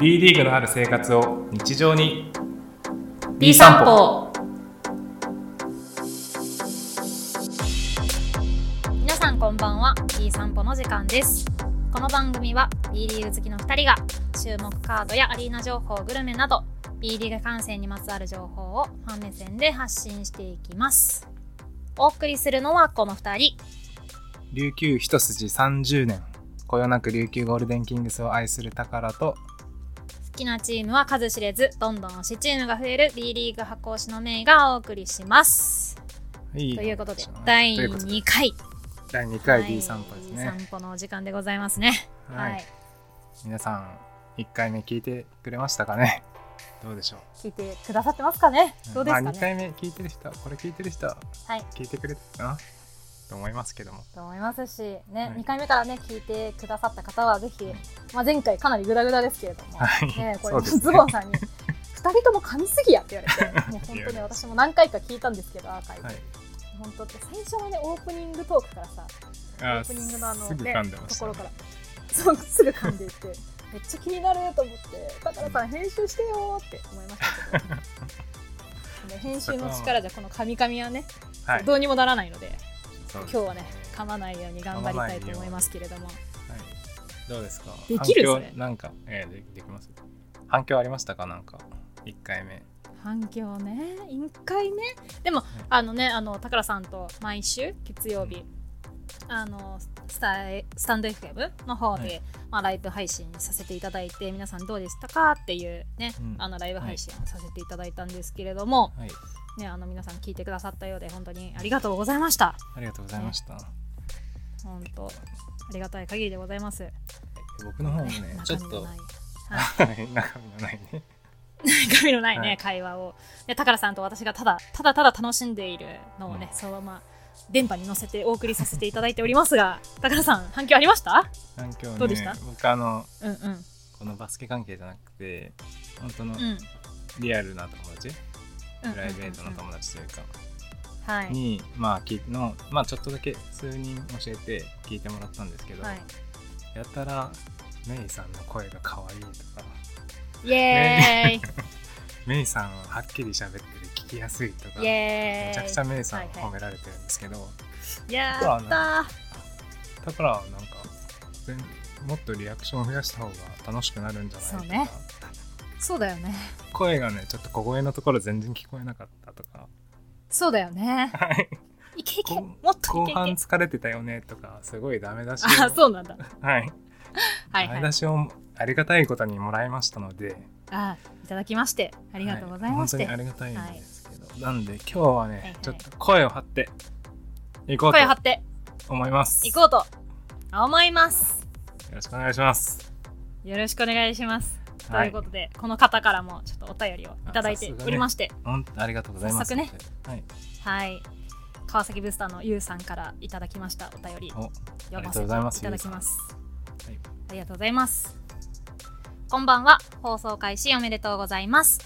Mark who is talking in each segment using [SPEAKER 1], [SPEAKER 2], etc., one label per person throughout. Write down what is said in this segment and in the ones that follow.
[SPEAKER 1] B リーグのある生活を日常に
[SPEAKER 2] B 散歩皆さんこんばんは B 散歩の時間ですこの番組は B リーグ好きの2人が注目カードやアリーナ情報グルメなど B リーグ観戦にまつわる情報をファン目線で発信していきますお送りするのはこの2人
[SPEAKER 1] 琉球一筋30年こよなく琉球ゴールデンキングスを愛する宝と
[SPEAKER 2] 好きなチームは数知れずどんどん推しチームが増える B リーグ発行しのメイがお送りします
[SPEAKER 1] いい
[SPEAKER 2] ということで
[SPEAKER 1] 話だな
[SPEAKER 2] 第
[SPEAKER 1] ということで
[SPEAKER 2] 2回
[SPEAKER 1] 第2回
[SPEAKER 2] はい
[SPEAKER 1] B 散歩ですね
[SPEAKER 2] 散歩のお時間でございますね。
[SPEAKER 1] は、
[SPEAKER 2] はいい、
[SPEAKER 1] 皆さん1回目聞いてくれましたかねどうでしょう
[SPEAKER 2] 聞いてくださってますかね。どうですか
[SPEAKER 1] まあ、
[SPEAKER 2] ね。
[SPEAKER 1] 2回目聞いてる人これ聞いてる人
[SPEAKER 2] はい、
[SPEAKER 1] 聞いてくれてるかなと思いますけども
[SPEAKER 2] と思いますし、ね、
[SPEAKER 1] い
[SPEAKER 2] 2回目からね、聞いてくださった方はぜひ。まあ、前回かなりグダグダですけれども、
[SPEAKER 1] はい、
[SPEAKER 2] ね、こ
[SPEAKER 1] そ
[SPEAKER 2] れ、
[SPEAKER 1] うですね
[SPEAKER 2] ズボンさんに。二人とも噛みすぎやって言われて、もう本当に私も何回か聞いたんです けど、アーカイブ。
[SPEAKER 1] はい
[SPEAKER 2] 本当って、最初はね、オープニングトークからさ、
[SPEAKER 1] あ
[SPEAKER 2] オープニングのあの、
[SPEAKER 1] すぐ
[SPEAKER 2] ね
[SPEAKER 1] 噛んでま
[SPEAKER 2] と
[SPEAKER 1] した、
[SPEAKER 2] ころから。そう、すぐ噛んで いって、めっちゃ気になると思って、だからさん編集してよーって思いましたけど。ね編集の力じゃこの噛み噛みはね、
[SPEAKER 1] はい
[SPEAKER 2] どうにもならないので
[SPEAKER 1] そうです
[SPEAKER 2] 今日はね噛まないように頑張りたいと思いますけれども
[SPEAKER 1] はい、どうですか
[SPEAKER 2] できる
[SPEAKER 1] 反響
[SPEAKER 2] それ
[SPEAKER 1] なんか、えー、でできます反響ありましたかなんか1回目
[SPEAKER 2] 反響ね1回ねでもあのねあの高良さんと毎週月曜日、あのスタイスタンド FM の方で、
[SPEAKER 1] はい
[SPEAKER 2] まあ、ライブ配信させていただいて皆さんどうでしたかっていうね、
[SPEAKER 1] うん
[SPEAKER 2] あのライブ配信をさせていただいたんですけれども、
[SPEAKER 1] はい
[SPEAKER 2] ね、あの皆さん聞いてくださったようで本当にありがとうございました
[SPEAKER 1] ありがとうございました、
[SPEAKER 2] 本当ありがたい限りでございます。
[SPEAKER 1] 僕の方もね
[SPEAKER 2] ね
[SPEAKER 1] ちょっ
[SPEAKER 2] 中
[SPEAKER 1] と
[SPEAKER 2] 身のない
[SPEAKER 1] はい中身のないね
[SPEAKER 2] 中身のないね、
[SPEAKER 1] はい
[SPEAKER 2] 会話をで高良さんと私がただただただ楽しんでいるのをね、そのまま電波に乗せてお送りさせていただいておりますが高良さん反響ありました
[SPEAKER 1] 反響ね
[SPEAKER 2] どうでした
[SPEAKER 1] 僕あの
[SPEAKER 2] うんうん
[SPEAKER 1] このバスケ関係じゃなくて本当の
[SPEAKER 2] うんうん
[SPEAKER 1] リアルな友達、
[SPEAKER 2] うん
[SPEAKER 1] プライベートの友達というか、
[SPEAKER 2] はい
[SPEAKER 1] にまあきのまあちょっとだけ数人教えて聞いてもらったんですけど、
[SPEAKER 2] はい
[SPEAKER 1] やたらメイさんの声が可愛いとか
[SPEAKER 2] イエ
[SPEAKER 1] メイさんははっきり喋ってる聞きやすいとか
[SPEAKER 2] ーイイエ
[SPEAKER 1] め
[SPEAKER 2] ーイ
[SPEAKER 1] ちゃくちゃメイさんを
[SPEAKER 2] はいはい
[SPEAKER 1] 褒められてるんですけど、
[SPEAKER 2] やった
[SPEAKER 1] だからなんか全もっとリアクションを増やした方が楽しくなるんじゃないか
[SPEAKER 2] そうねーそうだよね
[SPEAKER 1] 声がねちょっと小声のところ全然聞こえなかったとか
[SPEAKER 2] そうだよね
[SPEAKER 1] はい
[SPEAKER 2] いけいけ
[SPEAKER 1] こ
[SPEAKER 2] もっと
[SPEAKER 1] 後
[SPEAKER 2] いけ
[SPEAKER 1] 半
[SPEAKER 2] いけ
[SPEAKER 1] 疲れてたよねとかすごいダメ出しを
[SPEAKER 2] あそうなんだ
[SPEAKER 1] はい
[SPEAKER 2] はい
[SPEAKER 1] ダメ
[SPEAKER 2] はい
[SPEAKER 1] 出しをありがたいことにもらいましたので
[SPEAKER 2] あいただきましてあ
[SPEAKER 1] あ
[SPEAKER 2] りがとうございまし
[SPEAKER 1] 本
[SPEAKER 2] て、
[SPEAKER 1] 当にありがたいんですけど、なんで今日はね、
[SPEAKER 2] いはい
[SPEAKER 1] ちょっと声を張っていこうと
[SPEAKER 2] 声張って
[SPEAKER 1] 思います
[SPEAKER 2] いこうと思います
[SPEAKER 1] よろしくお願いします。
[SPEAKER 2] よろしくお願いしますと
[SPEAKER 1] は
[SPEAKER 2] いうことで、この方からもちょっとお便りをいただいておりまして、
[SPEAKER 1] ほんありがとうございます。
[SPEAKER 2] 早速
[SPEAKER 1] はい。
[SPEAKER 2] はい川崎ブースターのゆうさんからいただきましたお便り
[SPEAKER 1] お、
[SPEAKER 2] 読ま
[SPEAKER 1] ありがと
[SPEAKER 2] せ
[SPEAKER 1] う
[SPEAKER 2] て
[SPEAKER 1] ござ
[SPEAKER 2] いた
[SPEAKER 1] い
[SPEAKER 2] だ
[SPEAKER 1] ま
[SPEAKER 2] き
[SPEAKER 1] す
[SPEAKER 2] ます
[SPEAKER 1] はい
[SPEAKER 2] ありがとうございますこんばんは放送開始おめでとうございます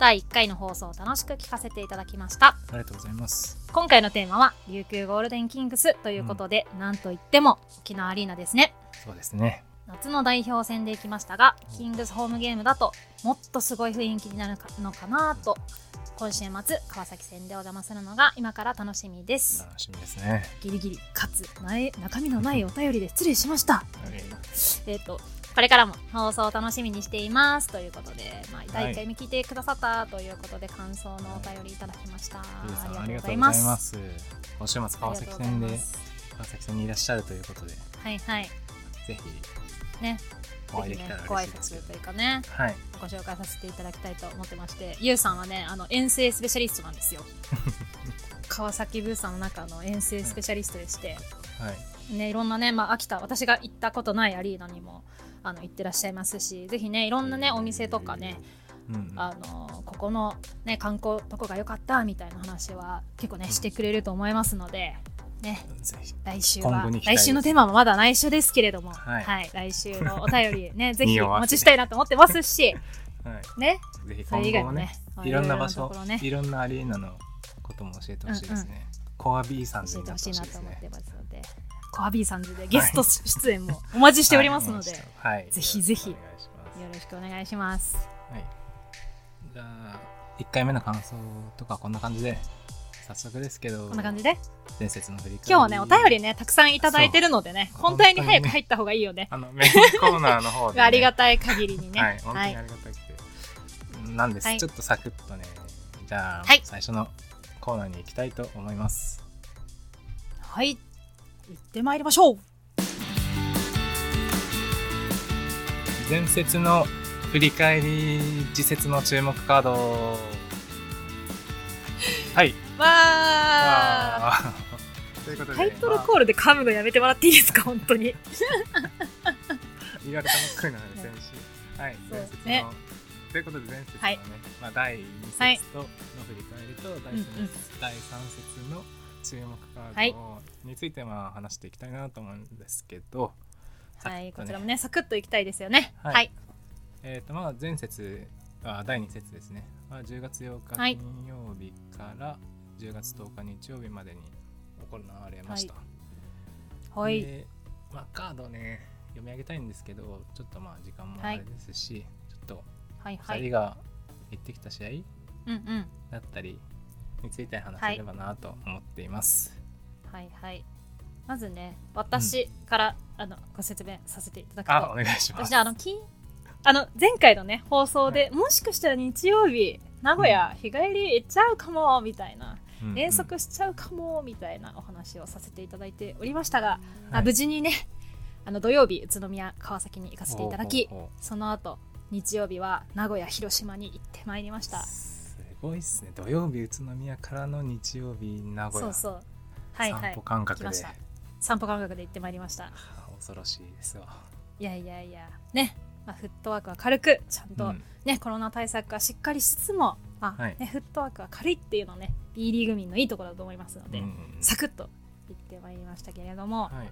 [SPEAKER 2] 第1回の放送を楽しく聞かせていただきました
[SPEAKER 1] ありがとうございます。
[SPEAKER 2] 今回のテーマは琉球ゴールデンキングスということで、なんといっても沖縄アリーナですね
[SPEAKER 1] そうですね。
[SPEAKER 2] 夏の代表戦で行きましたがキングスホームゲームだともっとすごい雰囲気になるのかなと今週末川崎戦でお邪魔するのが今から楽しみです
[SPEAKER 1] 楽しみですね。
[SPEAKER 2] ギリギリかつ前中身のないお便りで失礼しました
[SPEAKER 1] はい
[SPEAKER 2] えっ、とこれからも放送を楽しみにしていますということで、まあ、第1回目聞いてくださったということで感想のお便りいただきました、
[SPEAKER 1] ゆうさん
[SPEAKER 2] あ
[SPEAKER 1] あり
[SPEAKER 2] りが
[SPEAKER 1] がとうご
[SPEAKER 2] とうござ
[SPEAKER 1] ざ
[SPEAKER 2] い
[SPEAKER 1] い
[SPEAKER 2] ま
[SPEAKER 1] ますす。今週末川崎
[SPEAKER 2] あ
[SPEAKER 1] 戦
[SPEAKER 2] りがとうござい
[SPEAKER 1] で
[SPEAKER 2] ます
[SPEAKER 1] 川崎戦にいらっしゃるということで、
[SPEAKER 2] はいはい
[SPEAKER 1] ぜひ
[SPEAKER 2] ね、
[SPEAKER 1] お会いで
[SPEAKER 2] ぜ
[SPEAKER 1] き
[SPEAKER 2] ひね
[SPEAKER 1] たら
[SPEAKER 2] ご
[SPEAKER 1] 嬉
[SPEAKER 2] 挨
[SPEAKER 1] しいですけど。
[SPEAKER 2] 拶というかね
[SPEAKER 1] はい。
[SPEAKER 2] ご紹介させていただきたいと思ってましてゆうさんはねあの遠征スペシャリストなんです よ川崎ブーさんの中の遠征スペシャリストでして、
[SPEAKER 1] はい。
[SPEAKER 2] ね、いろんなね、まあ、秋田私が行ったことないアリーナにもあの行ってらっしゃいますしぜひねいろんなねお店とかね、
[SPEAKER 1] うんうん。
[SPEAKER 2] あのここの、ね、観光どこが良かったみたいな話は結構ねしてくれると思いますので。ね、
[SPEAKER 1] ぜひ。
[SPEAKER 2] 来週
[SPEAKER 1] 今
[SPEAKER 2] は
[SPEAKER 1] 後に期待
[SPEAKER 2] 来
[SPEAKER 1] です
[SPEAKER 2] 週のテーマもまだ内緒ですけれども、
[SPEAKER 1] はい
[SPEAKER 2] 来週のお便り ねぜひ
[SPEAKER 1] 匂
[SPEAKER 2] お
[SPEAKER 1] わせ
[SPEAKER 2] 待ちしたいなと思ってますし
[SPEAKER 1] はい。
[SPEAKER 2] ね
[SPEAKER 1] ぜひ
[SPEAKER 2] それ以
[SPEAKER 1] 今
[SPEAKER 2] 外
[SPEAKER 1] 後も
[SPEAKER 2] もね
[SPEAKER 1] ね、、
[SPEAKER 2] まあ
[SPEAKER 1] いろんな場
[SPEAKER 2] いろ
[SPEAKER 1] 所
[SPEAKER 2] ところ、ね、
[SPEAKER 1] いろんなアリーナのことも教えてほしいですね。コア B さんで
[SPEAKER 2] 教えて
[SPEAKER 1] な
[SPEAKER 2] ほ
[SPEAKER 1] って
[SPEAKER 2] しい
[SPEAKER 1] ほし
[SPEAKER 2] ない
[SPEAKER 1] で
[SPEAKER 2] と
[SPEAKER 1] す
[SPEAKER 2] 思っ
[SPEAKER 1] ね。
[SPEAKER 2] てますので、コアビーさんズでゲスト出演もお待ちしておりますので、
[SPEAKER 1] はい、はい
[SPEAKER 2] ぜひぜひ
[SPEAKER 1] よろしくお願いします
[SPEAKER 2] よろしくお願いします
[SPEAKER 1] はいじゃあ1回目の感想とかこんな感じで早速ですけど
[SPEAKER 2] こんな感じで
[SPEAKER 1] 伝説の振り返り
[SPEAKER 2] 今日はねお便りねたくさんいただいてるのでね
[SPEAKER 1] そう
[SPEAKER 2] 本当に早く入った方がいいよね
[SPEAKER 1] あのメインコーナーの方で、ね、
[SPEAKER 2] ありがたい限りにね
[SPEAKER 1] はい、本当
[SPEAKER 2] は
[SPEAKER 1] にあ
[SPEAKER 2] い
[SPEAKER 1] りがたくて、なんです、
[SPEAKER 2] はい
[SPEAKER 1] ちょっとサクッとねじゃあ、
[SPEAKER 2] はい
[SPEAKER 1] 最初のコーナーに行きたいと思います
[SPEAKER 2] はい行ってまいりましょう
[SPEAKER 1] 前節の振り返り次節の注目カー ドはい
[SPEAKER 2] わー
[SPEAKER 1] あーということで
[SPEAKER 2] タイトルコールで噛むのやめてもらっていいですか本当に
[SPEAKER 1] まあ言われたばっかりなので先週はい
[SPEAKER 2] そう
[SPEAKER 1] 前
[SPEAKER 2] です
[SPEAKER 1] 節の、
[SPEAKER 2] ね
[SPEAKER 1] ということで前節のね、
[SPEAKER 2] はい
[SPEAKER 1] まあ、第2
[SPEAKER 2] はい
[SPEAKER 1] 節との振り返りと、第
[SPEAKER 2] うん
[SPEAKER 1] 3
[SPEAKER 2] うん
[SPEAKER 1] 節第三節の注目カ
[SPEAKER 2] は
[SPEAKER 1] ー
[SPEAKER 2] い
[SPEAKER 1] ドについてまあ話していきたいなと思うんですけど、
[SPEAKER 2] はい
[SPEAKER 1] サクッと
[SPEAKER 2] こちらもねサクッといきたいですよね
[SPEAKER 1] はい
[SPEAKER 2] はい
[SPEAKER 1] えー、とまあ前節あ第2節ですね、まあ、10月8日
[SPEAKER 2] はい
[SPEAKER 1] 金曜日から10月10日日曜日までに行われました、
[SPEAKER 2] はい
[SPEAKER 1] でまあ、カードね読み上げたいんですけどちょっとまあ時間も
[SPEAKER 2] は
[SPEAKER 1] あ
[SPEAKER 2] い
[SPEAKER 1] れですし、ちょっ
[SPEAKER 2] はい
[SPEAKER 1] と
[SPEAKER 2] は
[SPEAKER 1] 2人
[SPEAKER 2] い
[SPEAKER 1] が行ってきた試合
[SPEAKER 2] うんうん
[SPEAKER 1] だったりについて話せればなと思っています、
[SPEAKER 2] はいはいまずね私から、あのご説明させていただくと
[SPEAKER 1] あお願いします
[SPEAKER 2] 私ねあの金あの前回のね放送で、もしかしたら日曜日名古屋日帰り行っちゃうかもみたいな、
[SPEAKER 1] うんうん
[SPEAKER 2] 遠足しちゃうかもみたいなお話をさせていただいておりましたが、
[SPEAKER 1] は
[SPEAKER 2] あ
[SPEAKER 1] い
[SPEAKER 2] 無事にねあの土曜日宇都宮川崎に行かせていただき
[SPEAKER 1] ほうほうほ
[SPEAKER 2] その後日曜日は名古屋広島に行ってまいりまし
[SPEAKER 1] う
[SPEAKER 2] た
[SPEAKER 1] すごいっすね土曜日宇都宮からの日曜日名古
[SPEAKER 2] そ
[SPEAKER 1] 屋
[SPEAKER 2] うそうはいは
[SPEAKER 1] 散
[SPEAKER 2] い
[SPEAKER 1] 歩感覚
[SPEAKER 2] 来
[SPEAKER 1] で
[SPEAKER 2] ました散歩感覚で行ってまいりました
[SPEAKER 1] あ恐ろしいですわ。
[SPEAKER 2] いやいやいやね、まあ、フットワークは軽くちゃんと、
[SPEAKER 1] うん
[SPEAKER 2] ね、コロナ対策はしっかりしつつも、まあ
[SPEAKER 1] はい
[SPEAKER 2] ね、フットワークは軽いっていうのね B リーグ民のいいところだと思いますので、
[SPEAKER 1] うん
[SPEAKER 2] サクッと行ってまいりましたけれども、ま
[SPEAKER 1] はい、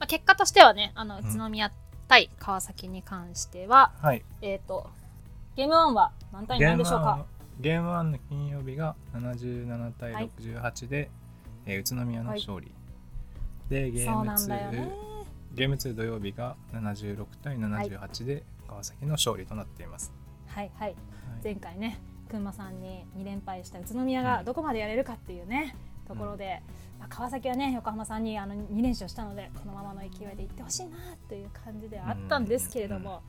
[SPEAKER 2] あ、結果としてはねあの
[SPEAKER 1] う
[SPEAKER 2] 宇
[SPEAKER 1] ん
[SPEAKER 2] 都宮対川崎に関しては、
[SPEAKER 1] はい、
[SPEAKER 2] えっ、とゲームワンは何対何でしょうか
[SPEAKER 1] ゲームワンの金曜日が77
[SPEAKER 2] は
[SPEAKER 1] 対
[SPEAKER 2] い
[SPEAKER 1] 68で、えー宇都宮の勝利、でゲー
[SPEAKER 2] そう
[SPEAKER 1] ム
[SPEAKER 2] なんだよね
[SPEAKER 1] 2ゲーム2土曜日が76対78で川崎の勝利となっています。
[SPEAKER 2] はいはい
[SPEAKER 1] はい
[SPEAKER 2] 前回ね群馬さんに2連敗した宇都宮がどこまでやれるかっていうね、ところで、まあ川崎はね横浜さんにあの2連勝したのでこのままの勢いでいってほしいなという感じではあったんですけれども、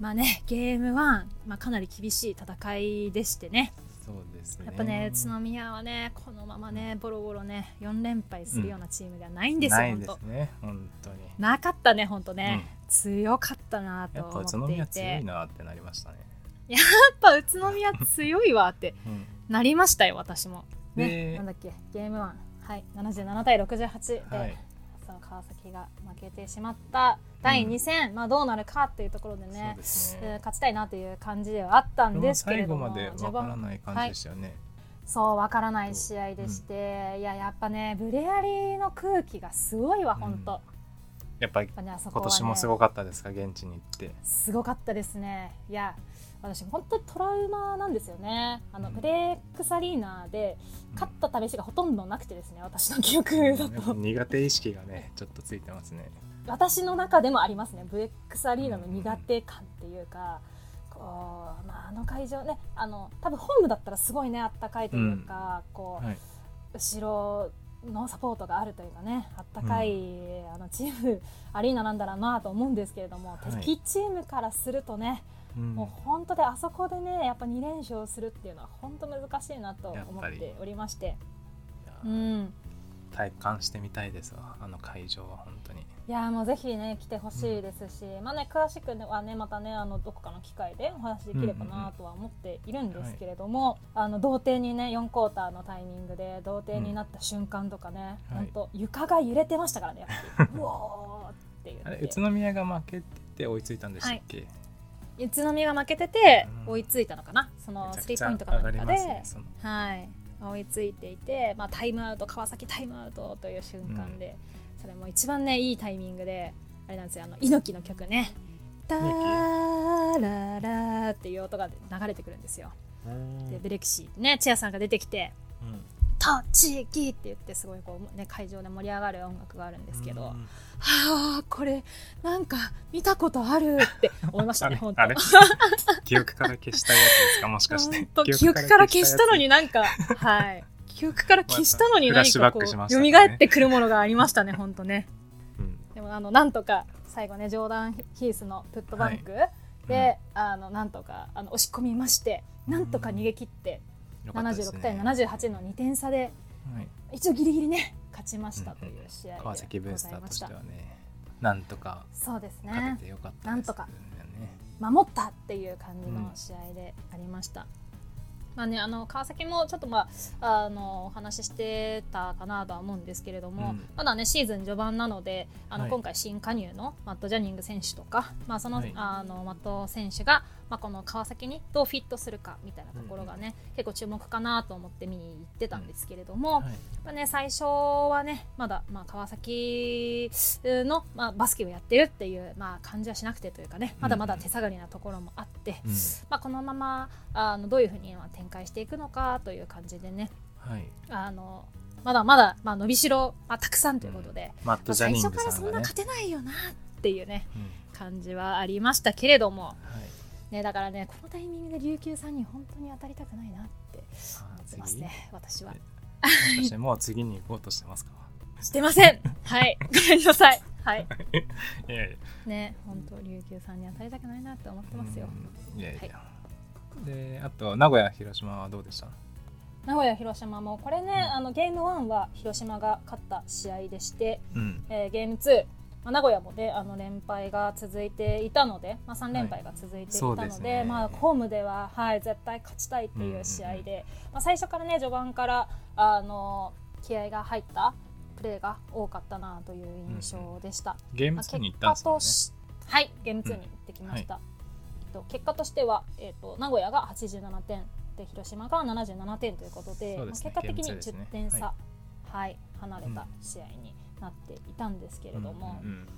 [SPEAKER 2] まあねゲーム1、まあ、かなり厳しい戦いでしてね
[SPEAKER 1] そうですね。
[SPEAKER 2] やっぱね宇都宮はねこのままねボロボロね4連敗するようなチームではないんですよ、
[SPEAKER 1] ない
[SPEAKER 2] 本
[SPEAKER 1] で
[SPEAKER 2] 当
[SPEAKER 1] すね、本当に。
[SPEAKER 2] なかったね本当ね、強かったな
[SPEAKER 1] うん、
[SPEAKER 2] と
[SPEAKER 1] やっぱ
[SPEAKER 2] 思
[SPEAKER 1] 宇都
[SPEAKER 2] ってい
[SPEAKER 1] 宮
[SPEAKER 2] て
[SPEAKER 1] 強い
[SPEAKER 2] やっ
[SPEAKER 1] なってなりましたね。
[SPEAKER 2] ぱ宇都宮強いわって
[SPEAKER 1] うん
[SPEAKER 2] なりましたよ私もね
[SPEAKER 1] で
[SPEAKER 2] なんだっけゲームワンはい77対68で、
[SPEAKER 1] はい、
[SPEAKER 2] そう川崎が負けてしまった第2戦、まあどうなるかっていうところで
[SPEAKER 1] そう
[SPEAKER 2] ね
[SPEAKER 1] です
[SPEAKER 2] うん
[SPEAKER 1] ね。
[SPEAKER 2] 勝ちたいなという感じではあったんですけれ
[SPEAKER 1] 最
[SPEAKER 2] ど
[SPEAKER 1] 後
[SPEAKER 2] も
[SPEAKER 1] までわからない感じでしたよね。
[SPEAKER 2] そうわからない試合でして、いややっぱねブレアリーの空気がすごいわ本当、
[SPEAKER 1] うんや
[SPEAKER 2] やっ
[SPEAKER 1] っぱり
[SPEAKER 2] ぱねあそ
[SPEAKER 1] 今
[SPEAKER 2] こは、ね、
[SPEAKER 1] 年もすごかったですか、現地に行って。
[SPEAKER 2] すごかったですね。いや、私、本当にトラウマなんですよね。あの、
[SPEAKER 1] うん
[SPEAKER 2] ブレイクサリーナで、勝った試しがほとんどなくてですね、私の記
[SPEAKER 1] うん
[SPEAKER 2] 憶
[SPEAKER 1] や
[SPEAKER 2] だ
[SPEAKER 1] っぱ
[SPEAKER 2] と。
[SPEAKER 1] 苦手意識がね、ちょっとついてますね。
[SPEAKER 2] 私の中でもありますね、ブレイクサリーナの苦手感っていうか、こう、まあ、あの会場ね、あの、多分ホームだったらすごいね、あったかいというか、こう、
[SPEAKER 1] はい。
[SPEAKER 2] 後ろ、のサポートがあるというかね、あったかい、あのチームアリーナなんだろうなと思うんですけれども、
[SPEAKER 1] はい
[SPEAKER 2] 敵チームからするとね、
[SPEAKER 1] うん
[SPEAKER 2] もう本当であそこでねやっぱ2連勝するっていうのは本当難しいなと
[SPEAKER 1] やっ
[SPEAKER 2] 思っ
[SPEAKER 1] ぱり
[SPEAKER 2] ておりまして
[SPEAKER 1] いや
[SPEAKER 2] うん
[SPEAKER 1] 体感してみたいですわ、あの会場は本当に。
[SPEAKER 2] いやーもうぜひね来てほしいですし、まあね詳しくはねまたねあのどこかの機会でお話できれば
[SPEAKER 1] うんうんう
[SPEAKER 2] なんとは思っているんですけれども、あの同点にね4クォーターのタイミングで同点になった瞬間とかね、
[SPEAKER 1] うん
[SPEAKER 2] なんと床が揺れてましたからねや っぱりうおーっていう
[SPEAKER 1] あれ、宇都宮が負けてて追いついたんでしたっけ、
[SPEAKER 2] 宇都宮が負けてて
[SPEAKER 1] うん
[SPEAKER 2] 追いついたのかなその
[SPEAKER 1] めちゃ
[SPEAKER 2] ス
[SPEAKER 1] く
[SPEAKER 2] リ
[SPEAKER 1] ち
[SPEAKER 2] ーポ
[SPEAKER 1] ゃ
[SPEAKER 2] イントか
[SPEAKER 1] 上
[SPEAKER 2] な
[SPEAKER 1] が
[SPEAKER 2] ん
[SPEAKER 1] り
[SPEAKER 2] か
[SPEAKER 1] ますね
[SPEAKER 2] で、。
[SPEAKER 1] その
[SPEAKER 2] はい、追いついていて、まあ、タイムアウト川崎タイムアウトという瞬間で、それも一番ねいいタイミングであれなんですよあの猪木の曲ね「タララ」っていう音が流れてくるんですよ。でベレキシーねチアさんが出てきて
[SPEAKER 1] うん
[SPEAKER 2] 「栃木って言ってすごいこう、ね、会場で盛り上がる音楽があるんですけど、
[SPEAKER 1] うん
[SPEAKER 2] はあこれなんか見たことあるって思いました
[SPEAKER 1] あ
[SPEAKER 2] ね
[SPEAKER 1] れ
[SPEAKER 2] 本当
[SPEAKER 1] あれ記憶から消したやつですかもしかし
[SPEAKER 2] 本
[SPEAKER 1] て
[SPEAKER 2] 当記憶から消したのに
[SPEAKER 1] や
[SPEAKER 2] なん かはい記憶から消したのに
[SPEAKER 1] また
[SPEAKER 2] 何か
[SPEAKER 1] フラッシュバッ
[SPEAKER 2] こう
[SPEAKER 1] クしましたね
[SPEAKER 2] 蘇ってくるものがありましたね本当ね
[SPEAKER 1] つうん
[SPEAKER 2] でもあのなんとか最後ねジョーダン・ヒースのプットバンクで、あのなんとかあの押し込みましてなんとか逃げ切って
[SPEAKER 1] よかったです
[SPEAKER 2] 76
[SPEAKER 1] ね
[SPEAKER 2] 対78の2点差で
[SPEAKER 1] はい
[SPEAKER 2] 一応ギリギリね勝ちましたという試合でご
[SPEAKER 1] 川崎ブース
[SPEAKER 2] ざ
[SPEAKER 1] タ
[SPEAKER 2] い
[SPEAKER 1] ー
[SPEAKER 2] ま
[SPEAKER 1] と
[SPEAKER 2] し
[SPEAKER 1] したてはねなんとか
[SPEAKER 2] そうです
[SPEAKER 1] 勝
[SPEAKER 2] ね
[SPEAKER 1] ててよかったです
[SPEAKER 2] なんとか
[SPEAKER 1] ね
[SPEAKER 2] 守ったっていう感じの試合でありました。まあね、あの川崎もちょっと、まあ、あのお話ししてたかなとは思うんですけれど
[SPEAKER 1] う
[SPEAKER 2] も、
[SPEAKER 1] ん
[SPEAKER 2] まだねシーズン序盤なのであの、
[SPEAKER 1] はい
[SPEAKER 2] 今回新加入のマット・ジャニング選手とか、まあ、その,、
[SPEAKER 1] はい
[SPEAKER 2] あのマット選手が、まあ、この川崎にどうフィットするかみたいなところがね、結構注目かなと思って見に行ってたんですけれど
[SPEAKER 1] は
[SPEAKER 2] も、
[SPEAKER 1] い
[SPEAKER 2] まあね、最初はねまだ、まあ、川崎の、まあ、バスケをやってるっていう、まあ、感じはしなくてというかねまだまだ手探りなところもあって、
[SPEAKER 1] うん
[SPEAKER 2] まあ、このままあのどういうふうにまあ展開していくのかという感じでね
[SPEAKER 1] はい
[SPEAKER 2] あのまだまだ、まあ、伸びしろ、まあ、たくさんということで、
[SPEAKER 1] マッ
[SPEAKER 2] ま
[SPEAKER 1] ト・
[SPEAKER 2] あ
[SPEAKER 1] ジャ
[SPEAKER 2] 最
[SPEAKER 1] ニン
[SPEAKER 2] 初
[SPEAKER 1] グ
[SPEAKER 2] から
[SPEAKER 1] さ
[SPEAKER 2] そん
[SPEAKER 1] んが
[SPEAKER 2] な
[SPEAKER 1] ね
[SPEAKER 2] 勝てないよなっていうね
[SPEAKER 1] うん
[SPEAKER 2] 感じはありましたけれども、
[SPEAKER 1] はい
[SPEAKER 2] ね、だからねこのタイミングで琉球さんに本当に当たりたくないなって
[SPEAKER 1] あ
[SPEAKER 2] 思って
[SPEAKER 1] 次
[SPEAKER 2] ますね私は。
[SPEAKER 1] そしてもう次に行こうとしてますか
[SPEAKER 2] してませんはいごめんなさいはい
[SPEAKER 1] いやいや
[SPEAKER 2] ね本当琉球さんに当たりたくないなって思ってますよ、
[SPEAKER 1] うんいやいやであと名古屋広島はどうでした
[SPEAKER 2] 名古屋広島もこれね、
[SPEAKER 1] うん
[SPEAKER 2] あのゲーム1は広島が勝った試合でして、
[SPEAKER 1] うん
[SPEAKER 2] えーゲーム2まあ名古屋もねあの連敗が続いていたので、まあ、3連敗が続いていたので,、
[SPEAKER 1] そうですね
[SPEAKER 2] まあ、ホームでは、はい、絶対勝ちたいっていう試合で、まあ、最初からね序盤からあの気合が入ったプレーが多かったなという印象でした。
[SPEAKER 1] ゲー
[SPEAKER 2] ま
[SPEAKER 1] ム
[SPEAKER 2] あ
[SPEAKER 1] 2に行
[SPEAKER 2] 結
[SPEAKER 1] ったん
[SPEAKER 2] 果
[SPEAKER 1] ですよ
[SPEAKER 2] と
[SPEAKER 1] ね
[SPEAKER 2] し、はい、ゲーム2に行ってきました。えっと結果としては、えっと名古屋が87点で広島が77点ということで、
[SPEAKER 1] そうで
[SPEAKER 2] まあ結
[SPEAKER 1] すね
[SPEAKER 2] 果的に
[SPEAKER 1] ゲーム2です
[SPEAKER 2] 10
[SPEAKER 1] ね
[SPEAKER 2] 点差、
[SPEAKER 1] は
[SPEAKER 2] はい、離れた試合になっていたんですけれども、
[SPEAKER 1] うんうん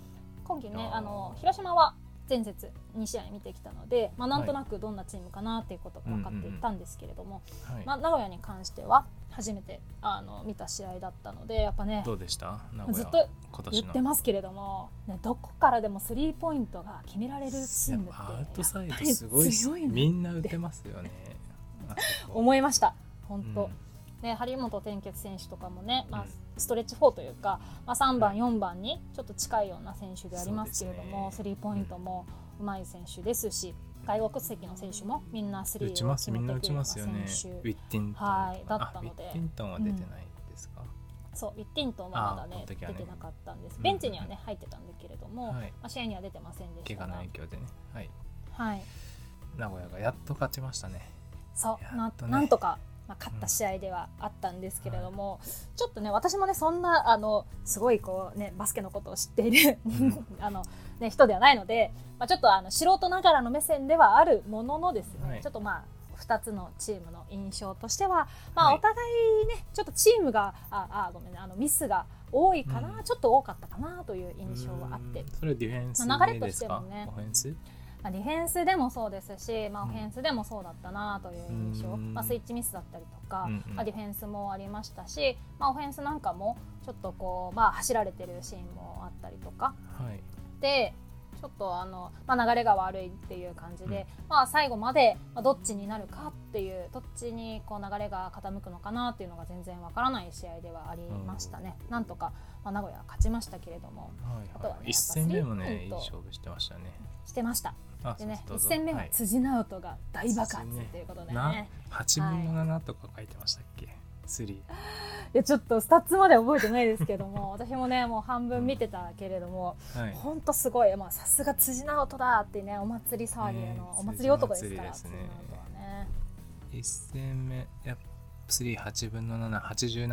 [SPEAKER 2] 今季ね
[SPEAKER 1] あー
[SPEAKER 2] あの広島は前節2試合見てきたので、まあなんとなくどんなチームかなっていうことが分かっていたんですけれども、
[SPEAKER 1] うんはい
[SPEAKER 2] まあ名古屋に関しては初めてあの見た試合だったので、やっぱね。
[SPEAKER 1] どうでした名古屋
[SPEAKER 2] ずっと
[SPEAKER 1] 今
[SPEAKER 2] 言
[SPEAKER 1] 年
[SPEAKER 2] って
[SPEAKER 1] の
[SPEAKER 2] ますけれども、ね、どこからでもスリーポイントが決められるチームって
[SPEAKER 1] アウトサイ
[SPEAKER 2] やっ
[SPEAKER 1] ド
[SPEAKER 2] ぱり
[SPEAKER 1] すごいっす
[SPEAKER 2] 強いな
[SPEAKER 1] みんな打てますよねあそこ
[SPEAKER 2] 思いました本
[SPEAKER 1] うん
[SPEAKER 2] 当、ね張本天傑選手とかもね、まあ
[SPEAKER 1] うん、
[SPEAKER 2] ストレッチ4というか、まあ、3番、
[SPEAKER 1] はい
[SPEAKER 2] 4番にちょっと近いような選手でありますけれども、
[SPEAKER 1] そ
[SPEAKER 2] スリーポイントもうまい選手ですし、外国籍の選手もみんなスリ
[SPEAKER 1] 打ち
[SPEAKER 2] ーを
[SPEAKER 1] ます
[SPEAKER 2] 決
[SPEAKER 1] みん
[SPEAKER 2] め
[SPEAKER 1] な打
[SPEAKER 2] てく
[SPEAKER 1] ち
[SPEAKER 2] るよう
[SPEAKER 1] ま
[SPEAKER 2] な
[SPEAKER 1] す
[SPEAKER 2] 選
[SPEAKER 1] よねウィッ
[SPEAKER 2] 手
[SPEAKER 1] ティントンとか
[SPEAKER 2] はいだったので
[SPEAKER 1] あウィッティントンは出てないですか、
[SPEAKER 2] そうウィッティントンはまだ
[SPEAKER 1] あー
[SPEAKER 2] ね
[SPEAKER 1] この時は
[SPEAKER 2] 出
[SPEAKER 1] ね
[SPEAKER 2] てなかったんです
[SPEAKER 1] うん
[SPEAKER 2] ベンチにはね入ってたんだけれども、
[SPEAKER 1] はい
[SPEAKER 2] まあ、試合には出てませんで
[SPEAKER 1] 怪
[SPEAKER 2] した
[SPEAKER 1] 我の
[SPEAKER 2] が
[SPEAKER 1] 影響でねはい
[SPEAKER 2] はい
[SPEAKER 1] 名古屋がやっと勝ちましたね
[SPEAKER 2] そ
[SPEAKER 1] や
[SPEAKER 2] う
[SPEAKER 1] っ
[SPEAKER 2] な,、
[SPEAKER 1] とね
[SPEAKER 2] なんとか、まあ、勝った試合ではあったんですけれども、ちょっとね私もねそんなあのすごいこう、ね、バスケのことを知っている
[SPEAKER 1] ん
[SPEAKER 2] あの、ね、人ではないので、まあ、ちょっとあの素人ながらの目線ではあるもののですね、
[SPEAKER 1] はい
[SPEAKER 2] ちょっとまあ2つのチームの印象としては、まあ、
[SPEAKER 1] はい
[SPEAKER 2] お互いねちょっとチームがああごめんねあのミスが多いかな、
[SPEAKER 1] うん
[SPEAKER 2] ちょっと多かったかなという印象はあって
[SPEAKER 1] うんそれはディフェンス
[SPEAKER 2] まあ流れと
[SPEAKER 1] で
[SPEAKER 2] し
[SPEAKER 1] す
[SPEAKER 2] ても
[SPEAKER 1] か、
[SPEAKER 2] ね
[SPEAKER 1] オフェンス
[SPEAKER 2] まあ、ディフェンスでもそうですし、まあ、オ
[SPEAKER 1] うん
[SPEAKER 2] フェンスでもそうだったなという印象、
[SPEAKER 1] うん
[SPEAKER 2] まあ、スイッチミスだったりとか、
[SPEAKER 1] うんうん
[SPEAKER 2] まあ、ディフェンスもありましたし、まあ、オフェンスなんかもちょっとこう、まあ、走られてるシーンもあったりとか
[SPEAKER 1] はい
[SPEAKER 2] でちょっとあの、まあ、流れが悪いっていう感じで、まあ、最後までまあどっちになるかっていうどっちにこう流れが傾くのかなっていうのが全然わからない試合ではありましたね。なんとか、まあ、名古屋は勝ちましたけれどもあと
[SPEAKER 1] はい
[SPEAKER 2] は
[SPEAKER 1] は
[SPEAKER 2] ね
[SPEAKER 1] い、一戦目も
[SPEAKER 2] やっぱス
[SPEAKER 1] ね
[SPEAKER 2] リーポイ
[SPEAKER 1] い
[SPEAKER 2] ン
[SPEAKER 1] い
[SPEAKER 2] ト
[SPEAKER 1] 勝負してましたね
[SPEAKER 2] してました
[SPEAKER 1] あ
[SPEAKER 2] でね
[SPEAKER 1] そうそうど
[SPEAKER 2] 1
[SPEAKER 1] うぞ
[SPEAKER 2] 戦目はい辻直人が大爆発
[SPEAKER 1] 辻ね
[SPEAKER 2] ということでね。
[SPEAKER 1] な8分の7とか書いてましたっけ、スリー
[SPEAKER 2] いやちょっとスタッツまでは覚えてないですけど も私もねもう半分見てたけれども
[SPEAKER 1] はい
[SPEAKER 2] 本当すごいまあさすが辻直人だってねお祭り騒ぎ
[SPEAKER 1] ね
[SPEAKER 2] の
[SPEAKER 1] え
[SPEAKER 2] お祭り男ですから
[SPEAKER 1] 辻
[SPEAKER 2] 辻
[SPEAKER 1] の
[SPEAKER 2] 直
[SPEAKER 1] 祭り
[SPEAKER 2] 人はね
[SPEAKER 1] 1戦目やっぱスリー8分の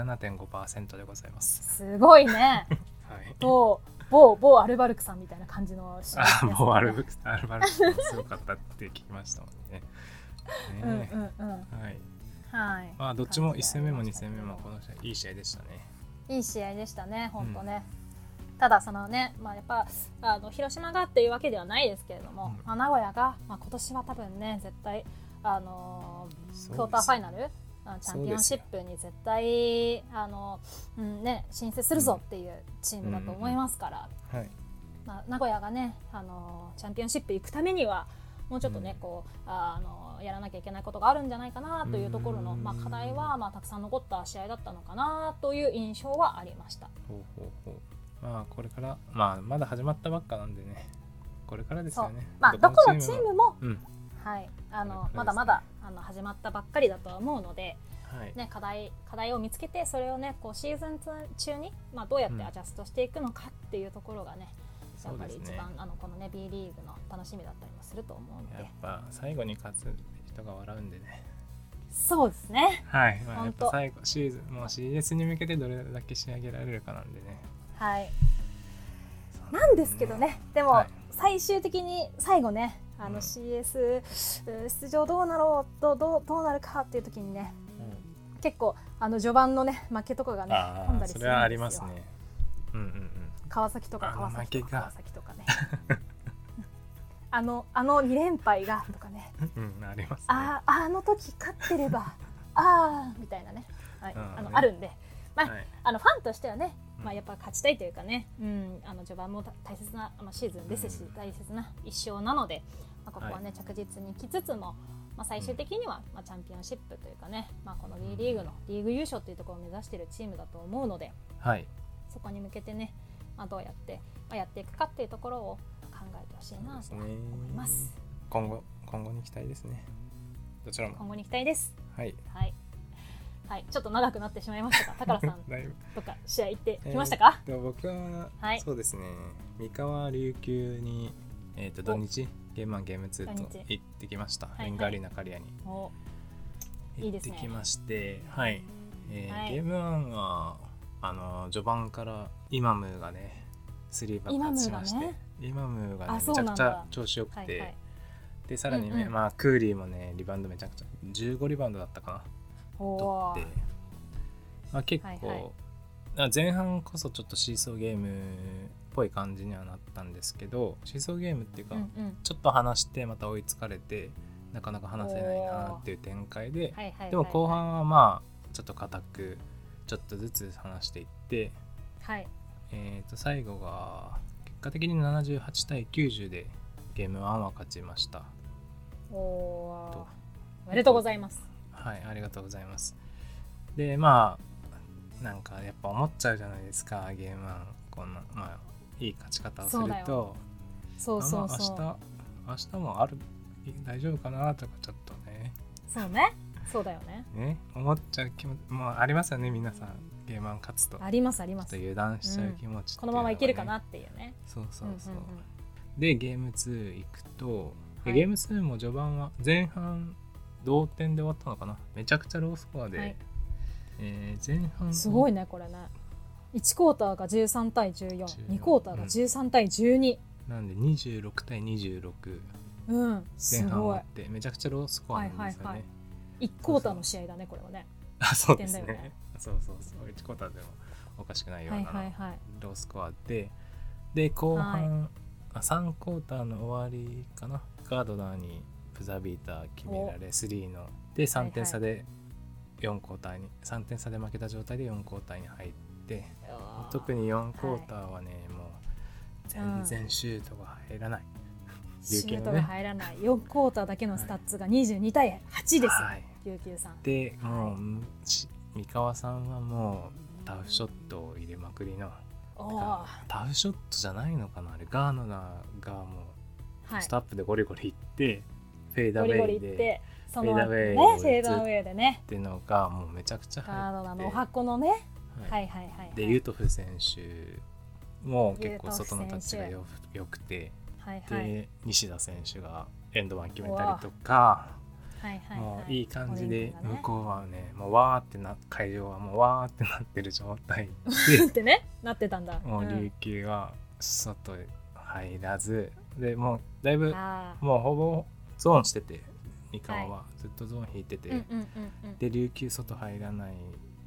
[SPEAKER 1] 787.5%でございます
[SPEAKER 2] すごい ね
[SPEAKER 1] はい
[SPEAKER 2] 某某某アルバルクさんみたいな感じの試合です
[SPEAKER 1] あ
[SPEAKER 2] ね
[SPEAKER 1] もうアルバアルバルクさんすごかったって聞きましたもんね
[SPEAKER 2] うんうん
[SPEAKER 1] ねえ
[SPEAKER 2] うん
[SPEAKER 1] はい
[SPEAKER 2] はい
[SPEAKER 1] まあどっちも1戦目も2
[SPEAKER 2] 感じで
[SPEAKER 1] 戦目もこの試合いい試合でしたね
[SPEAKER 2] いい試合でしたね、本当ね。ただそのね、まあ、やっぱあの広島がっていうわけではないですけれども、
[SPEAKER 1] うん
[SPEAKER 2] まあ、名古屋が、まあ、今年は多分ね絶対、あのークォーターファイナルあのチ
[SPEAKER 1] そ
[SPEAKER 2] ャン
[SPEAKER 1] う
[SPEAKER 2] ピオ
[SPEAKER 1] で
[SPEAKER 2] ン
[SPEAKER 1] す
[SPEAKER 2] シ
[SPEAKER 1] よ
[SPEAKER 2] ップに絶対あの、うんね、申請するぞっていうチームだと思いますから、
[SPEAKER 1] はい、
[SPEAKER 2] まあ、名古屋がねあのチャンピオンシップ行くためにはもうちょっとね、
[SPEAKER 1] うん
[SPEAKER 2] こうああのやらなきゃいけないことがあるんじゃないかなというところの、
[SPEAKER 1] うん
[SPEAKER 2] まあ、課題は、まあ、たくさん残った試合だったのかなという印象はありました。
[SPEAKER 1] ほうほうほうまあこれからまあまだ始まったばっかなんでねこれからですよね
[SPEAKER 2] まあ、どこのチー
[SPEAKER 1] も
[SPEAKER 2] ムも、
[SPEAKER 1] うん
[SPEAKER 2] はい、あの
[SPEAKER 1] これからです
[SPEAKER 2] ま
[SPEAKER 1] ね
[SPEAKER 2] だまだあの始まったばっかりだとは思うので、
[SPEAKER 1] はい、
[SPEAKER 2] ね、課題課題を見つけてそれを、ね、こうシーズン中に、まあ、どうやってアジャストしていくのかっていうところがね、
[SPEAKER 1] そ
[SPEAKER 2] やっ
[SPEAKER 1] う
[SPEAKER 2] ぱ
[SPEAKER 1] で
[SPEAKER 2] り
[SPEAKER 1] す
[SPEAKER 2] 一
[SPEAKER 1] ね
[SPEAKER 2] 番、あのこの、ね、B リーグの楽しみだったりもすると思うの
[SPEAKER 1] やっ
[SPEAKER 2] で
[SPEAKER 1] ぱ最後に勝つ人が笑うんでね
[SPEAKER 2] そうですね、
[SPEAKER 1] はい、まあ、や
[SPEAKER 2] 本
[SPEAKER 1] っ
[SPEAKER 2] 当
[SPEAKER 1] ぱ最後シーズンもう CS に向けてどれだけ仕上げられるかなんでね
[SPEAKER 2] はい、なんですけどねでも、
[SPEAKER 1] はい
[SPEAKER 2] 最終的に最後ねあ
[SPEAKER 1] う
[SPEAKER 2] の
[SPEAKER 1] ん
[SPEAKER 2] CS う出場どうなろうどうどうどうなるかっていう時にね
[SPEAKER 1] うん
[SPEAKER 2] 結構あの序盤のね負けとかがね
[SPEAKER 1] あ
[SPEAKER 2] 込
[SPEAKER 1] あそ
[SPEAKER 2] んだりするんですよ
[SPEAKER 1] れはありますねうんうんうん
[SPEAKER 2] 川崎とか川崎とか
[SPEAKER 1] あ
[SPEAKER 2] 川崎とかね あのあの2連敗がとかね
[SPEAKER 1] うん、あります、ね。
[SPEAKER 2] あーあの時勝って ればああみたいなね、はい
[SPEAKER 1] うん
[SPEAKER 2] あ
[SPEAKER 1] ね
[SPEAKER 2] のあるんであ
[SPEAKER 1] はい、
[SPEAKER 2] あのファンとしてはね、
[SPEAKER 1] うん
[SPEAKER 2] まあ、やっぱ勝ちたいというかね、うん、あの序盤もた大切な、まあ、シーズンですし
[SPEAKER 1] うん
[SPEAKER 2] 大切な一勝なので、まあ、ここは
[SPEAKER 1] は
[SPEAKER 2] ね、着実にきつつも、まあ、最終的には、まあ、チャンピオンシップというかね、まあ、この B リーグのリーグ優勝というところを目指しているチームだと思うので。
[SPEAKER 1] はい、
[SPEAKER 2] そこに向けてね、まあ、どうやって、まあ、やっていくかっていうところを考えてほしいなと思います。
[SPEAKER 1] 今後、今後に期待ですね。どちらも。
[SPEAKER 2] 今後に期待です。
[SPEAKER 1] はい。
[SPEAKER 2] はい。はい、ちょっと長くなってしまいましたが、高良さん
[SPEAKER 1] だいぶ。
[SPEAKER 2] とか試合行って
[SPEAKER 1] えー
[SPEAKER 2] きました か？
[SPEAKER 1] でも僕は、
[SPEAKER 2] はい
[SPEAKER 1] そうですね。三河琉球に、えっ、と、土日、ゲームワンゲームツー
[SPEAKER 2] 土
[SPEAKER 1] と
[SPEAKER 2] 日
[SPEAKER 1] 行ってきました。
[SPEAKER 2] いはい
[SPEAKER 1] レンガアリーナカリアに
[SPEAKER 2] お、いい
[SPEAKER 1] 行
[SPEAKER 2] で
[SPEAKER 1] っ
[SPEAKER 2] す
[SPEAKER 1] て
[SPEAKER 2] ね
[SPEAKER 1] きまして、はい、えー
[SPEAKER 2] はい
[SPEAKER 1] ゲームワンは、あの、序盤からイマムがね。スリー爆発しまして、イマムがね
[SPEAKER 2] あそ
[SPEAKER 1] め
[SPEAKER 2] う
[SPEAKER 1] ち
[SPEAKER 2] なん
[SPEAKER 1] ゃ
[SPEAKER 2] だ
[SPEAKER 1] くちゃ調子よくて。
[SPEAKER 2] はいはい。
[SPEAKER 1] でさらにね、
[SPEAKER 2] うんうん
[SPEAKER 1] まあ、クーリーもねリバウンドめちゃくちゃ15リバウンドだったかな
[SPEAKER 2] お
[SPEAKER 1] 取
[SPEAKER 2] お
[SPEAKER 1] っ。て、まあ、結構、
[SPEAKER 2] はいはい
[SPEAKER 1] まあ前半こそちょっとシーソーゲームっぽい感じにはなったんですけどシーソーゲームっていうか、
[SPEAKER 2] うんうん。
[SPEAKER 1] ちょっと離してまた追いつかれてなかなか離せないなっていう展開で、
[SPEAKER 2] はいはいはいはい。
[SPEAKER 1] でも後半はまあちょっと固くちょっとずつ離していって、
[SPEAKER 2] はい。
[SPEAKER 1] えー、と最後が結果的に78対90でゲーム1は勝ちました。
[SPEAKER 2] おお
[SPEAKER 1] と。
[SPEAKER 2] おめでとうございます。
[SPEAKER 1] はい、ありがとうございます。で、まあ、なんかやっぱ思っちゃうじゃないですか、ゲームはこんな、まあ、いい勝ち方をする
[SPEAKER 2] そうだよ
[SPEAKER 1] と、
[SPEAKER 2] そうそうそう。
[SPEAKER 1] あまあ明日、明日もある、大丈夫かなとか、ちょっとね、
[SPEAKER 2] そうね。そうだよね。
[SPEAKER 1] ね、思っちゃう気持ち、まあ、ありますよね、皆さん、ゲームは勝つと。ちょ
[SPEAKER 2] ありますありま
[SPEAKER 1] っと
[SPEAKER 2] す。
[SPEAKER 1] 油断しちゃう気持ちって
[SPEAKER 2] こ
[SPEAKER 1] いう
[SPEAKER 2] の
[SPEAKER 1] がね
[SPEAKER 2] ままいけるかなっていうね。
[SPEAKER 1] そうそうそう。
[SPEAKER 2] んんん
[SPEAKER 1] で、ゲーム2行くと、で
[SPEAKER 2] はい
[SPEAKER 1] ゲーム2も序盤は、前半、同点で終わったのかな、めちゃくちゃロースコアで。
[SPEAKER 2] はい
[SPEAKER 1] えー前半
[SPEAKER 2] すごい
[SPEAKER 1] ね
[SPEAKER 2] ねこれね1クォーターが13対142
[SPEAKER 1] 14
[SPEAKER 2] クォーターが13対12
[SPEAKER 1] なんで26対26
[SPEAKER 2] うん、す
[SPEAKER 1] 前半終
[SPEAKER 2] ご
[SPEAKER 1] わ
[SPEAKER 2] い
[SPEAKER 1] ってめちゃくちゃロースコアなんですよね、
[SPEAKER 2] はいはいはい1クォーターの試合だねこれはね
[SPEAKER 1] あそうですね
[SPEAKER 2] 点だよね
[SPEAKER 1] そうそうそう1クォーターでもおかしくないよう
[SPEAKER 2] はいはい
[SPEAKER 1] な
[SPEAKER 2] はい
[SPEAKER 1] ロースコアで、で後半、あ3クォーターの終わりかなガードナーにブザービーター決められ3ので3点差で4クォーターに3点差で負けた状態で4クォーターに入って特に4クォーターはね、もう全然シュートが入らない、
[SPEAKER 2] シュートが入らない4クォーターだけのスタッツが22対8ですよ
[SPEAKER 1] はい
[SPEAKER 2] 琉球さん
[SPEAKER 1] でもうし三河さんはもうタフショットを入れまくりの
[SPEAKER 2] おおーは
[SPEAKER 1] タフショットじゃないのかなあれガーナがもうス
[SPEAKER 2] い
[SPEAKER 1] タップでゴリゴリいって、フェーダ
[SPEAKER 2] ゴ
[SPEAKER 1] ーウ
[SPEAKER 2] リゴ
[SPEAKER 1] ェ
[SPEAKER 2] リ
[SPEAKER 1] イ
[SPEAKER 2] い
[SPEAKER 1] で
[SPEAKER 2] っ
[SPEAKER 1] って
[SPEAKER 2] その後ね
[SPEAKER 1] フェーダーウェイ
[SPEAKER 2] フ
[SPEAKER 1] を
[SPEAKER 2] ェーダーウェイでね
[SPEAKER 1] ていうのがもうめちゃくちゃ
[SPEAKER 2] ガードナー
[SPEAKER 1] 入
[SPEAKER 2] のお
[SPEAKER 1] って、は
[SPEAKER 2] 箱のね
[SPEAKER 1] い
[SPEAKER 2] はいはいはいはい
[SPEAKER 1] でユトフ選手も結構外のタッチがよよくて、
[SPEAKER 2] はいはい
[SPEAKER 1] で西田選手がエンドワン決めたりとか。
[SPEAKER 2] はいはい
[SPEAKER 1] も
[SPEAKER 2] は
[SPEAKER 1] ういい感じで
[SPEAKER 2] オレンジがね
[SPEAKER 1] 向こうはねもうわーってな会場はもうわーってなってる状態
[SPEAKER 2] ってねなってたんだ
[SPEAKER 1] でもう琉球は外へ入らずでもうだい
[SPEAKER 2] うん
[SPEAKER 1] ぶ
[SPEAKER 2] あ
[SPEAKER 1] もうほぼゾーンしてて三河はずっとゾーン引いてて、
[SPEAKER 2] ーうんうんうんうん
[SPEAKER 1] で琉球外入らない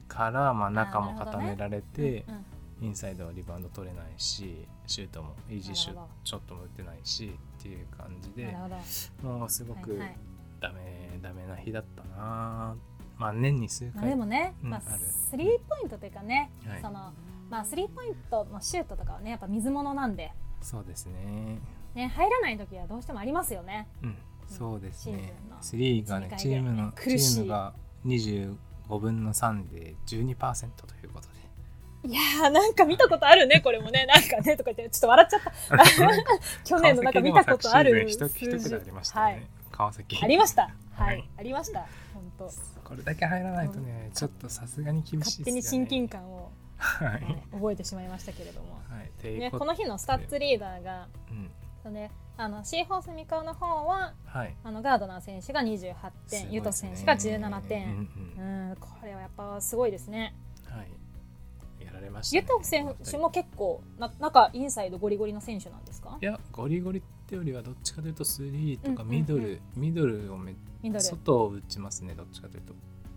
[SPEAKER 1] から、まあ、中も
[SPEAKER 2] なるほ
[SPEAKER 1] 固
[SPEAKER 2] どね
[SPEAKER 1] められて、
[SPEAKER 2] うんうん
[SPEAKER 1] インサイドはリバウンド取れないしシュートもイージーシュ
[SPEAKER 2] なるほ
[SPEAKER 1] ショットも打てないしっていう感じ
[SPEAKER 2] な
[SPEAKER 1] で
[SPEAKER 2] るほど
[SPEAKER 1] もうすごく
[SPEAKER 2] はいはい
[SPEAKER 1] ダメダメな日だったなーまあ年に数
[SPEAKER 2] まあ、で
[SPEAKER 1] 回、
[SPEAKER 2] もね、
[SPEAKER 1] うん
[SPEAKER 2] まあ、
[SPEAKER 1] ある
[SPEAKER 2] スリーポイントというかね、
[SPEAKER 1] はい
[SPEAKER 2] そのまあ、スリーポイントのシュートとかはねやっぱ水物なんで、
[SPEAKER 1] そうですね
[SPEAKER 2] ね、入らない時はどうしてもありますよね。
[SPEAKER 1] うんそうですね
[SPEAKER 2] シ
[SPEAKER 1] スリーが
[SPEAKER 2] 追
[SPEAKER 1] ね
[SPEAKER 2] 加で
[SPEAKER 1] チームのチ
[SPEAKER 2] 苦しい
[SPEAKER 1] ームが25分の3で12%という ことで
[SPEAKER 2] いやーなんか見たことあるねこれも ねなんかねとか言ってちょっと笑っちゃった去年のなんか見たことある
[SPEAKER 1] 一
[SPEAKER 2] 数字
[SPEAKER 1] 桁ありました
[SPEAKER 2] は
[SPEAKER 1] ね
[SPEAKER 2] い、
[SPEAKER 1] 川崎
[SPEAKER 2] ありましたはい、
[SPEAKER 1] はい
[SPEAKER 2] ありました本当
[SPEAKER 1] これだけ入らないとねちょっとさすがに厳しい
[SPEAKER 2] 勝
[SPEAKER 1] です
[SPEAKER 2] 手
[SPEAKER 1] よね
[SPEAKER 2] に親近感を、
[SPEAKER 1] はい
[SPEAKER 2] はい覚えてしまいましたけれども、
[SPEAKER 1] はいっていう
[SPEAKER 2] ね、
[SPEAKER 1] こ
[SPEAKER 2] この日のスタッツリーダーが
[SPEAKER 1] うん
[SPEAKER 2] そうねあのシーホース三河の方は
[SPEAKER 1] はい
[SPEAKER 2] あのガードナー選手が28
[SPEAKER 1] すごいです
[SPEAKER 2] 点
[SPEAKER 1] ね
[SPEAKER 2] ユト選手が17
[SPEAKER 1] うんう
[SPEAKER 2] 点、うんん、これはやっぱすごいですね
[SPEAKER 1] はいやられました
[SPEAKER 2] ユ
[SPEAKER 1] ね
[SPEAKER 2] ト選手も結構な中インサイドゴリゴリの選手なんですか
[SPEAKER 1] いやゴリゴリってよりはどっちかというとスリーとか
[SPEAKER 2] うんうんうん
[SPEAKER 1] ミドル、ミドルをめ
[SPEAKER 2] ミドル
[SPEAKER 1] 外を打ちますねどっちかというと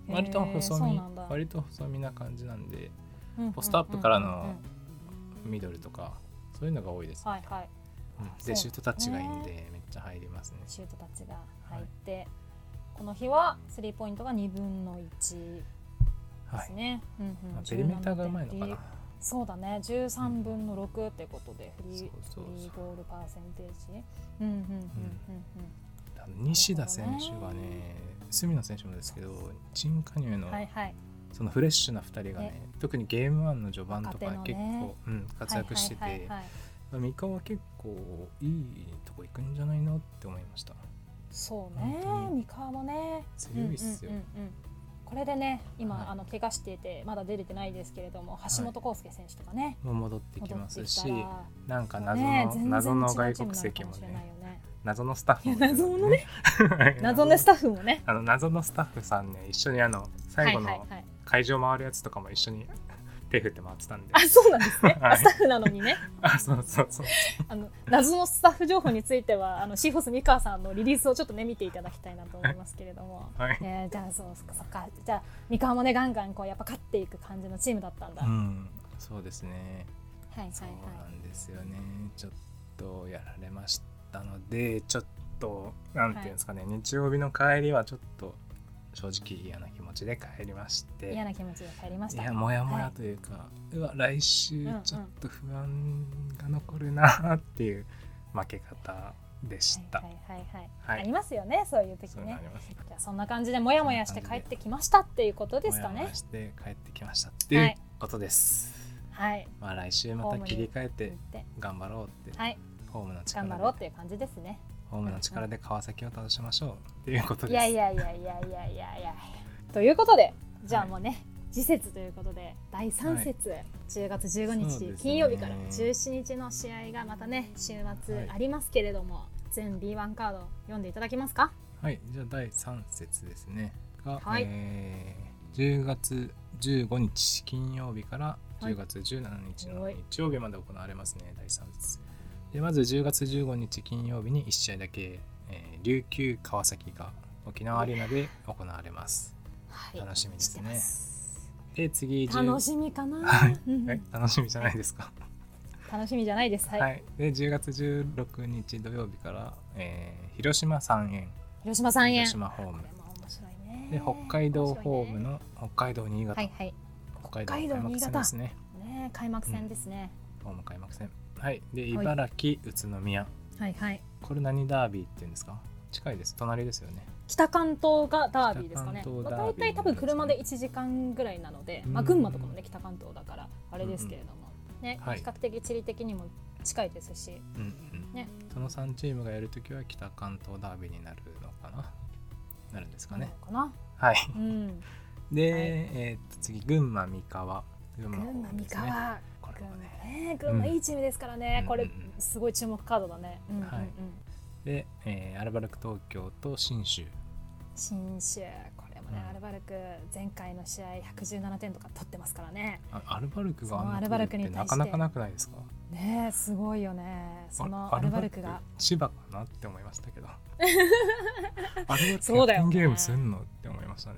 [SPEAKER 2] へー
[SPEAKER 1] 割と細
[SPEAKER 2] そう
[SPEAKER 1] 身
[SPEAKER 2] なんだ
[SPEAKER 1] 割と細身な感じなんでポストアップからのミドルとかそういうのが多いです、
[SPEAKER 2] はいはい
[SPEAKER 1] うん
[SPEAKER 2] そう
[SPEAKER 1] でシュートタッチがいいんでめっちゃ入りますね
[SPEAKER 2] シュートたちが入って、この日はスリーポイントが2分の1で
[SPEAKER 1] は
[SPEAKER 2] す
[SPEAKER 1] い、
[SPEAKER 2] ね、うんうん
[SPEAKER 1] まあ、ペリメーターがうまいのか
[SPEAKER 2] 17.1
[SPEAKER 1] な
[SPEAKER 2] そうだね13分の6ということでフリー
[SPEAKER 1] そうそうそう
[SPEAKER 2] フリーゴールパーセンテージうんうんうんうん
[SPEAKER 1] あの西田選手がね隅野選手もですけど陳加入の
[SPEAKER 2] うんはいはい
[SPEAKER 1] そのフレッシュな2人がね、特にゲーム1の序盤とか
[SPEAKER 2] 若手
[SPEAKER 1] 結
[SPEAKER 2] の
[SPEAKER 1] 構、
[SPEAKER 2] ね
[SPEAKER 1] うん、活躍してて、
[SPEAKER 2] はいはいはいはい
[SPEAKER 1] 三河は結構いいとこ行くんじゃないのって思いました
[SPEAKER 2] そうね
[SPEAKER 1] 本当に
[SPEAKER 2] 三河もね
[SPEAKER 1] 強いっすよ
[SPEAKER 2] うんうんうんうんこれでね今、
[SPEAKER 1] はい
[SPEAKER 2] あの怪我していてまだ出れてないですけれども橋本康介選手とかね、
[SPEAKER 1] もう戻ってき
[SPEAKER 2] 戻っ
[SPEAKER 1] ます
[SPEAKER 2] てき
[SPEAKER 1] した
[SPEAKER 2] ら
[SPEAKER 1] なんか謎の、
[SPEAKER 2] ね全然
[SPEAKER 1] 謎の
[SPEAKER 2] 違う
[SPEAKER 1] 外
[SPEAKER 2] チー
[SPEAKER 1] 国
[SPEAKER 2] ムなの
[SPEAKER 1] 籍
[SPEAKER 2] か
[SPEAKER 1] も
[SPEAKER 2] しれない
[SPEAKER 1] ね
[SPEAKER 2] よね
[SPEAKER 1] 謎のスタッフもいる
[SPEAKER 2] 謎 の
[SPEAKER 1] ね
[SPEAKER 2] 謎のスタッフもね
[SPEAKER 1] あの謎のスタッフさんね一緒にあの最後の
[SPEAKER 2] はい、
[SPEAKER 1] 会場回るやつとかも一緒に手振って回ってたんで、
[SPEAKER 2] あそうなんですね、
[SPEAKER 1] はい
[SPEAKER 2] あスタッフなのにね
[SPEAKER 1] あそうそうそう
[SPEAKER 2] あの謎のスタッフ情報についてはあのシーフォス三河さんのリリースをちょっとね見ていただきたいなと思いますけれども、
[SPEAKER 1] はい、
[SPEAKER 2] えーじゃあそうそっかそっかじゃあ三河もねガンガンこうやっぱ勝っていく感じのチームだったんだ、
[SPEAKER 1] う
[SPEAKER 2] はい
[SPEAKER 1] んそうですね
[SPEAKER 2] はいはい
[SPEAKER 1] そうなんですよねちょっとやられましたのでちょっとなんていうんですかね、日曜日の帰りはちょっと正直嫌な気持ちで帰りまして
[SPEAKER 2] 嫌な気持ちで帰りまし
[SPEAKER 1] い
[SPEAKER 2] た
[SPEAKER 1] やモヤモヤというか、うわ来週
[SPEAKER 2] うんうん
[SPEAKER 1] ちょっと不安が残るなっていう負け方でした。
[SPEAKER 2] はいはいはいはい、
[SPEAKER 1] はい
[SPEAKER 2] ありますよねそういう時
[SPEAKER 1] そういうのあ
[SPEAKER 2] ね
[SPEAKER 1] ります。
[SPEAKER 2] じゃあそんな感じでモヤモヤして帰ってきましたっていうことですか
[SPEAKER 1] モヤモ
[SPEAKER 2] ね
[SPEAKER 1] ヤして帰ってきましたっていうことです。
[SPEAKER 2] はい
[SPEAKER 1] まあ来週また切り替え
[SPEAKER 2] 行
[SPEAKER 1] て
[SPEAKER 2] って
[SPEAKER 1] 頑張ろうって、
[SPEAKER 2] はい
[SPEAKER 1] ホームの力
[SPEAKER 2] 頑
[SPEAKER 1] で
[SPEAKER 2] 張ろうっていう感じですね
[SPEAKER 1] ホームの力で川崎を倒しましょうっていうことです。
[SPEAKER 2] いやいやいやいやいやいやいや。ということで、じゃあ
[SPEAKER 1] はい
[SPEAKER 2] もうね、次節ということで、第3節、10月15
[SPEAKER 1] そう
[SPEAKER 2] 日、
[SPEAKER 1] ですね
[SPEAKER 2] 金曜日から17日の試合がまたね、週
[SPEAKER 1] は
[SPEAKER 2] 末
[SPEAKER 1] い
[SPEAKER 2] ありますけれども、全 B1 カード読んでいただけますか
[SPEAKER 1] はい、じゃあ第3節ですね。が、
[SPEAKER 2] はい
[SPEAKER 1] えー10月15日金曜日から
[SPEAKER 2] はい
[SPEAKER 1] 10月17日の
[SPEAKER 2] はい
[SPEAKER 1] 日曜日まで行われますね、第3節。でまず10月15日金曜日に1試合だけ、えー琉球川崎が沖縄アリーナで行われます。
[SPEAKER 2] はい
[SPEAKER 1] 楽しみですね
[SPEAKER 2] 知ってます
[SPEAKER 1] で次10
[SPEAKER 2] 楽しみかな、
[SPEAKER 1] はい
[SPEAKER 2] うん
[SPEAKER 1] え楽しみじゃないですか。
[SPEAKER 2] 楽しみじゃないです。はい。
[SPEAKER 1] はい、で10月16日土曜日から、えー広島三円
[SPEAKER 2] 広島三円。
[SPEAKER 1] 広島ホー
[SPEAKER 2] こ
[SPEAKER 1] ム
[SPEAKER 2] れも面白いね。
[SPEAKER 1] で北海道ホーム
[SPEAKER 2] 面
[SPEAKER 1] の北海道新潟、
[SPEAKER 2] 白いね。はいはい。
[SPEAKER 1] 北海道
[SPEAKER 2] 北海道
[SPEAKER 1] 開幕戦ですね
[SPEAKER 2] ね開幕戦ですね。
[SPEAKER 1] ホーム開幕戦はいで茨城、宇都宮
[SPEAKER 2] はいはい。
[SPEAKER 1] これ何ダービーっていうんですか近いです隣ですよね
[SPEAKER 2] 北関東がダービーですかね
[SPEAKER 1] 北関東ダービー
[SPEAKER 2] まあ、大体多分車で1時間ぐらいなので、まあ、
[SPEAKER 1] うん
[SPEAKER 2] 群馬とかもね北関東だからあれですけれども、ね
[SPEAKER 1] はい
[SPEAKER 2] 比較的地理的にも近いですし
[SPEAKER 1] うんうん、
[SPEAKER 2] ね
[SPEAKER 1] その3チームがやるときは北関東ダービーになるのかななるんですかね、
[SPEAKER 2] なのか
[SPEAKER 1] はい
[SPEAKER 2] な、うん、
[SPEAKER 1] で、
[SPEAKER 2] はい
[SPEAKER 1] えーっと次群馬三河群
[SPEAKER 2] 群馬
[SPEAKER 1] で
[SPEAKER 2] 三
[SPEAKER 1] すね
[SPEAKER 2] 河、
[SPEAKER 1] これ
[SPEAKER 2] 群
[SPEAKER 1] も
[SPEAKER 2] 馬
[SPEAKER 1] ね
[SPEAKER 2] ね群馬いいチームですからね、
[SPEAKER 1] うん
[SPEAKER 2] こ
[SPEAKER 1] う
[SPEAKER 2] れ
[SPEAKER 1] んうんうん
[SPEAKER 2] すごい注目カードだね、うんうんうん
[SPEAKER 1] はいで、えーアルバルク東京と信州
[SPEAKER 2] 新州これもね、
[SPEAKER 1] うん
[SPEAKER 2] アルバルク前回の試合117点とか取ってますからね
[SPEAKER 1] あアルバルクがあん
[SPEAKER 2] その
[SPEAKER 1] な
[SPEAKER 2] アルバルクに
[SPEAKER 1] って
[SPEAKER 2] 対
[SPEAKER 1] な
[SPEAKER 2] して
[SPEAKER 1] かなかなくないですか
[SPEAKER 2] ねえすごいよねその
[SPEAKER 1] あ
[SPEAKER 2] アルバルクが
[SPEAKER 1] 千葉かなって思いま したけどアルバルクが
[SPEAKER 2] そうだよね
[SPEAKER 1] ゲームすんのって思いましたね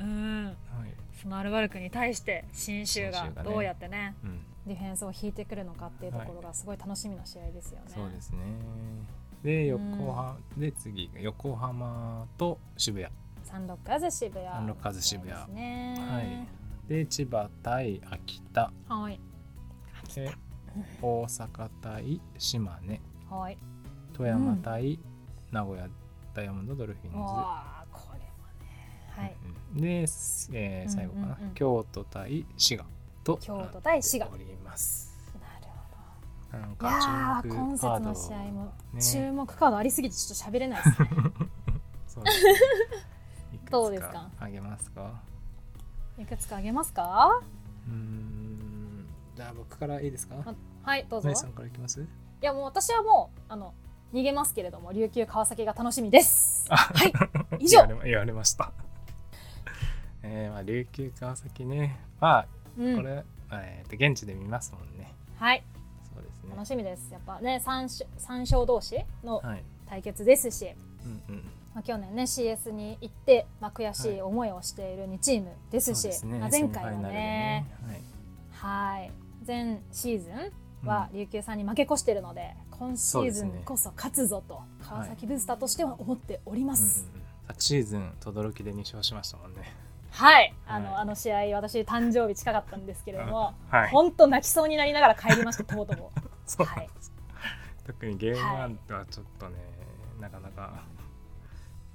[SPEAKER 2] うん
[SPEAKER 1] はい、
[SPEAKER 2] そのアルバルクに対して信州が
[SPEAKER 1] 信州がね
[SPEAKER 2] どうやってね
[SPEAKER 1] うん
[SPEAKER 2] ディフェンスを引いてくるのかっていうところがすごい楽しみな試合ですよね。
[SPEAKER 1] そうですねで横浜で次が横浜と渋谷
[SPEAKER 2] サンロッカーズ渋谷、
[SPEAKER 1] サンロッカーズ渋谷
[SPEAKER 2] ですね
[SPEAKER 1] はい、で千葉対秋田
[SPEAKER 2] はい
[SPEAKER 1] で大阪対島根
[SPEAKER 2] はい
[SPEAKER 1] 富山対名古屋ダイヤモンドドルフィンズ、
[SPEAKER 2] わあこれもねはい
[SPEAKER 1] うんで、すえー最後かな、
[SPEAKER 2] うんうんうん
[SPEAKER 1] 京都対滋賀と
[SPEAKER 2] 京都対滋賀
[SPEAKER 1] なっております
[SPEAKER 2] なる
[SPEAKER 1] なん
[SPEAKER 2] ほどいや
[SPEAKER 1] か
[SPEAKER 2] ー
[SPEAKER 1] 注目
[SPEAKER 2] 今節
[SPEAKER 1] カード
[SPEAKER 2] の試合も
[SPEAKER 1] ね
[SPEAKER 2] 注目カードありすぎてちょっと喋れないですね
[SPEAKER 1] そうですねいくつ
[SPEAKER 2] どうですか
[SPEAKER 1] あげますか
[SPEAKER 2] いくつかあげますか
[SPEAKER 1] うーんじゃあ僕からいいですか
[SPEAKER 2] あはいどうぞ
[SPEAKER 1] ナイさんからいきます
[SPEAKER 2] いやもう私はもうあの逃げますけれども琉球川崎が楽しみです はい以上
[SPEAKER 1] 言われ言われました えー、まあ琉球川崎ねま
[SPEAKER 2] う
[SPEAKER 1] あ
[SPEAKER 2] ん
[SPEAKER 1] これ、えーと現地で見ますもんね
[SPEAKER 2] はい
[SPEAKER 1] そうですね
[SPEAKER 2] 楽しみですやっぱね三勝三勝同士の
[SPEAKER 1] はい
[SPEAKER 2] 対決ですし、
[SPEAKER 1] うんうん
[SPEAKER 2] まあ、去年ね CS に行って、まあ、悔しい思いをしている2チームですし、
[SPEAKER 1] そうですね
[SPEAKER 2] まあ、前回はね
[SPEAKER 1] セミファイナルではい
[SPEAKER 2] はい前シーズンは
[SPEAKER 1] う
[SPEAKER 2] 琉球さんに負け越しているので、今シ
[SPEAKER 1] そう
[SPEAKER 2] ー
[SPEAKER 1] で
[SPEAKER 2] ズ
[SPEAKER 1] す
[SPEAKER 2] ン
[SPEAKER 1] ね
[SPEAKER 2] こそ勝つぞと川崎ブースターとしては思っておりま
[SPEAKER 1] んうん
[SPEAKER 2] す。
[SPEAKER 1] うん昨シーズン轟きで2勝しましたもんね
[SPEAKER 2] はい、あ
[SPEAKER 1] はい
[SPEAKER 2] のあの試合私誕生日近かったんですけれども
[SPEAKER 1] はい
[SPEAKER 2] 本当泣きそうになりながら帰りましたとうとも
[SPEAKER 1] そう
[SPEAKER 2] はい
[SPEAKER 1] 特にゲーム1はちょっとね、なかなか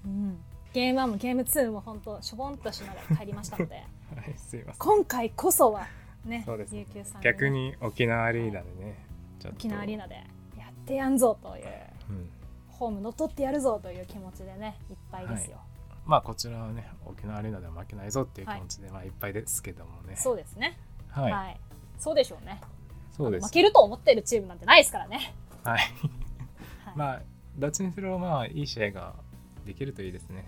[SPEAKER 2] うんゲーム1もゲーム2も本当しょぼんとしながら帰りましたので
[SPEAKER 1] はいすいません
[SPEAKER 2] 今回こそはね
[SPEAKER 1] そうですね
[SPEAKER 2] 琉球さんね
[SPEAKER 1] 逆に沖縄アリーナでねちょっと
[SPEAKER 2] 沖縄アリーナでやってやんぞという
[SPEAKER 1] うん
[SPEAKER 2] ホームのっ取ってやるぞという気持ちでねいっぱいですよ、
[SPEAKER 1] まあこちらはね沖縄アリーナでは負けないぞっていう気持ちで、い、まあいっぱいですけどもね
[SPEAKER 2] そうですね
[SPEAKER 1] は、
[SPEAKER 2] はいい、そうでしょうね
[SPEAKER 1] そうです
[SPEAKER 2] 負けると思っているチームなんてないですからね、
[SPEAKER 1] はい
[SPEAKER 2] はい
[SPEAKER 1] まあどっちにしろまあいい試合ができるといいですね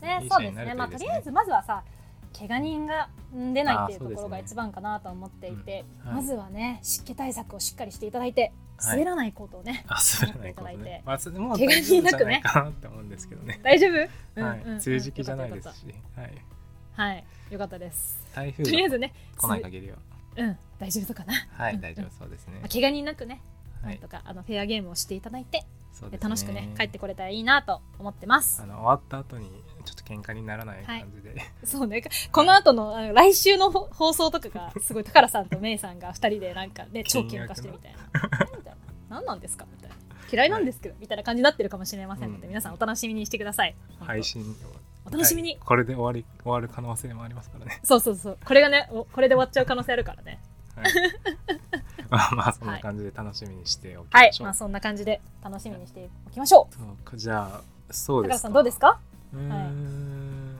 [SPEAKER 2] ね
[SPEAKER 1] いい
[SPEAKER 2] そう
[SPEAKER 1] 試合
[SPEAKER 2] で
[SPEAKER 1] に
[SPEAKER 2] す
[SPEAKER 1] な
[SPEAKER 2] ね
[SPEAKER 1] る
[SPEAKER 2] ま
[SPEAKER 1] といい
[SPEAKER 2] あ
[SPEAKER 1] で
[SPEAKER 2] と
[SPEAKER 1] す
[SPEAKER 2] り
[SPEAKER 1] ね
[SPEAKER 2] あえずまずはさ怪我人がん出ないってい
[SPEAKER 1] あー
[SPEAKER 2] うところが
[SPEAKER 1] そうですね
[SPEAKER 2] 一番かなと思っていて、
[SPEAKER 1] うんはい
[SPEAKER 2] まずはね湿気対策をしっかりしていただいて
[SPEAKER 1] はい
[SPEAKER 2] 滑らないことをね、
[SPEAKER 1] あそうじゃないこと
[SPEAKER 2] いただいて
[SPEAKER 1] ねまあそれもう
[SPEAKER 2] 怪我人なくね
[SPEAKER 1] 大丈夫じゃないかなって思うんですけどね
[SPEAKER 2] 大丈夫、うん
[SPEAKER 1] はい
[SPEAKER 2] うんうん
[SPEAKER 1] 梅雨時期じゃないです
[SPEAKER 2] よかっ
[SPEAKER 1] し、はい、
[SPEAKER 2] たはいよかったです
[SPEAKER 1] 台風
[SPEAKER 2] とりあえ
[SPEAKER 1] が
[SPEAKER 2] ずね
[SPEAKER 1] 来ない限りは
[SPEAKER 2] うん大丈夫そうかな、
[SPEAKER 1] は
[SPEAKER 2] う
[SPEAKER 1] い
[SPEAKER 2] ん
[SPEAKER 1] 大丈夫そうですね
[SPEAKER 2] まあ、怪我人なくね、
[SPEAKER 1] は
[SPEAKER 2] なんとかあのフェアゲームをしていただいて
[SPEAKER 1] そうです
[SPEAKER 2] 楽しくね帰ってこれたらいいなと思ってます
[SPEAKER 1] あの終わった後にちょっと喧嘩にならない感じで、
[SPEAKER 2] そうねこの後のあの来週のほ放送とかがすごい宝さんとメイさんが2人でなんかね超喧嘩してみたいなえみたいな 何なんですかみたいな嫌いなんですけど、みたいな感じになってるかもしれませんので、
[SPEAKER 1] うん
[SPEAKER 2] 皆さんお楽しみにしてください
[SPEAKER 1] 配信を
[SPEAKER 2] お楽しみに
[SPEAKER 1] はいこれで終わり終わる可能性もありますから ね、
[SPEAKER 2] そうそうそうこれがねおこれで終わっちゃう可能性あるからね
[SPEAKER 1] はいまあまあそんな感じで楽しみにしておき
[SPEAKER 2] は
[SPEAKER 1] ま
[SPEAKER 2] い
[SPEAKER 1] しょう、
[SPEAKER 2] まあそんな感じで楽しみにしておきましょ
[SPEAKER 1] そうかじゃあそううで
[SPEAKER 2] 宝
[SPEAKER 1] す
[SPEAKER 2] さ
[SPEAKER 1] か
[SPEAKER 2] んどうですか
[SPEAKER 1] うーん、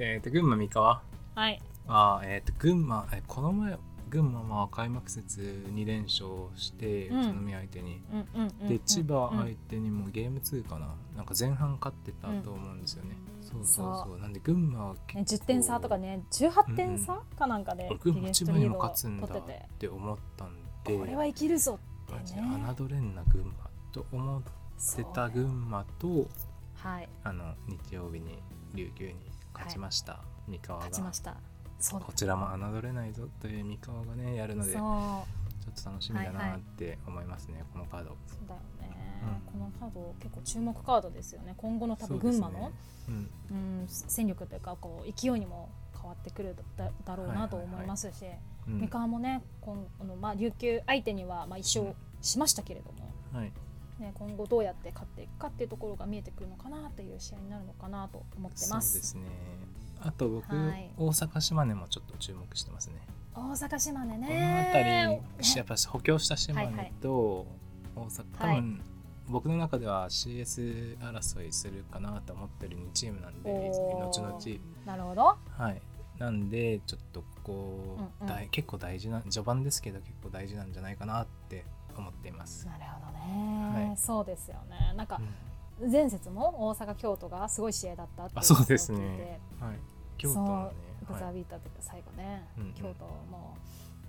[SPEAKER 1] えっ、と群馬三河
[SPEAKER 2] はい
[SPEAKER 1] あーえっ、と群馬えこの前群馬まあ開幕節2連勝して宇
[SPEAKER 2] うん
[SPEAKER 1] 都宮相手に、
[SPEAKER 2] うんうんうんうん
[SPEAKER 1] で千葉相手にもゲーム2かななんか前半勝ってたと思うんですよね、そうそうそうなんで群馬は結構
[SPEAKER 2] ね、10点差とかね18点差、かなんかで
[SPEAKER 1] 俺群
[SPEAKER 2] ディ
[SPEAKER 1] 馬
[SPEAKER 2] レ
[SPEAKER 1] 一
[SPEAKER 2] スト
[SPEAKER 1] 番
[SPEAKER 2] リ
[SPEAKER 1] に
[SPEAKER 2] ー
[SPEAKER 1] も
[SPEAKER 2] ドを
[SPEAKER 1] 勝つ
[SPEAKER 2] 取
[SPEAKER 1] んだ
[SPEAKER 2] って
[SPEAKER 1] ってて思ったんで
[SPEAKER 2] これは生きるぞ
[SPEAKER 1] マジで
[SPEAKER 2] ね
[SPEAKER 1] 侮れんな群馬と思っ
[SPEAKER 2] そ
[SPEAKER 1] て
[SPEAKER 2] う
[SPEAKER 1] た群馬と
[SPEAKER 2] はい
[SPEAKER 1] あの日曜日に琉球に勝ちました、三河
[SPEAKER 2] 勝ちま
[SPEAKER 1] が
[SPEAKER 2] したそう
[SPEAKER 1] こちらも侮れないぞという三河がねやるのでち
[SPEAKER 2] そう
[SPEAKER 1] ょっと楽しみだなって思いますね、このカード。
[SPEAKER 2] だよね、
[SPEAKER 1] うん
[SPEAKER 2] このカード結構注目カードですよね今後の多分
[SPEAKER 1] そう
[SPEAKER 2] 群
[SPEAKER 1] です
[SPEAKER 2] 馬
[SPEAKER 1] ね
[SPEAKER 2] のう、
[SPEAKER 1] うん、
[SPEAKER 2] ん、戦力というかこう勢いにも変わってくるだだろうなと思いますし、
[SPEAKER 1] うん
[SPEAKER 2] 三河もね今あの、まあ、琉球相手にはまあ一勝しましたけれども、
[SPEAKER 1] はい、
[SPEAKER 2] ね、今後どうやって勝っていくかっていうところが見えてくるのかなという試合になるのかなと思って
[SPEAKER 1] そう
[SPEAKER 2] ま。
[SPEAKER 1] ですすねあと僕、
[SPEAKER 2] はい
[SPEAKER 1] 大阪島根もちょっと注目してますね
[SPEAKER 2] 大阪島根
[SPEAKER 1] この辺り、
[SPEAKER 2] ね。
[SPEAKER 1] やっぱ補強した島根と大阪、
[SPEAKER 2] はい
[SPEAKER 1] 多分僕の中では CS 争いするかなと思ってる2チームなんで
[SPEAKER 2] お
[SPEAKER 1] 後
[SPEAKER 2] ー
[SPEAKER 1] 々
[SPEAKER 2] なるほど。
[SPEAKER 1] はいなんでちょっとここ、
[SPEAKER 2] うんうん
[SPEAKER 1] 大結構大事な序盤ですけど結構大事なんじゃないかなって思っています、
[SPEAKER 2] なるほどね、
[SPEAKER 1] はい
[SPEAKER 2] そうですよね。なんか
[SPEAKER 1] うん
[SPEAKER 2] 前節も大阪京都がすごい試合だったってい
[SPEAKER 1] あそうですね
[SPEAKER 2] のを聞いて
[SPEAKER 1] はい、京都もね、
[SPEAKER 2] ブザ
[SPEAKER 1] は
[SPEAKER 2] ー
[SPEAKER 1] い、
[SPEAKER 2] ビーターというか最後ね、
[SPEAKER 1] うんうん
[SPEAKER 2] 京都も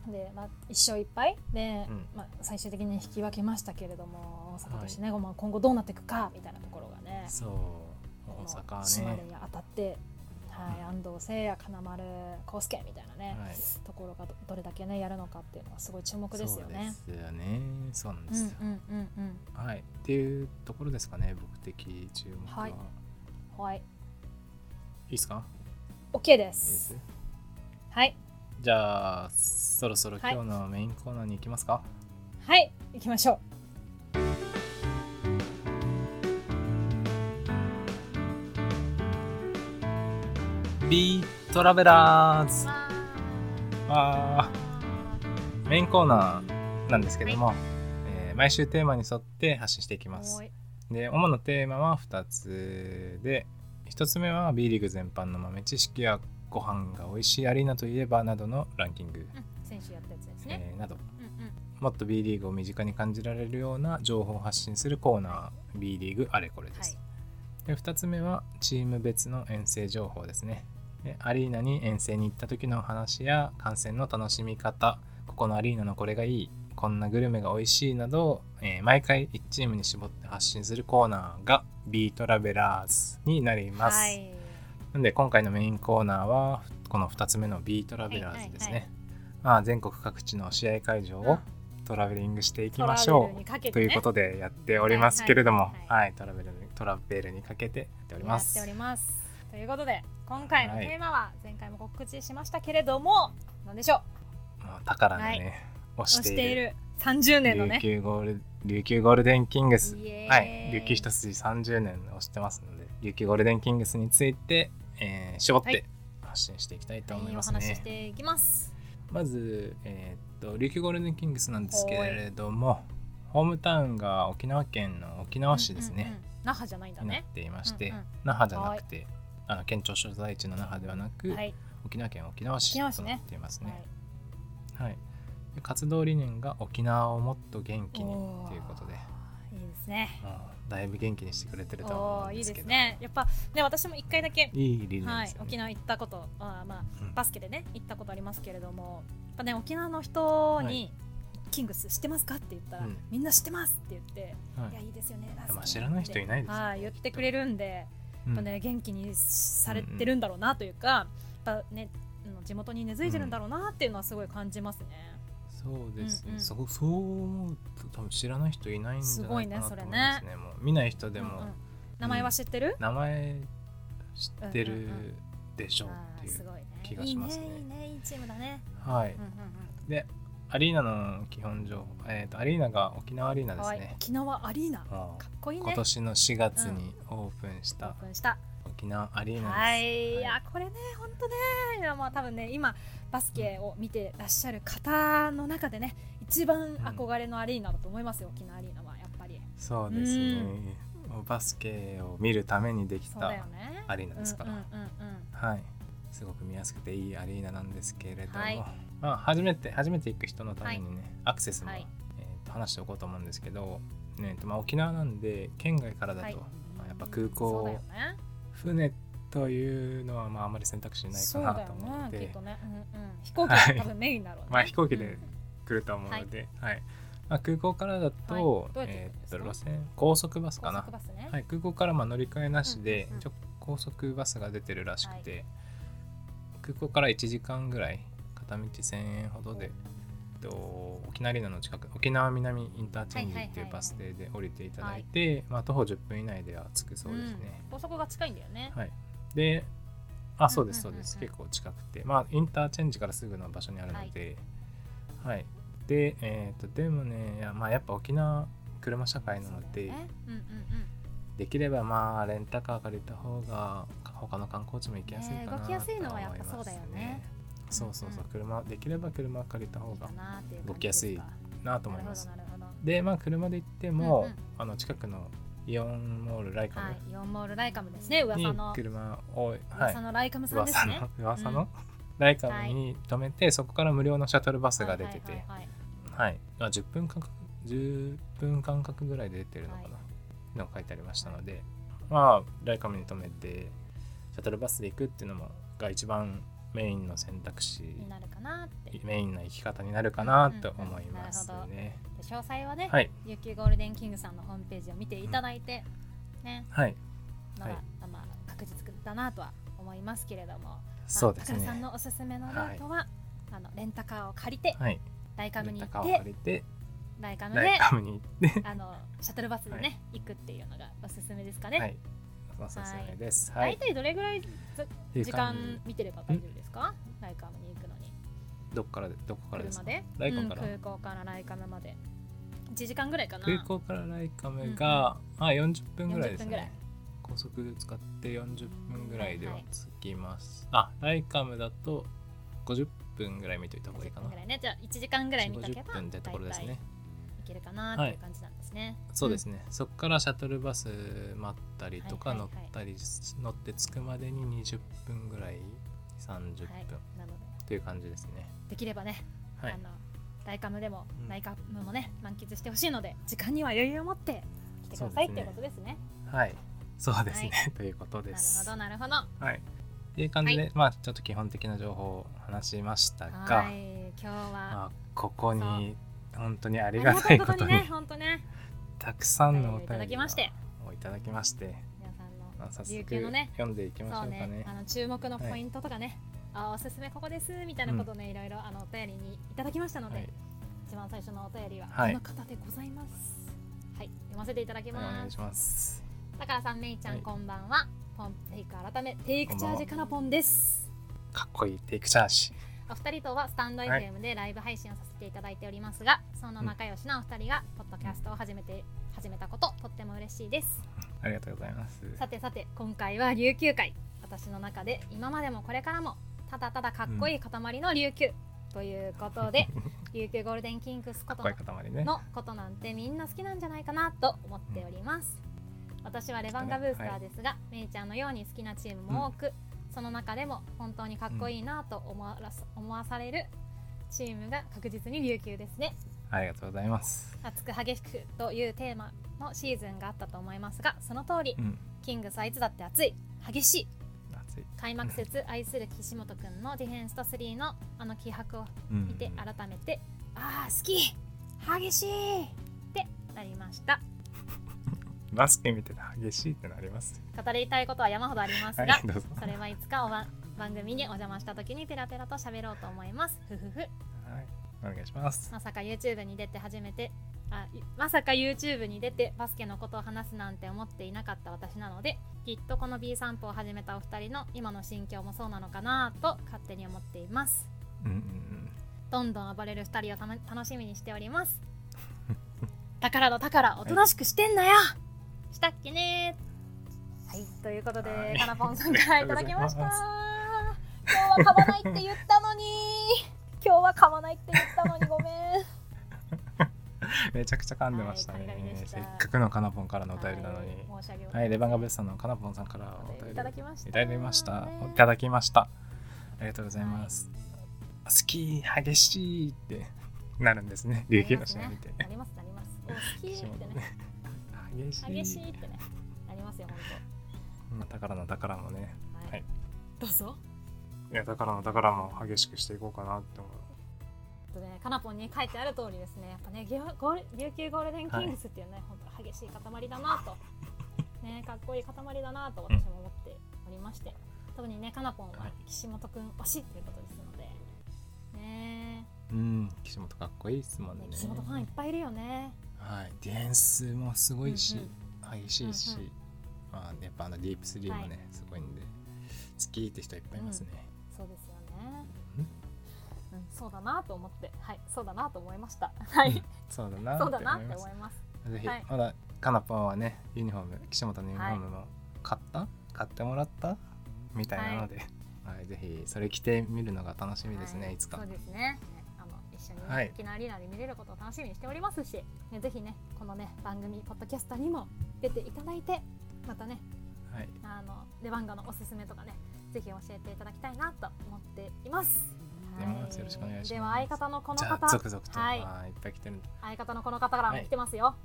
[SPEAKER 2] で、まあ、一勝一敗で、
[SPEAKER 1] うん
[SPEAKER 2] まあ、最終的に引き分けましたけれども大阪としてね、まあ今後どうなっていくかみたいなところがね
[SPEAKER 1] そう大阪は
[SPEAKER 2] 島根
[SPEAKER 1] ね
[SPEAKER 2] に当たって、はい、安藤聖也金丸康介みたいなね、
[SPEAKER 1] はい
[SPEAKER 2] ところがどどれだけねやるのかっていうのはすごい注目ですよね。
[SPEAKER 1] そうですよねそうなんで
[SPEAKER 2] う
[SPEAKER 1] す
[SPEAKER 2] ん
[SPEAKER 1] よ、
[SPEAKER 2] うんうん
[SPEAKER 1] はい、っていうところですかね僕的注目は、
[SPEAKER 2] はいうん。はい。
[SPEAKER 1] いですか
[SPEAKER 2] OK で
[SPEAKER 1] いいです
[SPEAKER 2] す。はい。
[SPEAKER 1] じゃあそろそろ
[SPEAKER 2] は
[SPEAKER 1] 今
[SPEAKER 2] い
[SPEAKER 1] 日のメインコーナーに行きますか、
[SPEAKER 2] はい。行きましょ
[SPEAKER 1] ビートラベラー
[SPEAKER 2] う。
[SPEAKER 1] ズ
[SPEAKER 2] わ
[SPEAKER 1] あ
[SPEAKER 2] ー
[SPEAKER 1] ーメインコーナーなんですけども、えー毎週テーマに沿って発信していきます
[SPEAKER 2] おい
[SPEAKER 1] で主なテーマは2つで1つ目は B リーグ全般の豆知識やご飯が美味しいアリーナといえばなどのランキング、
[SPEAKER 2] うん先週やったやつですね。
[SPEAKER 1] えーなど
[SPEAKER 2] うんうん。
[SPEAKER 1] もっと B リーグを身近に感じられるような情報を発信するコーナー B リーグあれこれで
[SPEAKER 2] はい
[SPEAKER 1] す、。で2つ目はチーム別の遠征情報ですねでアリーナに遠征に行った時の話や観戦の楽しみ方ここのアリーナのこれがいいこんなグルメが美味しいなどを、えー毎回1チームに絞って発信するコーナーが B トラベラーズになります、
[SPEAKER 2] はい。
[SPEAKER 1] なんで今回のメインコーナーはこの2つ目の B トラベラーズですね、
[SPEAKER 2] はいはい
[SPEAKER 1] まあ、全国各地の試合会場
[SPEAKER 2] うん
[SPEAKER 1] をトラベリングしていきましょう、
[SPEAKER 2] う
[SPEAKER 1] ということとでやっておりますけれども
[SPEAKER 2] はい、はい
[SPEAKER 1] はいトラベルにトラベルにかけてやっており
[SPEAKER 2] や
[SPEAKER 1] ま
[SPEAKER 2] っ
[SPEAKER 1] す。
[SPEAKER 2] ております。ということで、今回の
[SPEAKER 1] はい
[SPEAKER 2] テーマは前回も告知しましたけれども、なんでしょう。
[SPEAKER 1] まあ宝のね、
[SPEAKER 2] 押
[SPEAKER 1] 押
[SPEAKER 2] し
[SPEAKER 1] してて
[SPEAKER 2] い
[SPEAKER 1] いる
[SPEAKER 2] る30年の
[SPEAKER 1] 琉
[SPEAKER 2] ね。
[SPEAKER 1] 球ゴール琉球ゴールデンキングス、
[SPEAKER 2] イエーイ
[SPEAKER 1] はい、琉球一筋30年押してますので、琉球ゴールデンキングスについて、えー絞っ
[SPEAKER 2] はい
[SPEAKER 1] て発信していきたいと思
[SPEAKER 2] はいいお
[SPEAKER 1] ます
[SPEAKER 2] 話し
[SPEAKER 1] ね
[SPEAKER 2] し。ていきます。
[SPEAKER 1] まず、えーっと琉球ゴールデンキングスなんですけれども、ホームタウンが沖縄県の沖縄市ですね。
[SPEAKER 2] うんうんうん。那覇じゃないんだ
[SPEAKER 1] になっ
[SPEAKER 2] ね。
[SPEAKER 1] ていまして、
[SPEAKER 2] うんうん
[SPEAKER 1] 那覇じゃなくて、あの県庁所在地の那覇ではなく、
[SPEAKER 2] はい。
[SPEAKER 1] 沖縄県沖縄市
[SPEAKER 2] 沖縄市
[SPEAKER 1] と
[SPEAKER 2] ね
[SPEAKER 1] なっていますね。はい、で活動理念が沖縄をもっと元気に
[SPEAKER 2] おー
[SPEAKER 1] ということで、も
[SPEAKER 2] いいですね。
[SPEAKER 1] うだいぶ元気にしてくれてるとは
[SPEAKER 2] お
[SPEAKER 1] 思う
[SPEAKER 2] ー
[SPEAKER 1] ん
[SPEAKER 2] いい
[SPEAKER 1] で
[SPEAKER 2] ですす
[SPEAKER 1] けど、
[SPEAKER 2] ね。やっぱね私も一回だけ。
[SPEAKER 1] いい理念
[SPEAKER 2] は
[SPEAKER 1] で
[SPEAKER 2] い
[SPEAKER 1] す、よ
[SPEAKER 2] 沖
[SPEAKER 1] ね。
[SPEAKER 2] 縄行ったこと、あーまあ、
[SPEAKER 1] うん
[SPEAKER 2] バスケでね、行ったことありますけれども、やっぱね、沖縄の人に、
[SPEAKER 1] はい
[SPEAKER 2] キングス知ってますかって言ったら、
[SPEAKER 1] うん
[SPEAKER 2] みんな知ってますって言って、
[SPEAKER 1] はい
[SPEAKER 2] いや、いいですよね、
[SPEAKER 1] やまあ知らない人いないですよね
[SPEAKER 2] はい言ってくれるんで、や
[SPEAKER 1] うん
[SPEAKER 2] っぱね、元気にされてるんだろうなというか、やっぱね、あの地元に根付いてるんだろうなっていうのはすごい感じますね。
[SPEAKER 1] そうですね、
[SPEAKER 2] うんうん
[SPEAKER 1] そこそう思うと多分知らない人いないんじゃないかなと
[SPEAKER 2] すごいねそれ
[SPEAKER 1] 思
[SPEAKER 2] ね
[SPEAKER 1] いますねもう見ない人でも、
[SPEAKER 2] うんうん名前は知ってる、
[SPEAKER 1] 名前知って
[SPEAKER 2] うん
[SPEAKER 1] る
[SPEAKER 2] うんう
[SPEAKER 1] でしょう
[SPEAKER 2] あ
[SPEAKER 1] ってい
[SPEAKER 2] ー
[SPEAKER 1] う、
[SPEAKER 2] すごいね。
[SPEAKER 1] 気がしますね
[SPEAKER 2] いいね、いいね、いいチームだね。
[SPEAKER 1] はい
[SPEAKER 2] うんうん
[SPEAKER 1] でアリーナの基本情報、えー、とアリーナが沖縄アリーナ
[SPEAKER 2] うん、
[SPEAKER 1] で
[SPEAKER 2] か
[SPEAKER 1] す
[SPEAKER 2] わいい
[SPEAKER 1] ね
[SPEAKER 2] 沖縄アリーナ、か
[SPEAKER 1] も
[SPEAKER 2] っこいうい
[SPEAKER 1] 今
[SPEAKER 2] ね。
[SPEAKER 1] 年の4月にオープンし
[SPEAKER 2] オー
[SPEAKER 1] た
[SPEAKER 2] プンした。
[SPEAKER 1] 沖縄アリーナです、
[SPEAKER 2] はい、い
[SPEAKER 1] は
[SPEAKER 2] やこれね、本当ね、いやまあ多分ね、今バスケを見てらっしゃる方の中でね、一番憧れのアリーナだと思いますよ、沖縄アリーナはやっぱり。
[SPEAKER 1] そうですね
[SPEAKER 2] う
[SPEAKER 1] もうバスケを見るためにでき
[SPEAKER 2] そうだよ
[SPEAKER 1] た
[SPEAKER 2] ね。
[SPEAKER 1] アリーナですから、
[SPEAKER 2] うんうんうん
[SPEAKER 1] はいすごく見やすくていいアリーナなんですけれども、
[SPEAKER 2] はい
[SPEAKER 1] まあ、初めて初めて行く人のためにね、アクセスも、
[SPEAKER 2] はい
[SPEAKER 1] えーと話しておこうと思うんですけど、ねえっとまあ、沖縄なんで県外から
[SPEAKER 2] うん。
[SPEAKER 1] だと、
[SPEAKER 2] はい
[SPEAKER 1] まあやっぱ空
[SPEAKER 2] そう
[SPEAKER 1] 港
[SPEAKER 2] だよね。
[SPEAKER 1] 船というのはまああまり選択肢ないか
[SPEAKER 2] そう
[SPEAKER 1] な
[SPEAKER 2] だ
[SPEAKER 1] と
[SPEAKER 2] よ
[SPEAKER 1] 思って、
[SPEAKER 2] ね、きっとね。うんうん。飛行機が多分メインだろうね。
[SPEAKER 1] まあ飛行機で
[SPEAKER 2] うん
[SPEAKER 1] 来ると思うので、はいまあ、空港からだと,、
[SPEAKER 2] はいどうやって行
[SPEAKER 1] え
[SPEAKER 2] くんで
[SPEAKER 1] ーっ
[SPEAKER 2] す
[SPEAKER 1] と
[SPEAKER 2] か
[SPEAKER 1] 路線高速バスか
[SPEAKER 2] 高
[SPEAKER 1] な
[SPEAKER 2] 速バスね。
[SPEAKER 1] はい、空港からまあ乗り換えなしで、
[SPEAKER 2] うんうん
[SPEAKER 1] ちょ高速バスが出てるらしくて、空港から1時間ぐらい片道1000円ほどで、えっと、沖縄アリーナの近く沖縄南インターチェンジ
[SPEAKER 2] はいはいはいはい
[SPEAKER 1] っていうバス停で降りていただいて、まあ、徒歩10分以内では着くそうですね。
[SPEAKER 2] ん高速が近いんだよね。
[SPEAKER 1] はい、であそうです
[SPEAKER 2] う
[SPEAKER 1] そ
[SPEAKER 2] ん
[SPEAKER 1] う
[SPEAKER 2] うんうんうん
[SPEAKER 1] です、結構近くてまあインターチェンジからすぐの場所にあるのではい、でえっ、とでもねいや,、まあ、やっぱ沖縄車社会な
[SPEAKER 2] そう
[SPEAKER 1] の
[SPEAKER 2] だ
[SPEAKER 1] で、
[SPEAKER 2] よねうんうんうん。
[SPEAKER 1] できればまあレンタカー借りた方が他の観光地も行きやすいかなと
[SPEAKER 2] ね動きやすいのはやっ
[SPEAKER 1] 思
[SPEAKER 2] ぱ
[SPEAKER 1] います
[SPEAKER 2] そうだよね
[SPEAKER 1] そうそうそう
[SPEAKER 2] うん
[SPEAKER 1] 車できれば車借りた方
[SPEAKER 2] いい
[SPEAKER 1] が
[SPEAKER 2] かなっていう感じですか。
[SPEAKER 1] 動きやすいなと思います
[SPEAKER 2] なるほどなるほど。
[SPEAKER 1] でまあ車で行っても、
[SPEAKER 2] うんうん
[SPEAKER 1] あの近くのイオンモールライカ
[SPEAKER 2] はい、イオンモールライカムですね、
[SPEAKER 1] ム
[SPEAKER 2] 噂
[SPEAKER 1] に
[SPEAKER 2] の。
[SPEAKER 1] 車を、はい
[SPEAKER 2] 噂、のライカムさんで
[SPEAKER 1] 噂
[SPEAKER 2] すね
[SPEAKER 1] の。噂の、ライカムに止めてそこから無料のシャトルバスが出てて、
[SPEAKER 2] はいはいはいはい
[SPEAKER 1] はい、まあ10分間隔10分間隔ぐらいで出てるのかな、
[SPEAKER 2] はい
[SPEAKER 1] のが書いてありましたので、まあライカムに止めてシャトルバスで行くっていうのもが一番メインの選択肢
[SPEAKER 2] になるかなって。で
[SPEAKER 1] メインな生き方になるかなと思います
[SPEAKER 2] うんうん
[SPEAKER 1] ね。
[SPEAKER 2] 詳細はね、
[SPEAKER 1] はい、
[SPEAKER 2] 琉球ゴールデンキングさんのホームページを見ていただいて、ね、
[SPEAKER 1] はい、
[SPEAKER 2] のが、
[SPEAKER 1] はい
[SPEAKER 2] まあ確実だなとは思いますけれども、まあ
[SPEAKER 1] そうです
[SPEAKER 2] 高田さん
[SPEAKER 1] ね。
[SPEAKER 2] のおすすめのルートは、あのレンタカーを借りて、
[SPEAKER 1] はい、
[SPEAKER 2] ライカム
[SPEAKER 1] レン
[SPEAKER 2] に行
[SPEAKER 1] タカ
[SPEAKER 2] っ
[SPEAKER 1] ーを
[SPEAKER 2] て、
[SPEAKER 1] 借りて
[SPEAKER 2] ライカム
[SPEAKER 1] ライ
[SPEAKER 2] で
[SPEAKER 1] カムに行って、
[SPEAKER 2] あのシャトルバスでね、行くっていうのがおすすめですかね。
[SPEAKER 1] はい、おすすめです。は
[SPEAKER 2] 大
[SPEAKER 1] い。
[SPEAKER 2] 体どれぐらい
[SPEAKER 1] 時
[SPEAKER 2] 時間見てれば大丈夫ですかライカムに行くのに
[SPEAKER 1] どこからでどこからです
[SPEAKER 2] 車
[SPEAKER 1] か。
[SPEAKER 2] で
[SPEAKER 1] ライカム
[SPEAKER 2] うん
[SPEAKER 1] から
[SPEAKER 2] 空港からライカムまで1時間ぐらいかな
[SPEAKER 1] 空港からライカムが、あ40分ぐらいです
[SPEAKER 2] 40分ぐら
[SPEAKER 1] ね
[SPEAKER 2] い
[SPEAKER 1] 高速使って40分ぐらいで
[SPEAKER 2] は
[SPEAKER 1] はい着きます、あライカムだと50分ぐらい見といた方がいいか
[SPEAKER 2] 50分
[SPEAKER 1] な
[SPEAKER 2] ぐらいねじゃあ1時間ぐらい見とけ
[SPEAKER 1] 50
[SPEAKER 2] ば
[SPEAKER 1] 分ってところですね
[SPEAKER 2] 大体いけるかなっていう感じなんですね、
[SPEAKER 1] そうですね、そこからシャトルバス待ったりとか
[SPEAKER 2] はい
[SPEAKER 1] 乗
[SPEAKER 2] は
[SPEAKER 1] っ
[SPEAKER 2] いはい
[SPEAKER 1] たりし、乗って着くまでに20分ぐらい30分、
[SPEAKER 2] はいなので
[SPEAKER 1] という感じですね
[SPEAKER 2] できればね、
[SPEAKER 1] はい
[SPEAKER 2] あのライカムでも、
[SPEAKER 1] うん
[SPEAKER 2] ライカムもね満喫してほしいので時間には余裕を持って来てくださいっていうことですね
[SPEAKER 1] はいそうですね、
[SPEAKER 2] は
[SPEAKER 1] ということです
[SPEAKER 2] なるほどなるほ
[SPEAKER 1] はいっていう感じで、
[SPEAKER 2] は
[SPEAKER 1] まあちょっと基本的な情報を話しました
[SPEAKER 2] ど
[SPEAKER 1] が、
[SPEAKER 2] はい今日は
[SPEAKER 1] まあ、ここに本当にあ
[SPEAKER 2] あ
[SPEAKER 1] りがたいこ
[SPEAKER 2] りが
[SPEAKER 1] と
[SPEAKER 2] た
[SPEAKER 1] に
[SPEAKER 2] ね本当ね
[SPEAKER 1] たくさんのお
[SPEAKER 2] お便りをいた
[SPEAKER 1] 便
[SPEAKER 2] だ
[SPEAKER 1] り
[SPEAKER 2] き
[SPEAKER 1] を
[SPEAKER 2] まして
[SPEAKER 1] いただきまして、
[SPEAKER 2] 皆さんの
[SPEAKER 1] まあ、早
[SPEAKER 2] 琉
[SPEAKER 1] 速
[SPEAKER 2] 球のね
[SPEAKER 1] 読んでいきましょ
[SPEAKER 2] そうう
[SPEAKER 1] かね
[SPEAKER 2] ねあの注目のポイントとかね、あおすすめここですみたいなことをね、いろいろあのお便りにいただきましたので、
[SPEAKER 1] はい
[SPEAKER 2] 一番最初のお便りはこ
[SPEAKER 1] はい
[SPEAKER 2] の方でございますはい、読ませていただき
[SPEAKER 1] はいお願
[SPEAKER 2] ま
[SPEAKER 1] い
[SPEAKER 2] す
[SPEAKER 1] します
[SPEAKER 2] だからさんめいちゃん、
[SPEAKER 1] はい
[SPEAKER 2] こんばんはポンテイク改めテイクチャージからポンです
[SPEAKER 1] かっこいいテイクチャージ
[SPEAKER 2] お二人とはスタンド
[SPEAKER 1] はい
[SPEAKER 2] FM でライブ配信をさせていただいておりますが、そんな仲良しなお二人がポッドキャストを始めて始めたこととっても嬉しいです
[SPEAKER 1] ありがとうございます
[SPEAKER 2] さてさて今回は琉球会私の中で今までもこれからもただただかっこいい塊の琉球、ということで琉球ゴールデンキングス
[SPEAKER 1] か
[SPEAKER 2] こ
[SPEAKER 1] っ
[SPEAKER 2] と
[SPEAKER 1] こい
[SPEAKER 2] の
[SPEAKER 1] い塊ね
[SPEAKER 2] のことなんてみんな好きなんじゃないかなと思っております私はレバンガブースターですが、めいちゃんのように好きなチームも多く、その中でも本当にかっこいいなと思わらす 思わされるチームが確実に琉球ですね
[SPEAKER 1] ありがとうございます
[SPEAKER 2] 熱く激しくというテーマのシーズンがあったと思いますがその通り
[SPEAKER 1] うん
[SPEAKER 2] キングスはいつだって熱い激しい
[SPEAKER 1] 熱い
[SPEAKER 2] 開幕節愛する岸本くんのディフェンスと3のあの気迫を
[SPEAKER 1] うん
[SPEAKER 2] 見て改めて、ああ好き激しいってなりました
[SPEAKER 1] バスケ見てて激しいってなります
[SPEAKER 2] 語りたいことは山ほどありますが、
[SPEAKER 1] はいどうぞ
[SPEAKER 2] それはいつかおば番組にお邪魔した時にペラペラと喋ろうと思います。ふふふ。
[SPEAKER 1] はいお願いします
[SPEAKER 2] まさか YouTube に出て初めて、あ、いまさか YouTube に出てバスケのことを話すなんて思っていなかった私なので、きっとこの B 散歩を始めたお二人の今の心境もそうなのかなと勝手に思っています。
[SPEAKER 1] うんうんうん
[SPEAKER 2] どんどん暴れる二人をたの楽しみにしており ます。だからだからおとなしくしてんなよ、したっけねはい、ということ
[SPEAKER 1] は
[SPEAKER 2] で、
[SPEAKER 1] い
[SPEAKER 2] かなぽんさんからいただきました。
[SPEAKER 1] あり
[SPEAKER 2] 今
[SPEAKER 1] がと
[SPEAKER 2] 日は噛まないって言ったのに今日は噛まないって言ったのに ごめん。
[SPEAKER 1] めちゃくちゃ噛んでましたね、
[SPEAKER 2] はい神々でした
[SPEAKER 1] せっかくのかなぽんからのお便りなのに
[SPEAKER 2] はい申し訳ございません
[SPEAKER 1] はい、レバンガベスさんのかなぽんさんからお便り
[SPEAKER 2] いただきました。
[SPEAKER 1] いただきました。
[SPEAKER 2] ね
[SPEAKER 1] いただきました。ありがとうございます。好き、激しいってなるんですね。琉球の試合見て。
[SPEAKER 2] なりますねなりますなります。お好き
[SPEAKER 1] 岸
[SPEAKER 2] っ
[SPEAKER 1] 本
[SPEAKER 2] てね。
[SPEAKER 1] ね激しい。
[SPEAKER 2] 激しいってね。なりますよ、本
[SPEAKER 1] まあ宝の宝もね。
[SPEAKER 2] 当。
[SPEAKER 1] はい。
[SPEAKER 2] どうぞ。
[SPEAKER 1] いや、宝の宝も激しくしていこうかなって思う。
[SPEAKER 2] ちょっとね、かなぽんに書いてある通りですね、やっぱね、ギョゴール琉球ゴールデンキングスっていうね、本当激しい塊だなと、ね、かっこいい塊だなと私も思っておりまして、特にね、かなぽんは
[SPEAKER 1] はい
[SPEAKER 2] 岸本くん推しということですので、ね
[SPEAKER 1] うん、岸本かっこいいですも
[SPEAKER 2] え
[SPEAKER 1] ん
[SPEAKER 2] ね
[SPEAKER 1] ね。
[SPEAKER 2] 岸本ファンいっぱいいるよね。
[SPEAKER 1] はい、ディフェンスもすごいし、
[SPEAKER 2] うん
[SPEAKER 1] 激しいし、
[SPEAKER 2] うんうん
[SPEAKER 1] まあ、やっぱあのディープスリーもね、すごいんで、好きって人いっぱいいますね。
[SPEAKER 2] そうですよね。うん、そうだなと思って、はい、そうだなと思いました。はい、
[SPEAKER 1] そうだなって
[SPEAKER 2] そう
[SPEAKER 1] 思
[SPEAKER 2] だ
[SPEAKER 1] い
[SPEAKER 2] なって
[SPEAKER 1] ま
[SPEAKER 2] 思
[SPEAKER 1] す
[SPEAKER 2] い。ます。
[SPEAKER 1] ぜひ、
[SPEAKER 2] はい
[SPEAKER 1] まだかなぽんはねユニフォーム岸本のユニフォームも買った、買ってもらったみたいなので、はいぜひそれ着てみるのが楽しみですね、、
[SPEAKER 2] はい
[SPEAKER 1] つか
[SPEAKER 2] そうですね。あの一緒に、ね
[SPEAKER 1] はい
[SPEAKER 2] 沖縄アリーナで見れることを楽しみにしておりますし、ね、ぜひねこのね番組ポッドキャストにも出ていただいて、またね
[SPEAKER 1] はい、
[SPEAKER 2] あのレバンガのおすすめとかねぜひ教えていただきたいなと思っています。
[SPEAKER 1] お願いしますよろしくお願いします
[SPEAKER 2] では相方のこの
[SPEAKER 1] じゃ
[SPEAKER 2] 方
[SPEAKER 1] あ続々と、
[SPEAKER 2] はい
[SPEAKER 1] まあいっぱい来てるんで
[SPEAKER 2] 相方のこの方からも来てますよ。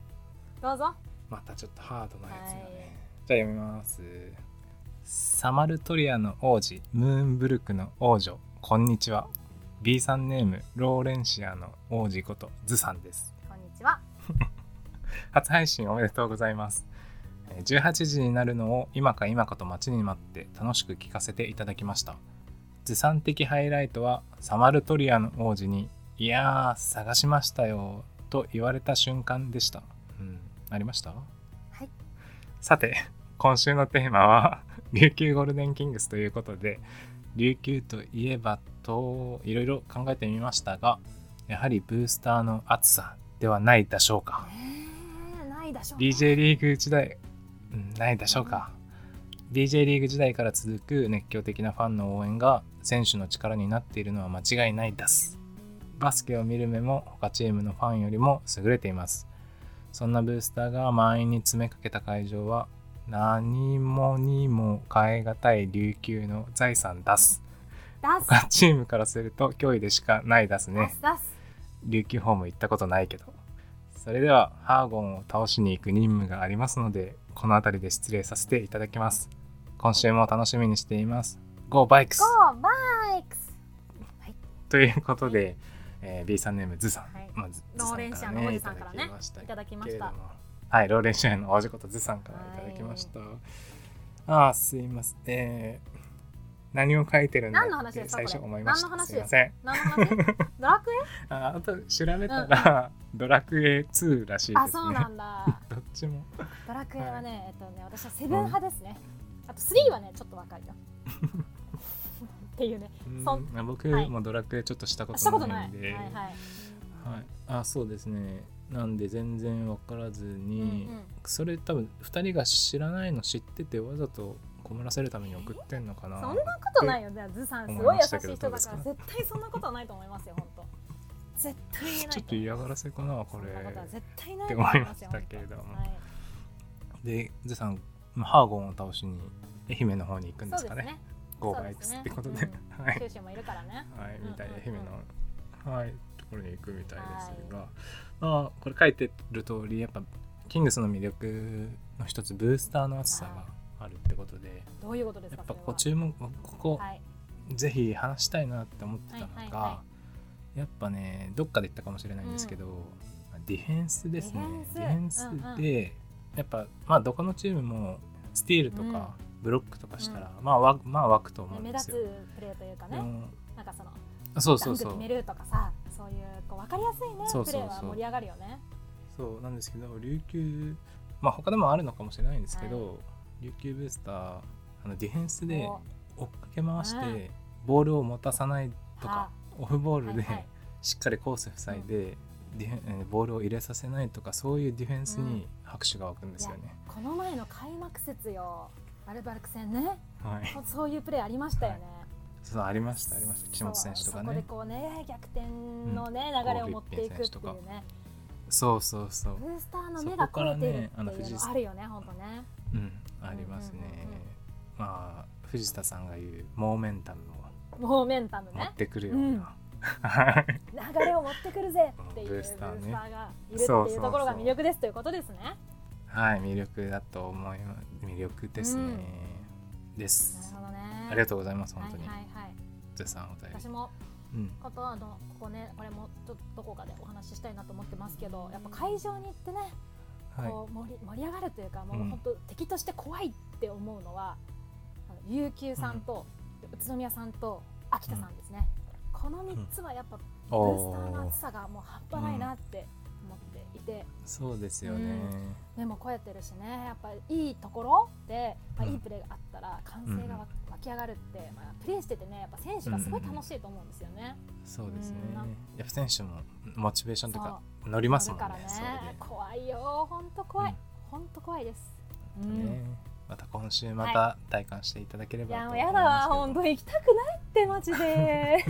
[SPEAKER 2] どうぞ。
[SPEAKER 1] またちょっとハードなやつがね、
[SPEAKER 2] はい
[SPEAKER 1] じゃあ読みますサマルトリアの王子ムーンブルクの王女こんにちは B さんネームローレンシアの王子ことズさんです
[SPEAKER 2] こんにちは。
[SPEAKER 1] 初配信おめでとうございますえー18時になるのを今か今かと待ちに待って楽しく聞かせていただきましたずさん的ハイライトはサマルトリアの王子に「いやー探しましたよ」と言われた瞬間でしたうんありました
[SPEAKER 2] はい
[SPEAKER 1] さて今週のテーマは琉球ゴールデンキングスということで琉球といえばといろいろ考えてみましたがやはりブースターの熱さではないでしょうか
[SPEAKER 2] えー、ないでしょうか
[SPEAKER 1] DJ リーグ時代、うん、ないでしょうか DJ リーグ時代から続く熱狂的なファンの応援が選手の力になっているのは間違いないですバスケを見る目も他チームのファンよりも優れていますそんなブースターが満員に詰めかけた会場は何もにも変え難い琉球の財産出す
[SPEAKER 2] 出す
[SPEAKER 1] 他チームからすると脅威でしかないです
[SPEAKER 2] 出
[SPEAKER 1] ね
[SPEAKER 2] す出す
[SPEAKER 1] 琉球ホーム行ったことないけどそれではハーゴンを倒しに行く任務がありますのでこの辺りで失礼させていただきます今週も楽しみにしています Go Bikes!
[SPEAKER 2] ゴーバイクス
[SPEAKER 1] ということで、えー B さんネームズさん、
[SPEAKER 2] はい
[SPEAKER 1] まあ、ズ
[SPEAKER 2] ローレンシアのおじさんからね
[SPEAKER 1] いただきました
[SPEAKER 2] いただきま
[SPEAKER 1] けれ
[SPEAKER 2] し
[SPEAKER 1] ども
[SPEAKER 2] た
[SPEAKER 1] はいローレンシアのおじことズさんからいただきました、ああすいません、えー何を書いてるんだ
[SPEAKER 2] 何の話
[SPEAKER 1] っ
[SPEAKER 2] で
[SPEAKER 1] て
[SPEAKER 2] すか
[SPEAKER 1] 最初
[SPEAKER 2] これ
[SPEAKER 1] 思いました
[SPEAKER 2] 何の話
[SPEAKER 1] すいません
[SPEAKER 2] 何の話ドラクエ
[SPEAKER 1] ああと調べたら、ドラクエ2らしいですね
[SPEAKER 2] あそうな んだ
[SPEAKER 1] どっちも
[SPEAKER 2] ドラクエはね、えっとね、私はセブン
[SPEAKER 1] うん
[SPEAKER 2] 派ですね。あと3はね、ちょっとわかるよ。 っ ていうね、そん
[SPEAKER 1] うん、僕
[SPEAKER 2] はい
[SPEAKER 1] もドラクエちょっとしたこ
[SPEAKER 2] したことと
[SPEAKER 1] な
[SPEAKER 2] ないい。
[SPEAKER 1] んで、
[SPEAKER 2] はいはい。
[SPEAKER 1] はいあそうですねなんで全然分からず
[SPEAKER 2] う
[SPEAKER 1] に、
[SPEAKER 2] んうん
[SPEAKER 1] それ多分2人が知らないの知っててわざと困らせるために送ってんのかな
[SPEAKER 2] そんなことないよ、ね、ズさん、すごい優しい
[SPEAKER 1] 思
[SPEAKER 2] 人だから、
[SPEAKER 1] いましたけどど
[SPEAKER 2] 絶対そんなことはないと思いますよ、本当。絶対言えない
[SPEAKER 1] ちょっと
[SPEAKER 2] 思う
[SPEAKER 1] 嫌がらせかなこれ
[SPEAKER 2] そんなことは絶対ないと思いますよ。
[SPEAKER 1] って思いましたけれども
[SPEAKER 2] 本当はい
[SPEAKER 1] でズさんまあハーゴンを倒しに愛媛の方に行くんで
[SPEAKER 2] そう
[SPEAKER 1] す
[SPEAKER 2] で
[SPEAKER 1] か
[SPEAKER 2] す
[SPEAKER 1] ね
[SPEAKER 2] ね。
[SPEAKER 1] ゴーバイクスってことで
[SPEAKER 2] そうですね
[SPEAKER 1] はい
[SPEAKER 2] 九州もいるからね。
[SPEAKER 1] はい、みたいな
[SPEAKER 2] う
[SPEAKER 1] 愛
[SPEAKER 2] んうんう
[SPEAKER 1] 媛
[SPEAKER 2] ん
[SPEAKER 1] の、はい、ところに行くみたいですが、まあこれ書いてる通りやっぱキングスの魅力の一つブースターの熱さがあるってことで
[SPEAKER 2] どういうことです
[SPEAKER 1] や
[SPEAKER 2] か
[SPEAKER 1] っぱ
[SPEAKER 2] それは
[SPEAKER 1] こう注目ここ、
[SPEAKER 2] はい。
[SPEAKER 1] ぜひ話したいなって思ってたのが、
[SPEAKER 2] はいはいは
[SPEAKER 1] やっぱねどっかで言ったかもしれないんですけど、ディフェンスですね
[SPEAKER 2] デ
[SPEAKER 1] デ
[SPEAKER 2] ィ
[SPEAKER 1] ィ
[SPEAKER 2] フ
[SPEAKER 1] フ
[SPEAKER 2] ェ
[SPEAKER 1] ェ
[SPEAKER 2] ン
[SPEAKER 1] ン
[SPEAKER 2] ス
[SPEAKER 1] スで、やっぱまあどこのチームもスティールと
[SPEAKER 2] うん
[SPEAKER 1] かブロックとかしたら、まあわまあ湧くと思
[SPEAKER 2] ね
[SPEAKER 1] うん
[SPEAKER 2] 目
[SPEAKER 1] です
[SPEAKER 2] 立つ
[SPEAKER 1] よ。
[SPEAKER 2] プレーというか
[SPEAKER 1] う
[SPEAKER 2] ね、
[SPEAKER 1] ん
[SPEAKER 2] なんかその、
[SPEAKER 1] あそう
[SPEAKER 2] ダ
[SPEAKER 1] そ
[SPEAKER 2] ン
[SPEAKER 1] う
[SPEAKER 2] ク
[SPEAKER 1] そう
[SPEAKER 2] 決めるとかさ、そういうこう分かりやすいね
[SPEAKER 1] そうそうそう
[SPEAKER 2] プレーは盛り上がるよね。
[SPEAKER 1] そうなんですけど琉球まあ他でもあるのかもしれないんですけど、琉球ブースターあのディフェンスで
[SPEAKER 2] こ
[SPEAKER 1] 追っかけ回して、
[SPEAKER 2] うん
[SPEAKER 1] ボールを持たさないと
[SPEAKER 2] は
[SPEAKER 1] かオフボールで、
[SPEAKER 2] はいはい
[SPEAKER 1] しっかりコース塞いで、ディフェンえーボールを入れさせないとかそういうディフェンスに拍手が湧くんですよね。
[SPEAKER 2] うこの前の開幕節よ、アルバルク戦ね、
[SPEAKER 1] はい、
[SPEAKER 2] そそういうプレーありましたよね。
[SPEAKER 1] そうありましたありました岸本選手とか
[SPEAKER 2] そうそこで
[SPEAKER 1] ね
[SPEAKER 2] こうね逆転のね、
[SPEAKER 1] うん
[SPEAKER 2] 流れを持っていくっていうね。
[SPEAKER 1] そうそうそう
[SPEAKER 2] ブースターの目
[SPEAKER 1] そ
[SPEAKER 2] が超えてるって
[SPEAKER 1] こからねあの
[SPEAKER 2] いう
[SPEAKER 1] 藤井
[SPEAKER 2] の
[SPEAKER 1] さん
[SPEAKER 2] あるよね本当ね。
[SPEAKER 1] うんありますね、
[SPEAKER 2] うんうんうんうん
[SPEAKER 1] まあ藤田さんが言うモーメンタム
[SPEAKER 2] モーメンタム
[SPEAKER 1] を持っ
[SPEAKER 2] ね
[SPEAKER 1] てくるよう
[SPEAKER 2] うん
[SPEAKER 1] な、はい
[SPEAKER 2] 流れを持ってくるぜっていう
[SPEAKER 1] ブー
[SPEAKER 2] ブー
[SPEAKER 1] ス
[SPEAKER 2] ス
[SPEAKER 1] タ
[SPEAKER 2] タ
[SPEAKER 1] ーね
[SPEAKER 2] ーがいるって
[SPEAKER 1] そうそう
[SPEAKER 2] い
[SPEAKER 1] そう
[SPEAKER 2] うところが魅力ですということですね。
[SPEAKER 1] はい、魅力だと思います。魅力ですね。で
[SPEAKER 2] なる
[SPEAKER 1] す。
[SPEAKER 2] ほどね。
[SPEAKER 1] ありがとうございます。本
[SPEAKER 2] はい
[SPEAKER 1] 当に。
[SPEAKER 2] はいはい。
[SPEAKER 1] ゼさんお便り
[SPEAKER 2] 私。も
[SPEAKER 1] うん。
[SPEAKER 2] ことあのここねこれもちょっとどこかでお話ししたいなと思ってますけどやっぱ会場に行ってね、
[SPEAKER 1] は
[SPEAKER 2] こう盛り盛り上がるというかもう
[SPEAKER 1] うん
[SPEAKER 2] 本当、敵として怖いって思うのはあの琉球さんと、宇都宮さんと秋田さんですね、この3つはやっぱブ
[SPEAKER 1] い。
[SPEAKER 2] ースターの
[SPEAKER 1] おー
[SPEAKER 2] 熱さがもう半端ないなって思っていて、
[SPEAKER 1] そうですよね。
[SPEAKER 2] 目も超えてるしねやっぱいいところで、まあ、
[SPEAKER 1] うん
[SPEAKER 2] いいプレーがあったら歓声がわ湧き上がるって、まあ、プレーしててねやっぱ選手がすごい楽しいと思うんですよね。
[SPEAKER 1] そうですね
[SPEAKER 2] うん。
[SPEAKER 1] やっぱ選手もモチベーションとか
[SPEAKER 2] そう
[SPEAKER 1] 乗ります
[SPEAKER 2] だ
[SPEAKER 1] もんね
[SPEAKER 2] から。ね
[SPEAKER 1] それ
[SPEAKER 2] 怖いよ本当怖い、
[SPEAKER 1] うん
[SPEAKER 2] 本当怖いです、う
[SPEAKER 1] で。
[SPEAKER 2] ん、
[SPEAKER 1] ね。また今週また体感していただけれ
[SPEAKER 2] い
[SPEAKER 1] ば
[SPEAKER 2] や
[SPEAKER 1] と
[SPEAKER 2] も
[SPEAKER 1] 思
[SPEAKER 2] う
[SPEAKER 1] います
[SPEAKER 2] や
[SPEAKER 1] け
[SPEAKER 2] だ
[SPEAKER 1] ど。
[SPEAKER 2] わ本当行きたくないってマ ジで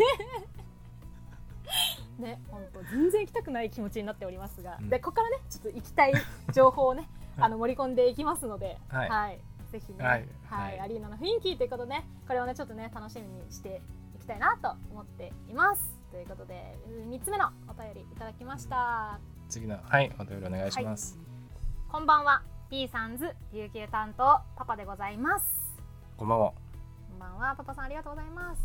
[SPEAKER 2] ね本当全然行きたくない気持ちになっておりますが、
[SPEAKER 1] うん
[SPEAKER 2] でここからねちょっと行きたい情報をね
[SPEAKER 1] はい
[SPEAKER 2] あの盛り込んでいきますので
[SPEAKER 1] はい
[SPEAKER 2] ぜひね、
[SPEAKER 1] は
[SPEAKER 2] はいい
[SPEAKER 1] はい
[SPEAKER 2] アリーナの雰囲気ということで、ね、これをねちょっとね楽しみにしていきたいなと思っていますということで3つ目のお便りいただきました
[SPEAKER 1] 次のはいお便りお願いします。
[SPEAKER 2] こんばんは P さんズ琉球担当パパでございます
[SPEAKER 1] こんばんは。
[SPEAKER 2] こんばんはパパさんありがとうございます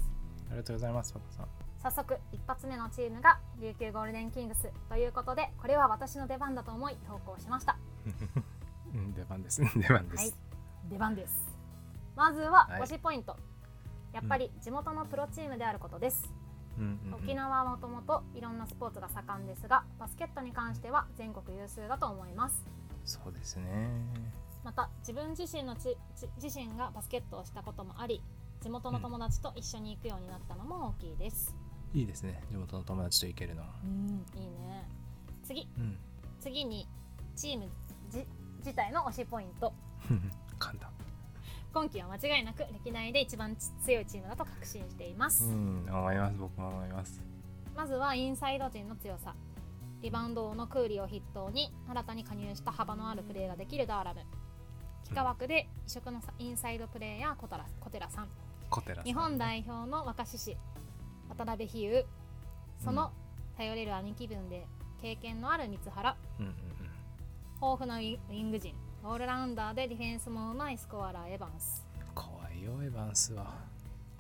[SPEAKER 1] ありがとうございますパパさん。
[SPEAKER 2] 早速一発目のチームが琉球ゴールデンキングスということでこれは私の出番だと思い投稿しました
[SPEAKER 1] うん 出番です。出番で
[SPEAKER 2] はい
[SPEAKER 1] す。
[SPEAKER 2] 出番ですまずは
[SPEAKER 1] はい
[SPEAKER 2] 推しポイント、やっぱり地元のプロチームであることです、
[SPEAKER 1] うんうんうん
[SPEAKER 2] 沖縄はもともといろんなスポーツが盛んですがバスケットに関しては全国有数だと思います
[SPEAKER 1] そうですね。
[SPEAKER 2] また自分自身のちち自身がバスケットをしたこともあり地元の友達と一緒に行くようになったのも大きいです、
[SPEAKER 1] いいですね地元の友達と行けるのは
[SPEAKER 2] うん、いいね次
[SPEAKER 1] うん
[SPEAKER 2] 次にチームじ自体の推しポイント
[SPEAKER 1] 簡単
[SPEAKER 2] 今季は間違いなく歴代で一番つ強いチームだと確信しています、
[SPEAKER 1] うん思います僕も思います
[SPEAKER 2] まずはインサイド陣の強さリバウンド王のクーリーを筆頭に新たに加入した幅のあるプレーができるダーラム幾何枠で異色のさインサイドプレーや小寺小寺さん
[SPEAKER 1] 小寺さん
[SPEAKER 2] 日本代表の若獅子渡辺比喩その頼れる兄貴分で経験のある三原
[SPEAKER 1] うんうん
[SPEAKER 2] 豊富なウィウィング陣オールラウンダーでディフェンスもうまいスコアラーエヴァンス
[SPEAKER 1] うん怖いよエヴァンスは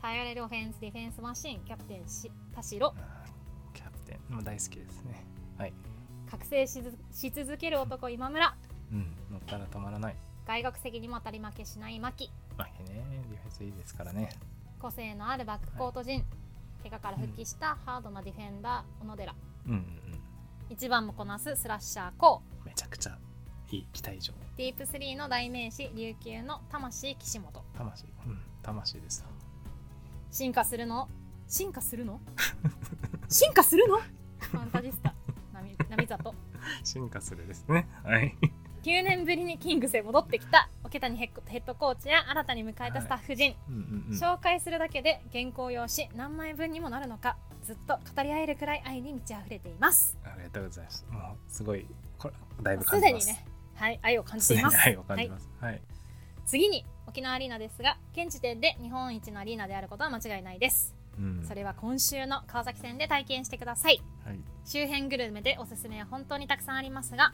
[SPEAKER 2] 頼れるオフェンスディフェンスマシンキャプテンし田代
[SPEAKER 1] うんキャプテンもう大好きですねはい
[SPEAKER 2] 覚醒しずし続ける男今村
[SPEAKER 1] うん乗ったら止まらない
[SPEAKER 2] 外国籍にも当たり負けしない牧
[SPEAKER 1] 負けねディフェンスいいですからね
[SPEAKER 2] 個性のあるバックコート陣、怪我から復帰したハードなディフェンダー小野寺
[SPEAKER 1] うんうんうん
[SPEAKER 2] 一番もこなすスラッシャーコウ
[SPEAKER 1] めちゃくちゃいい期待上
[SPEAKER 2] ディープスリーの代名詞琉球の魂岸本
[SPEAKER 1] 魂うん魂ですわ
[SPEAKER 2] 進化するの進化するの 進化す るのファンタジスタ波波里
[SPEAKER 1] 進化するですねはい
[SPEAKER 2] 9年ぶりにキングスへ戻ってきた桶谷ヘッコヘッドコーチや新たに迎えたスタッフ陣、
[SPEAKER 1] うんうんうん
[SPEAKER 2] 紹介するだけで原稿用紙何枚分にもなるのかずっと語り合えるくらい愛に満ち溢れています
[SPEAKER 1] ありがとうございますもうすごいこれだいぶ
[SPEAKER 2] もうす
[SPEAKER 1] 感
[SPEAKER 2] で
[SPEAKER 1] じま
[SPEAKER 2] に
[SPEAKER 1] す
[SPEAKER 2] ねはい愛を感じています
[SPEAKER 1] はいわかりますはい
[SPEAKER 2] 次に沖縄アリーナですが現時点で日本一のアリーナであることは間違いないです
[SPEAKER 1] うん
[SPEAKER 2] それは今週の川崎戦で体験してください
[SPEAKER 1] はい
[SPEAKER 2] 周辺グルメでおすすめは本当にたくさんありますが、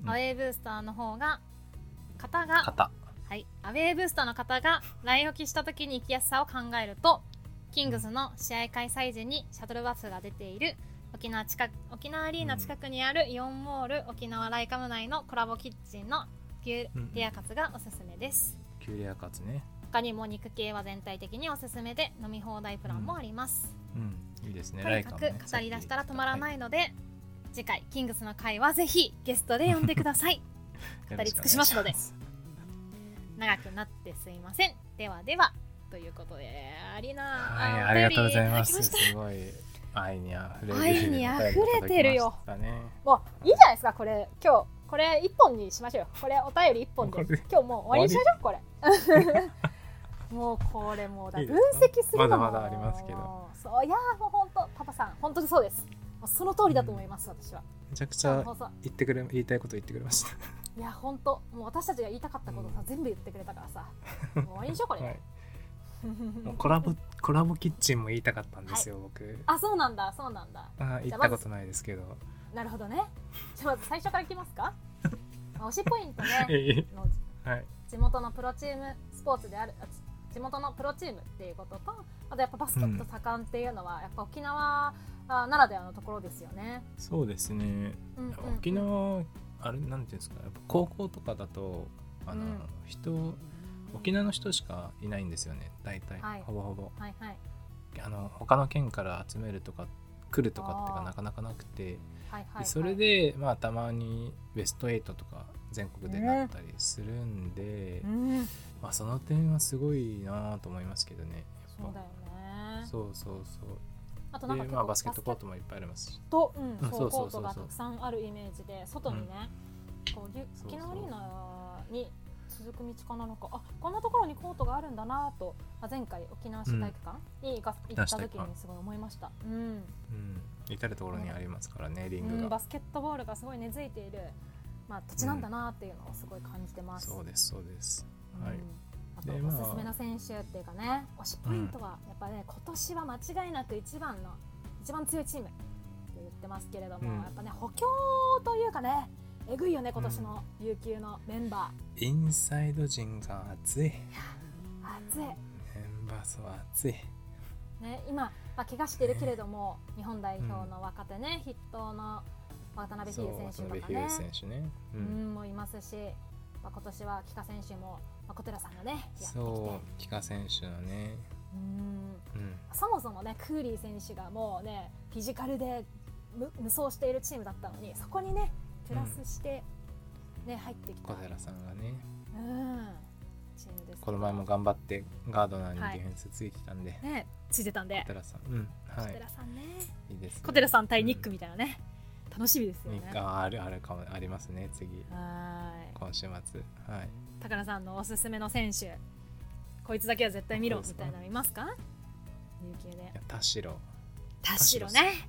[SPEAKER 1] うん
[SPEAKER 2] アウェーブースターの方が方が
[SPEAKER 1] 型
[SPEAKER 2] はい、アウェーブースターの方が来沖した時に行きやすさを考えるとキングスの試合開催時にシャトルバスが出ている沖縄近く沖縄アリーナ近くにあるイオンモール沖縄ライカム内のコラボキッチンの牛レアカツがおすすめです
[SPEAKER 1] キュリアカツね
[SPEAKER 2] 他にも肉系は全体的におすすめで飲み放題プランもあります、
[SPEAKER 1] うんいいですね
[SPEAKER 2] とにかく
[SPEAKER 1] ね
[SPEAKER 2] 語り出したら止まらないいので、次回キングスの会はぜひゲストで呼んでください語り尽くしますので長くなってすいませんではではということでアリーナ
[SPEAKER 1] はい
[SPEAKER 2] あ
[SPEAKER 1] ありがとうござい
[SPEAKER 2] お便
[SPEAKER 1] ま
[SPEAKER 2] りただき
[SPEAKER 1] す
[SPEAKER 2] した
[SPEAKER 1] すごい愛にあふれる
[SPEAKER 2] 愛にあふれてるよ
[SPEAKER 1] お便りが
[SPEAKER 2] もういいじゃないですかこれ今日これ一本にしましょうよこれお便り一本
[SPEAKER 1] こ
[SPEAKER 2] で
[SPEAKER 1] れ
[SPEAKER 2] 今日もう終わりにしましょうこ れもうこれもうだ
[SPEAKER 1] いい
[SPEAKER 2] 分
[SPEAKER 1] ですか
[SPEAKER 2] 析するのも
[SPEAKER 1] まだまだありますけど
[SPEAKER 2] そういやーもう本当パパさん本当にそうですもうその通りだと思います、私は
[SPEAKER 1] めちゃくち
[SPEAKER 2] 今日の
[SPEAKER 1] ゃ
[SPEAKER 2] 放送
[SPEAKER 1] 言ってくれ言いたいこと言ってくれました
[SPEAKER 2] いや本当もう私たちが言いたかったことさ、
[SPEAKER 1] うん
[SPEAKER 2] 全部言ってくれたか らさもう終わりにしようこれ、
[SPEAKER 1] はいもうコラボコラボキッチンも言いたかったんですよ僕
[SPEAKER 2] あそうなんだそうなんだ
[SPEAKER 1] あ行ったことないですけど
[SPEAKER 2] なるほどね。 じゃあまず最初からいきま すか。まあ推しポイントね。
[SPEAKER 1] え
[SPEAKER 2] あの
[SPEAKER 1] えはい
[SPEAKER 2] 地元のプロチームスポーツであるあ地元のプロチームっていうことと、あとやっぱバスケット盛んっていうのは、やっぱ沖縄あならではのところですよね。
[SPEAKER 1] そうですね
[SPEAKER 2] うんうんうん
[SPEAKER 1] 沖縄あれなんていうんですかやっぱ高校とかだとあの、
[SPEAKER 2] うん
[SPEAKER 1] 人沖縄の人しかいないんですよね大体、
[SPEAKER 2] はい
[SPEAKER 1] ほぼほぼ
[SPEAKER 2] はいはい
[SPEAKER 1] あの他の県から集めるとか来るとかっていうか
[SPEAKER 2] あー
[SPEAKER 1] なかなかなくて、で
[SPEAKER 2] はいはい。
[SPEAKER 1] それ、でまあたまにベスト8とか全国でなったりするんで、
[SPEAKER 2] うん、
[SPEAKER 1] まあ、その点はすごいなと思いますけどね
[SPEAKER 2] そ
[SPEAKER 1] やっ
[SPEAKER 2] うだよね
[SPEAKER 1] ぱ。そうそうそう
[SPEAKER 2] あとなんか
[SPEAKER 1] で、
[SPEAKER 2] 結構
[SPEAKER 1] まあ、バスケットコートもいっぱいありますし
[SPEAKER 2] と、うん、
[SPEAKER 1] うん
[SPEAKER 2] そう
[SPEAKER 1] そ
[SPEAKER 2] コ
[SPEAKER 1] うそ
[SPEAKER 2] ート
[SPEAKER 1] うそうそう
[SPEAKER 2] がたくさんあるイメージで外にね、こうゆ
[SPEAKER 1] そう
[SPEAKER 2] 沖縄アリーナに続く道かなのかあこんなところにコートがあるんだなと、まあ、前回沖縄市体育館に行か行った時にすごい思いました、うん
[SPEAKER 1] うん、至る所にありますからねリ
[SPEAKER 2] う
[SPEAKER 1] ング
[SPEAKER 2] ん、
[SPEAKER 1] が
[SPEAKER 2] バ。スケットボールがすごい根付いている、まあ、土地なんだなっていうのをすごい感じてます、
[SPEAKER 1] そうですそうです
[SPEAKER 2] うん
[SPEAKER 1] はい
[SPEAKER 2] あと
[SPEAKER 1] で
[SPEAKER 2] お
[SPEAKER 1] まあ
[SPEAKER 2] すすめの選手っていうかね推しポイントはやっぱね、今年は間違いなく一番の一番強いチームって言ってますけれども、
[SPEAKER 1] うん
[SPEAKER 2] やっぱね補強というかねえぐいよね今年の琉球のメンバ
[SPEAKER 1] インサイド陣が熱いメ
[SPEAKER 2] ー、熱い
[SPEAKER 1] ンバー層は熱い
[SPEAKER 2] ね今、まあ、怪我してるけれども、日本代表の若手ね筆頭の渡辺比
[SPEAKER 1] そう
[SPEAKER 2] 喩
[SPEAKER 1] 渡
[SPEAKER 2] 選手
[SPEAKER 1] 辺
[SPEAKER 2] とか
[SPEAKER 1] ヒュ
[SPEAKER 2] ね
[SPEAKER 1] ー選手ねう
[SPEAKER 2] うんんもいますし、まあ、今年は帰化選手も、まあ、小寺さんがねやってきて
[SPEAKER 1] そう帰化選手のね
[SPEAKER 2] うん
[SPEAKER 1] うん
[SPEAKER 2] そもそもねクーリー選手がもうねフィジカルで無無双しているチームだったのにそこにねプラスして、ね入ってきた
[SPEAKER 1] 小寺さんがね
[SPEAKER 2] うんチームですね
[SPEAKER 1] この前も頑張ってガードナーにディフェンスついてたんで、
[SPEAKER 2] ねついてたんで
[SPEAKER 1] コテラさん、うん、は
[SPEAKER 2] 小
[SPEAKER 1] い
[SPEAKER 2] 寺さんね
[SPEAKER 1] いいです、ね、
[SPEAKER 2] 小寺さん対ニックみたいなね、楽しみですよ
[SPEAKER 1] に
[SPEAKER 2] ねは
[SPEAKER 1] ああるあるかもありますね次
[SPEAKER 2] ーい
[SPEAKER 1] 今週末はい
[SPEAKER 2] 高田さんのおすすめの選手こいつだけは絶対見ろ
[SPEAKER 1] そうで
[SPEAKER 2] み
[SPEAKER 1] す
[SPEAKER 2] た
[SPEAKER 1] ね
[SPEAKER 2] いなのいますか琉球で
[SPEAKER 1] 田代
[SPEAKER 2] 田代
[SPEAKER 1] 代
[SPEAKER 2] ね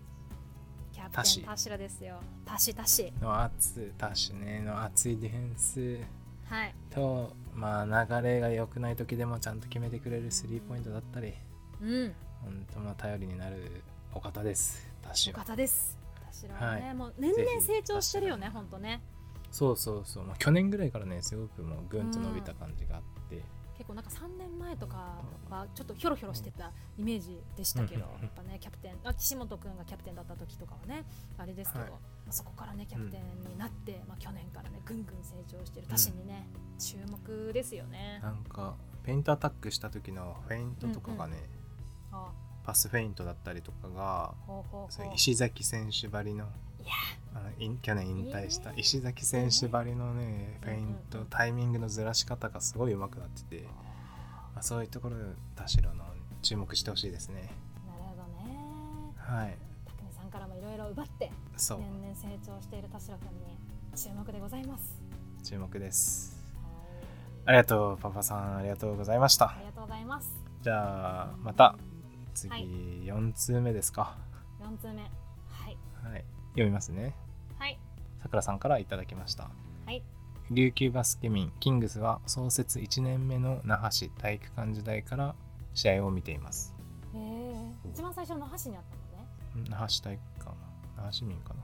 [SPEAKER 2] キャプ
[SPEAKER 1] 田
[SPEAKER 2] テン
[SPEAKER 1] 代
[SPEAKER 2] 田代ですよ田代田代
[SPEAKER 1] の熱田代の熱いディフェンス
[SPEAKER 2] はい
[SPEAKER 1] とまあ流れが良くない時でもちゃんと決めてくれるスリーポイントだったり
[SPEAKER 2] うん
[SPEAKER 1] 本当まあ頼りになるお方です田
[SPEAKER 2] お
[SPEAKER 1] 代
[SPEAKER 2] 方です田代はね、
[SPEAKER 1] はい
[SPEAKER 2] もう年々
[SPEAKER 1] ぜひ
[SPEAKER 2] 成長してるよね本当ね
[SPEAKER 1] そうそうそう、まあ、去年ぐらいからねすごくもうぐんと伸びた感じがあって、
[SPEAKER 2] 結構なんか3年前とかはちょっとひょろひょろしてたイメージでしたけど、
[SPEAKER 1] うんうんうん
[SPEAKER 2] やっぱねキャプテンあ岸本君がキャプテンだった時とかはねあれですけど、
[SPEAKER 1] はい
[SPEAKER 2] まあそこからねキャプテンになって、まあ、去年からねぐんぐん成長してる田代にね、注目ですよね。
[SPEAKER 1] なんかペイントアタックした時のフェイントとかがね、
[SPEAKER 2] あ
[SPEAKER 1] パスフェイントだったりとかが
[SPEAKER 2] ほうほう
[SPEAKER 1] そう
[SPEAKER 2] ほう
[SPEAKER 1] 石崎選手ばりのあのいん去年引退した
[SPEAKER 2] えー
[SPEAKER 1] 石崎選手ばりのね
[SPEAKER 2] うん
[SPEAKER 1] フェイン
[SPEAKER 2] うん
[SPEAKER 1] ト
[SPEAKER 2] うん
[SPEAKER 1] タイミングのずらし方がすごい上手くなってて、まあ、そういうところ田代の注目してほしいですね
[SPEAKER 2] なるほどね。
[SPEAKER 1] はい
[SPEAKER 2] 匠さんからもいろいろ奪って
[SPEAKER 1] そう
[SPEAKER 2] 年々成長している田代君に注目でございます。
[SPEAKER 1] 注目です
[SPEAKER 2] はい
[SPEAKER 1] ありがとうパパさんありがとうございました
[SPEAKER 2] ありがとうございます。
[SPEAKER 1] じゃあまた次
[SPEAKER 2] はい
[SPEAKER 1] 4通目ですか
[SPEAKER 2] 4通目はい
[SPEAKER 1] はい読みますね
[SPEAKER 2] はい
[SPEAKER 1] さくらさんからいただきました
[SPEAKER 2] はい
[SPEAKER 1] 琉球バスケ民キングスは創設1年目の那覇市体育館時代から試合を見ています
[SPEAKER 2] えー、一番最初の箸にあったの
[SPEAKER 1] ん
[SPEAKER 2] ね。
[SPEAKER 1] 那覇市体育館那覇市民かな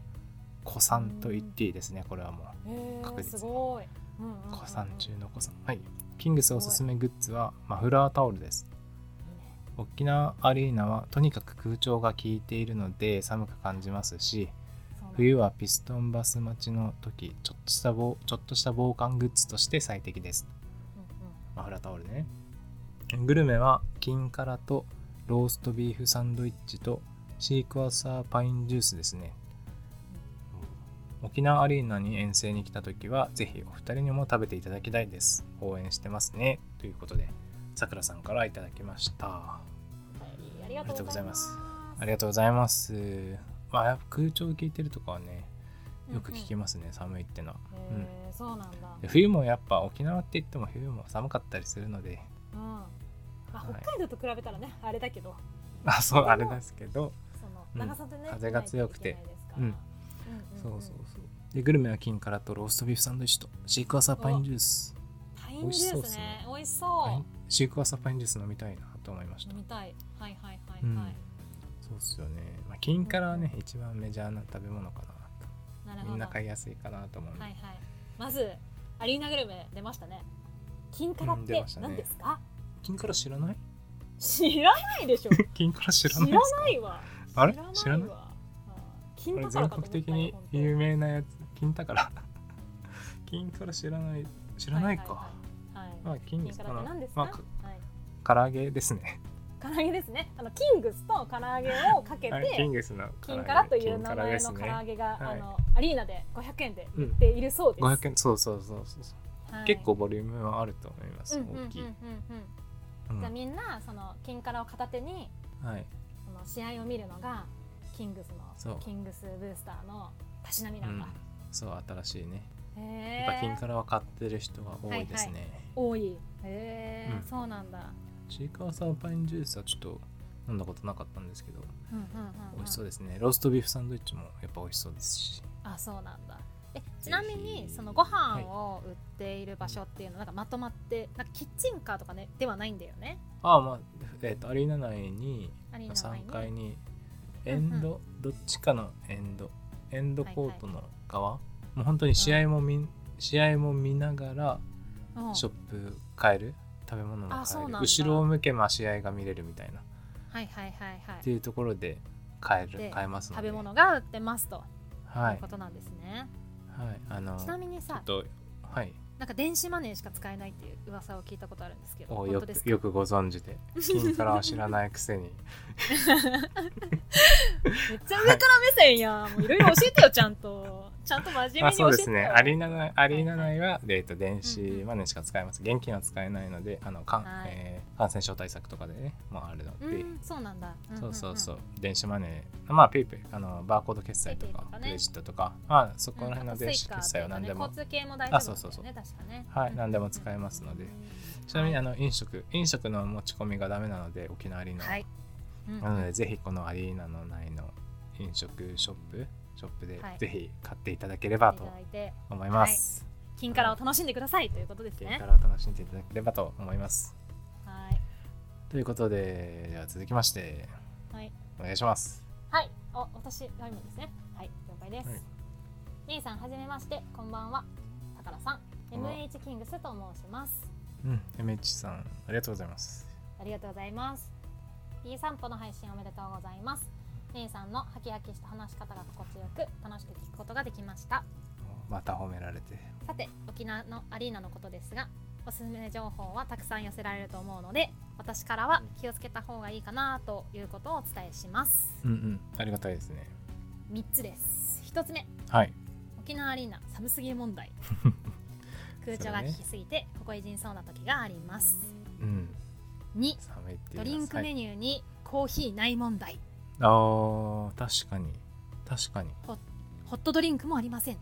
[SPEAKER 1] 古参と言っていいですねこれはも
[SPEAKER 2] へー
[SPEAKER 1] 確実に
[SPEAKER 2] すごい。うんうんうん
[SPEAKER 1] う
[SPEAKER 2] うん
[SPEAKER 1] 古参中の古参はいキングスおすすめグッズはマフラータオルです沖縄アリーナはとにかく空調が効いているので寒く感じますし
[SPEAKER 2] そう
[SPEAKER 1] 冬はピストンバス待ちの時ちょっとした防ちょっとした防寒グッズとして最適です
[SPEAKER 2] うん
[SPEAKER 1] マフラータオルねグルメは金辛とローストビーフサンドイッチとシークワーサーパインジュースですね沖縄アリーナに遠征に来た時はぜひお二人にも食べていただきたいです応援してますねということでさくらさんからいただきました
[SPEAKER 2] うん。ありがとうございます。
[SPEAKER 1] ありがとうございますまあやっぱ空調聞いてるとかはねよく聞き
[SPEAKER 2] ま
[SPEAKER 1] ますね、寒いってのは、
[SPEAKER 2] す。
[SPEAKER 1] うん
[SPEAKER 2] へーそうなんだ。
[SPEAKER 1] で冬もやっぱ沖縄って言っても冬も寒かったりするので
[SPEAKER 2] うん。まあ
[SPEAKER 1] はい
[SPEAKER 2] 北海道と比べたらねあれだけど、
[SPEAKER 1] あそうあれですけど
[SPEAKER 2] その
[SPEAKER 1] うん
[SPEAKER 2] 長さでね
[SPEAKER 1] 風が強くて
[SPEAKER 2] いけないですから
[SPEAKER 1] うん
[SPEAKER 2] んん
[SPEAKER 1] そうそうそう。で、グルメは金からとローストビーフサンドイッチとシークワーサーパインジュース。
[SPEAKER 2] パインジュースね美味しそ
[SPEAKER 1] パイン
[SPEAKER 2] う
[SPEAKER 1] シークワーサーパインジュース飲みたいなと思いました。
[SPEAKER 2] 飲みたいはいはいは
[SPEAKER 1] う
[SPEAKER 2] い
[SPEAKER 1] ん
[SPEAKER 2] はい、
[SPEAKER 1] そうっすよね。まあ、金からはね、一番メジャーな食べ物か
[SPEAKER 2] なる
[SPEAKER 1] な。
[SPEAKER 2] ほど
[SPEAKER 1] みんな買いやすいかなと思うんで。
[SPEAKER 2] はいはい。まずアリーナグルメ出ましたね。金からっ
[SPEAKER 1] うん
[SPEAKER 2] て
[SPEAKER 1] 出ましたね
[SPEAKER 2] 何ですか？
[SPEAKER 1] 金から知らない
[SPEAKER 2] 知らないでしょ。
[SPEAKER 1] 金から 知らない
[SPEAKER 2] 知
[SPEAKER 1] で
[SPEAKER 2] ら
[SPEAKER 1] すか
[SPEAKER 2] ないわ。
[SPEAKER 1] あれ
[SPEAKER 2] 知
[SPEAKER 1] 知
[SPEAKER 2] ら
[SPEAKER 1] らな
[SPEAKER 2] な
[SPEAKER 1] いい
[SPEAKER 2] わ。うん金
[SPEAKER 1] これ
[SPEAKER 2] 宝
[SPEAKER 1] 全
[SPEAKER 2] かと
[SPEAKER 1] 国
[SPEAKER 2] 思ったよ
[SPEAKER 1] 的に
[SPEAKER 2] 本当
[SPEAKER 1] 有名なやつ。金宝。 金から知らない。知らないか。
[SPEAKER 2] はいはいはい
[SPEAKER 1] まあ、金
[SPEAKER 2] 金からって何ですか？
[SPEAKER 1] まあ
[SPEAKER 2] はい
[SPEAKER 1] か、唐揚げですね。
[SPEAKER 2] 唐揚げですね。あのキングスと唐揚げをかけ
[SPEAKER 1] はいキン
[SPEAKER 2] て。
[SPEAKER 1] グスの唐揚
[SPEAKER 2] 金
[SPEAKER 1] げ
[SPEAKER 2] からという名
[SPEAKER 1] 金から
[SPEAKER 2] 前
[SPEAKER 1] で
[SPEAKER 2] の
[SPEAKER 1] す
[SPEAKER 2] 唐
[SPEAKER 1] ね
[SPEAKER 2] 揚げが、
[SPEAKER 1] は
[SPEAKER 2] あ
[SPEAKER 1] い
[SPEAKER 2] のアリーナで500円で
[SPEAKER 1] うん
[SPEAKER 2] 売っているそうです。
[SPEAKER 1] 500円そうそうそうそうそう、
[SPEAKER 2] はい
[SPEAKER 1] 結構ボリュームはあると思います、
[SPEAKER 2] うんうんうんうんうん
[SPEAKER 1] 大きい、
[SPEAKER 2] じゃあ
[SPEAKER 1] うん
[SPEAKER 2] みんなその金からを片手に
[SPEAKER 1] はい
[SPEAKER 2] その試合を見るのがキングス
[SPEAKER 1] そ
[SPEAKER 2] の
[SPEAKER 1] う
[SPEAKER 2] キングスブースターのたしなみ
[SPEAKER 1] う
[SPEAKER 2] なん
[SPEAKER 1] ん
[SPEAKER 2] だ、、
[SPEAKER 1] そう新しいね
[SPEAKER 2] へ
[SPEAKER 1] やっぱ金
[SPEAKER 2] え
[SPEAKER 1] からは買ってる人が多いですね、
[SPEAKER 2] 多いへえ、
[SPEAKER 1] うん
[SPEAKER 2] そうなんだ、
[SPEAKER 1] シーカーサーパインジュースはちょっと飲んだことなかったんですけど、
[SPEAKER 2] うんうんうんうん
[SPEAKER 1] 美味しそうですねローストビーフサンドイッチもやっぱ美味しそうですし
[SPEAKER 2] あそうなんだえち
[SPEAKER 1] ひ
[SPEAKER 2] なみにそのご飯を売っている場所っていうのはなんかまとまってなんかキッチンカーとかねではないんだよね
[SPEAKER 1] ああまあえっ、とアリーナ内に
[SPEAKER 2] アリーナの前
[SPEAKER 1] 3
[SPEAKER 2] に
[SPEAKER 1] 階にエンド、どっちかのエンドエンドコートの側、もう本当に試合も見、試合も見ながら
[SPEAKER 2] うん
[SPEAKER 1] ショップ買える食べ物も
[SPEAKER 2] あそう
[SPEAKER 1] 買え
[SPEAKER 2] なん
[SPEAKER 1] る
[SPEAKER 2] だ
[SPEAKER 1] 後ろを向けば試合が見れるみたいなっ
[SPEAKER 2] はいはいはいは
[SPEAKER 1] て
[SPEAKER 2] い
[SPEAKER 1] いうところで買え
[SPEAKER 2] で
[SPEAKER 1] る買えますの
[SPEAKER 2] 食
[SPEAKER 1] で
[SPEAKER 2] べ物が売ってますと
[SPEAKER 1] はいいう
[SPEAKER 2] ことなんですね、
[SPEAKER 1] はいあの
[SPEAKER 2] ちなみ
[SPEAKER 1] ち
[SPEAKER 2] に
[SPEAKER 1] ょ
[SPEAKER 2] さ
[SPEAKER 1] っとはい
[SPEAKER 2] なんか電子マネーしか使えないっていう噂を聞いたことあるんですけど
[SPEAKER 1] お
[SPEAKER 2] 本
[SPEAKER 1] よ
[SPEAKER 2] 当です
[SPEAKER 1] く
[SPEAKER 2] か
[SPEAKER 1] よくご存知で金からは知らないくせ に
[SPEAKER 2] めっちゃ上から目線やんもういろいろ教えてよちゃんとちゃんと真面目に
[SPEAKER 1] まあそうですね。アリ
[SPEAKER 2] ー
[SPEAKER 1] ーナ内アリーナ
[SPEAKER 2] はい
[SPEAKER 1] 内は、えーと電
[SPEAKER 2] うんう
[SPEAKER 1] 子
[SPEAKER 2] ん
[SPEAKER 1] マネーしか使えます。現金は使えないので、あの感
[SPEAKER 2] はい
[SPEAKER 1] えー感染症対策とかでね、もうあるので、
[SPEAKER 2] うん、そうなんだ。んんん
[SPEAKER 1] そうそうそう、電子マネー、まあペイペイあのバーコード決済とか
[SPEAKER 2] PayPay とかね
[SPEAKER 1] クレジットとか、まあそこら辺
[SPEAKER 2] あ
[SPEAKER 1] の
[SPEAKER 2] と
[SPEAKER 1] 電子
[SPEAKER 2] Suica
[SPEAKER 1] 決済は何でも
[SPEAKER 2] と、かね交通系も大丈夫だよね。
[SPEAKER 1] あそうそうそう
[SPEAKER 2] 確かね。
[SPEAKER 1] はい、何でも使
[SPEAKER 2] え
[SPEAKER 1] えますので。ちなみにあの飲食飲食の持ち込みがダメなので沖縄アリーナは、
[SPEAKER 2] はい。うん
[SPEAKER 1] なのでぜひこのアリーナの内の飲食ショップショップで
[SPEAKER 2] はい
[SPEAKER 1] ぜひ買っていただければ
[SPEAKER 2] い
[SPEAKER 1] と
[SPEAKER 2] ただいて
[SPEAKER 1] 思います。
[SPEAKER 2] 金からを楽しんでくださいということです
[SPEAKER 1] これ
[SPEAKER 2] ね
[SPEAKER 1] か。らお楽しんでいただければと思います。
[SPEAKER 2] はい。
[SPEAKER 1] ということででは続きまして
[SPEAKER 2] はい。
[SPEAKER 1] お願いします。
[SPEAKER 2] はい。お、私が今ですね。はい。了解です。
[SPEAKER 1] は
[SPEAKER 2] はいい、さん、はじめまして。こんばんは。さからさん。
[SPEAKER 1] こんばんは
[SPEAKER 2] MH キングスと申します。
[SPEAKER 1] うん、MH さんありがとうございます。
[SPEAKER 2] ありがとうございます。B 散歩の配信おめでとうございます。姉さんのハキハキした話し方が心地よく楽しく聞くことができました。
[SPEAKER 1] また褒められて
[SPEAKER 2] さて、沖縄のアリーナのことですが、おすすめ情報はたくさん寄せられると思うので、私からは気をつけた方がいいかなということをお伝えします。
[SPEAKER 1] うんうんありがたいですね。
[SPEAKER 2] 3つです。1つ目、
[SPEAKER 1] はい
[SPEAKER 2] 沖縄アリーナ寒すぎ 問題空調が効きすぎてここいじんそうな時があります
[SPEAKER 1] うん
[SPEAKER 2] 2
[SPEAKER 1] 寒いって
[SPEAKER 2] ド
[SPEAKER 1] 言
[SPEAKER 2] リ
[SPEAKER 1] いま
[SPEAKER 2] ン
[SPEAKER 1] す。
[SPEAKER 2] クメニューにコーヒーない問題
[SPEAKER 1] はい、あー確かに確かに
[SPEAKER 2] ホットドリンクもありません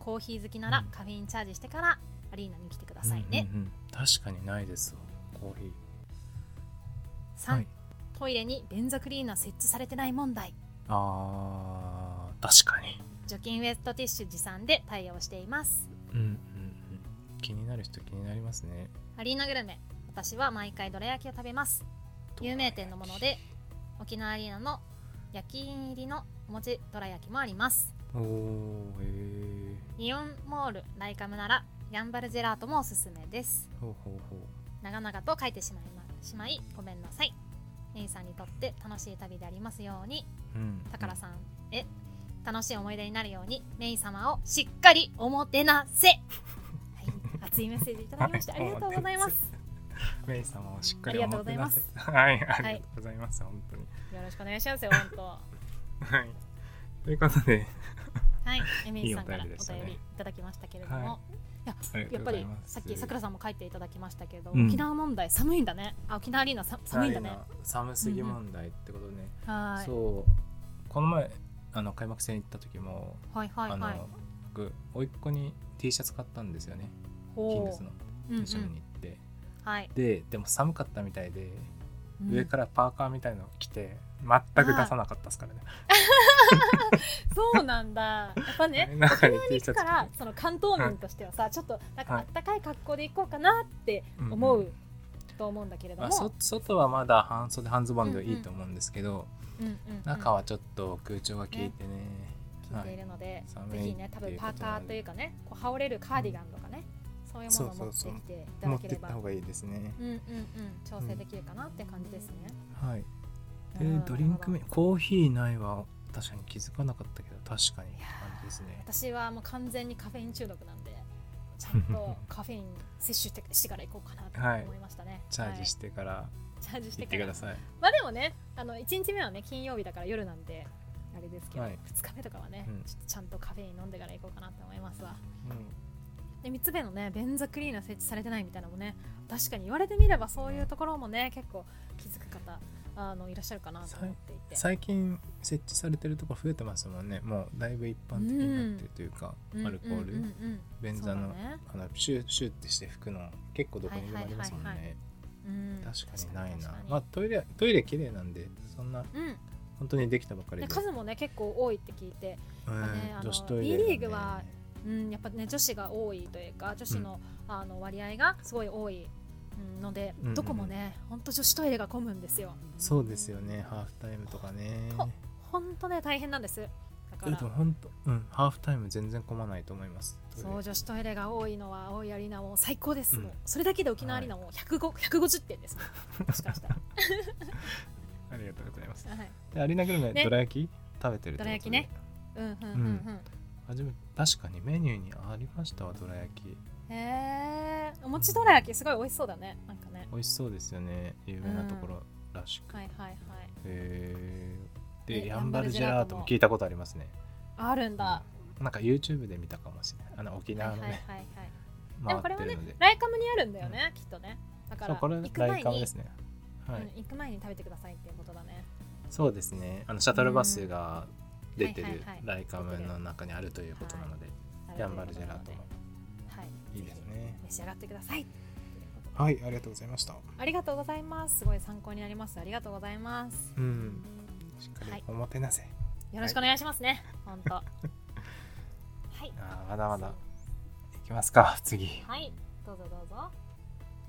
[SPEAKER 2] コーヒー好きならカフェインチャージしてからアリーナに来てくださいね、
[SPEAKER 1] うんうんうん確かにないですわコーヒー。
[SPEAKER 2] 3、トイレに便座クリーナー設置されてない問題
[SPEAKER 1] あー確かに、
[SPEAKER 2] 除菌ウェットティッシュ持参で対応しています
[SPEAKER 1] うんうんうん、気になる人気になりますね
[SPEAKER 2] アリーナグルメ私は毎回どら焼きを食べます有名店のもので沖縄アリーナの焼き印入りのお餅どら焼きもあります
[SPEAKER 1] おおへえ
[SPEAKER 2] イオンモールライカムならヤンバルジェラートもおすすめです
[SPEAKER 1] ほうほうほ
[SPEAKER 2] 長々と書いてしまいましまいごめんなさいエイさんにとって楽しい旅でありますように
[SPEAKER 1] ううん
[SPEAKER 2] 宝さんへ楽しい思い出になるようにメイ様をしっかりおもてなせ、はい、熱いメッセージいただきましてありがとうございます
[SPEAKER 1] メイ様をしっかり
[SPEAKER 2] ありがとうございます
[SPEAKER 1] おもてなせはいありがとうございます、本当に
[SPEAKER 2] よろしくお願いしますよ本当
[SPEAKER 1] はいということで
[SPEAKER 2] はいエミリーさんからお
[SPEAKER 1] いいお便り
[SPEAKER 2] 便
[SPEAKER 1] でしたね
[SPEAKER 2] りいただきましたけれども、
[SPEAKER 1] はいありがと
[SPEAKER 2] や
[SPEAKER 1] う
[SPEAKER 2] っ
[SPEAKER 1] ご
[SPEAKER 2] ぱ
[SPEAKER 1] ざい
[SPEAKER 2] り
[SPEAKER 1] ます
[SPEAKER 2] さっきさくらさんも書いていただきましたけど、
[SPEAKER 1] うん
[SPEAKER 2] 沖縄問題寒いんだねあ沖縄アリーナさ寒いんだね
[SPEAKER 1] ダイナ寒すぎ問題ってことね、
[SPEAKER 2] はーい
[SPEAKER 1] そうこの前あの開幕戦行った時も、
[SPEAKER 2] はいはいは
[SPEAKER 1] あ
[SPEAKER 2] い
[SPEAKER 1] の僕甥っ子に T シャツ買ったんですよね
[SPEAKER 2] ほう
[SPEAKER 1] キングスの
[SPEAKER 2] うんうん
[SPEAKER 1] 一緒に行って、
[SPEAKER 2] はい
[SPEAKER 1] ででも寒かったみたいで、
[SPEAKER 2] うん
[SPEAKER 1] 上からパーカーみたいの着て全く出さなかったですからね。
[SPEAKER 2] そうなんだやっ ぱね
[SPEAKER 1] 中に
[SPEAKER 2] 沖縄
[SPEAKER 1] T
[SPEAKER 2] に
[SPEAKER 1] シャツ着
[SPEAKER 2] 行
[SPEAKER 1] て
[SPEAKER 2] くからその関東民としてはさちょっとなんか
[SPEAKER 1] は
[SPEAKER 2] あ
[SPEAKER 1] い
[SPEAKER 2] ったかい格好で行こうかなって思
[SPEAKER 1] ん
[SPEAKER 2] うんと思うんだけれど
[SPEAKER 1] ま
[SPEAKER 2] も
[SPEAKER 1] あ、そ外はまだ半袖半ズボンでいいと思うんですけど、
[SPEAKER 2] うんうんうん
[SPEAKER 1] 中はちょっと空調が効いてね
[SPEAKER 2] 聞いているので
[SPEAKER 1] はい
[SPEAKER 2] ぜひね多
[SPEAKER 1] 寒いってい
[SPEAKER 2] 分
[SPEAKER 1] う
[SPEAKER 2] パ
[SPEAKER 1] ことなので
[SPEAKER 2] ーカーというかねこう羽織れるカーディガンとかねそういうものを持ってきていた
[SPEAKER 1] 持
[SPEAKER 2] だ
[SPEAKER 1] っ
[SPEAKER 2] け
[SPEAKER 1] て
[SPEAKER 2] れ
[SPEAKER 1] った
[SPEAKER 2] ば
[SPEAKER 1] 方がいいですね、
[SPEAKER 2] うんうんうん調整できるかなって感じですね
[SPEAKER 1] はい
[SPEAKER 2] な
[SPEAKER 1] で
[SPEAKER 2] るほど
[SPEAKER 1] ドリンクメコーヒーないは確かに気づかなかったけど確かに
[SPEAKER 2] い
[SPEAKER 1] って
[SPEAKER 2] やー
[SPEAKER 1] 感じですね
[SPEAKER 2] 私はもう完全にカフェイン中毒 なんでちゃんとカフェイン摂取してから行こうかなと思いましたね、、
[SPEAKER 1] チャージしててから
[SPEAKER 2] チャージして
[SPEAKER 1] 行っ
[SPEAKER 2] か
[SPEAKER 1] てく
[SPEAKER 2] ら
[SPEAKER 1] ださい、
[SPEAKER 2] まあでもねあの1日目はね金曜日だから夜なんであれですけど、
[SPEAKER 1] はい
[SPEAKER 2] 2日目とかはね、
[SPEAKER 1] うん
[SPEAKER 2] ちょっとちゃんとカフェイン飲んでから行こうかなと思いますわ
[SPEAKER 1] うん
[SPEAKER 2] で3つ目のね便座クリーナー設置されてないみたいなのもね確かに言われてみればそういうところもね結構気づく方あのいらっしゃるかなと思っていて
[SPEAKER 1] 最近設置されてるとこ増えてますもんねもうだいぶ一般的になってるというか、アルコール、
[SPEAKER 2] うんうんうんうん
[SPEAKER 1] 便座の
[SPEAKER 2] そうだね
[SPEAKER 1] あのシュッシュッてして拭くの結構どこにでもありますもんね、
[SPEAKER 2] はいはいうん
[SPEAKER 1] 確かにないな
[SPEAKER 2] 確かに
[SPEAKER 1] まあトイレトイレ綺麗なんでそんな
[SPEAKER 2] うん
[SPEAKER 1] 本当にできたばかり
[SPEAKER 2] で
[SPEAKER 1] で
[SPEAKER 2] 数もね結構多いって聞いて、
[SPEAKER 1] うん
[SPEAKER 2] まあねあの
[SPEAKER 1] 女子トイレ、ね、
[SPEAKER 2] B リーグはうん、やっぱね女子が多いというか女子の,、あの割合がすごい多いうんので、
[SPEAKER 1] うんうん
[SPEAKER 2] どこもね本当女子トイレが混むんですよ
[SPEAKER 1] そうですよねハーフタイムとかね
[SPEAKER 2] ほ本当ね大変なんですだか
[SPEAKER 1] で
[SPEAKER 2] ら
[SPEAKER 1] も本当うんハーフタイム全然混まないと思いますトイレ
[SPEAKER 2] そう女子トイレが多いのは多いアリーナも最高です、
[SPEAKER 1] うん
[SPEAKER 2] もうそれだけで沖縄アリーナも105 150点です、もしかし たら、
[SPEAKER 1] ありがとうございます
[SPEAKER 2] はい、
[SPEAKER 1] でアリーナグルメ、
[SPEAKER 2] ね
[SPEAKER 1] どら焼き食べてるってことで
[SPEAKER 2] どら焼きねうんうんうん
[SPEAKER 1] 初め確かにメニューにありましたわどら焼き
[SPEAKER 2] うんへえお餅どら焼きすごい美味しそうだねなんかね
[SPEAKER 1] 美味しそうですよね有名なところらしく、
[SPEAKER 2] はいはいはい
[SPEAKER 1] へえ
[SPEAKER 2] ね
[SPEAKER 1] でヤンバルジェラートも聞いたことありますね
[SPEAKER 2] あるんだ、
[SPEAKER 1] なんか YouTube で見たかもしれないあの沖
[SPEAKER 2] はいは
[SPEAKER 1] 縄
[SPEAKER 2] い
[SPEAKER 1] の
[SPEAKER 2] はい
[SPEAKER 1] ね
[SPEAKER 2] はい で
[SPEAKER 1] 回
[SPEAKER 2] もこれ
[SPEAKER 1] っ
[SPEAKER 2] も
[SPEAKER 1] て
[SPEAKER 2] ね
[SPEAKER 1] るので
[SPEAKER 2] ライカムにあるんだよね、きっとねだか
[SPEAKER 1] そ
[SPEAKER 2] ら
[SPEAKER 1] うこれ
[SPEAKER 2] 行く
[SPEAKER 1] ラ
[SPEAKER 2] 前
[SPEAKER 1] イカム
[SPEAKER 2] に、
[SPEAKER 1] ですねはい、
[SPEAKER 2] うん、行く前に食べてくださいっていうことだね
[SPEAKER 1] そうですねあのシャトルバスが出て
[SPEAKER 2] うんは
[SPEAKER 1] る
[SPEAKER 2] いはいはい
[SPEAKER 1] ライカムの中にあるということなので、ヤンバルジェラートも
[SPEAKER 2] はい
[SPEAKER 1] いいですね
[SPEAKER 2] 召し上がってくださいということで
[SPEAKER 1] はいありがとうございました
[SPEAKER 2] ありがとうございますすごい参考になりますありがとうございます
[SPEAKER 1] うんしっか
[SPEAKER 2] はい
[SPEAKER 1] りおもてなせ、
[SPEAKER 2] よろしくお願いしますね、本当はい
[SPEAKER 1] あーまだまだいきますか次
[SPEAKER 2] はいどうぞどうぞ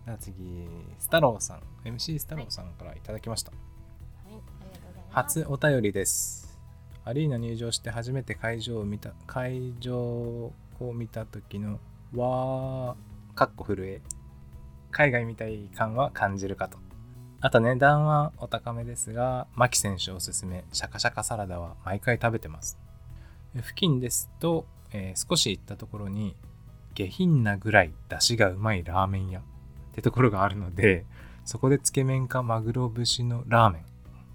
[SPEAKER 1] じゃあ次スタローさん MC スタローさんからいただきました、
[SPEAKER 2] はい、ありがとうございます。
[SPEAKER 1] 初お便りですアリーナ入場して初めて会場を見た会場を見た時のわーかっこ震え海外みたい感は感じるかとあと値段はお高めですが牧選手おすすめシャカシャカサラダは毎回食べてますえ付近ですと、えー少し行ったところに下品なぐらい出汁がうまいラーメン屋ってところがあるのでそこでつけ麺かマグロ節のラーメン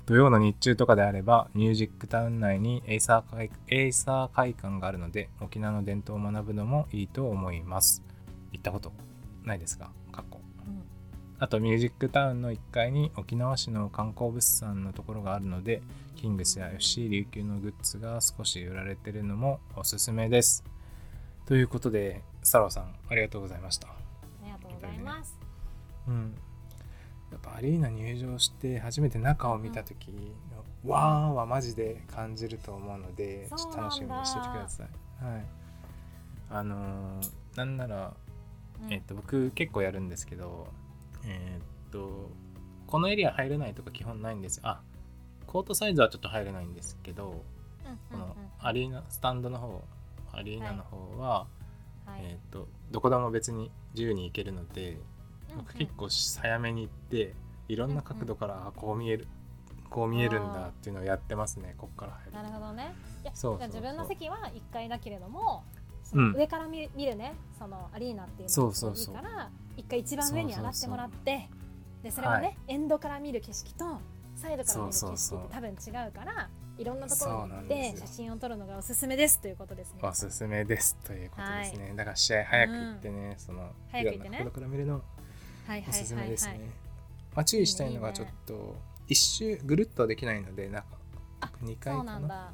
[SPEAKER 1] 土曜の日中とかであればミュージックタウン内にエイサー会エイサー会館があるので沖縄の伝統を学ぶのもいいと思います行ったことないですがかっこ
[SPEAKER 2] うん
[SPEAKER 1] あとミュージックタウンの1階に沖縄市の観光物産のところがあるのでキングスや FC 琉球のグッズが少し売られてるのもおすすめですということでサローさんありがとうございました
[SPEAKER 2] ありがとうございます。
[SPEAKER 1] うんやっぱアリーナ入場して初めて中を見た時の「わー」はマジで感じると思うのでちょ
[SPEAKER 2] そ
[SPEAKER 1] っ
[SPEAKER 2] う
[SPEAKER 1] と
[SPEAKER 2] なんだ
[SPEAKER 1] 楽しみにしててください。はい、あのーなんなら、
[SPEAKER 2] うん
[SPEAKER 1] えっと、僕結構やるんですけどえーっとこのエリア入れないとか基本ないんですよあコートサイズはちょっと入れないんですけどこのアリーナスタンドの方アリーナの方は、えー、とどこでも別に自由に行けるので。僕結構早めに行っていろんな角度から、あこう見えるこう見えるんだっていうのをやってますねこっから
[SPEAKER 2] な
[SPEAKER 1] 入
[SPEAKER 2] る
[SPEAKER 1] る
[SPEAKER 2] ほどね。いや、
[SPEAKER 1] そうそうそう
[SPEAKER 2] じゃあ自分の席は一階だけれども、そ
[SPEAKER 1] うん
[SPEAKER 2] の上から見見るね、そのアリーナっていう
[SPEAKER 1] そ
[SPEAKER 2] の
[SPEAKER 1] う
[SPEAKER 2] がす
[SPEAKER 1] そ
[SPEAKER 2] ご
[SPEAKER 1] う
[SPEAKER 2] いいい
[SPEAKER 1] そう
[SPEAKER 2] から、一回一番上に上がってもらって、でそれを
[SPEAKER 1] は
[SPEAKER 2] ね、エンドから見る景色とサイドから見る景
[SPEAKER 1] そうそうそ
[SPEAKER 2] 色っ
[SPEAKER 1] う
[SPEAKER 2] て多分違うから、いろんなところに行っ
[SPEAKER 1] そうなん
[SPEAKER 2] て
[SPEAKER 1] ですよ
[SPEAKER 2] 写真を撮るのがおすすめですということですね。
[SPEAKER 1] おすすめですということですね、だから試合早く行ってね、そのい
[SPEAKER 2] 早く
[SPEAKER 1] ろ
[SPEAKER 2] 行っ
[SPEAKER 1] ん
[SPEAKER 2] て
[SPEAKER 1] な
[SPEAKER 2] ね
[SPEAKER 1] 角度から見るの
[SPEAKER 2] はいは
[SPEAKER 1] お
[SPEAKER 2] い
[SPEAKER 1] すす
[SPEAKER 2] は
[SPEAKER 1] め
[SPEAKER 2] い
[SPEAKER 1] です
[SPEAKER 2] は
[SPEAKER 1] ね
[SPEAKER 2] い。
[SPEAKER 1] まあ注意したいの
[SPEAKER 2] いい
[SPEAKER 1] が
[SPEAKER 2] ね
[SPEAKER 1] ちょっと一周ぐるっとはできないのでなんか
[SPEAKER 2] あ
[SPEAKER 1] 2回
[SPEAKER 2] そ
[SPEAKER 1] か
[SPEAKER 2] うな
[SPEAKER 1] なん
[SPEAKER 2] だ。は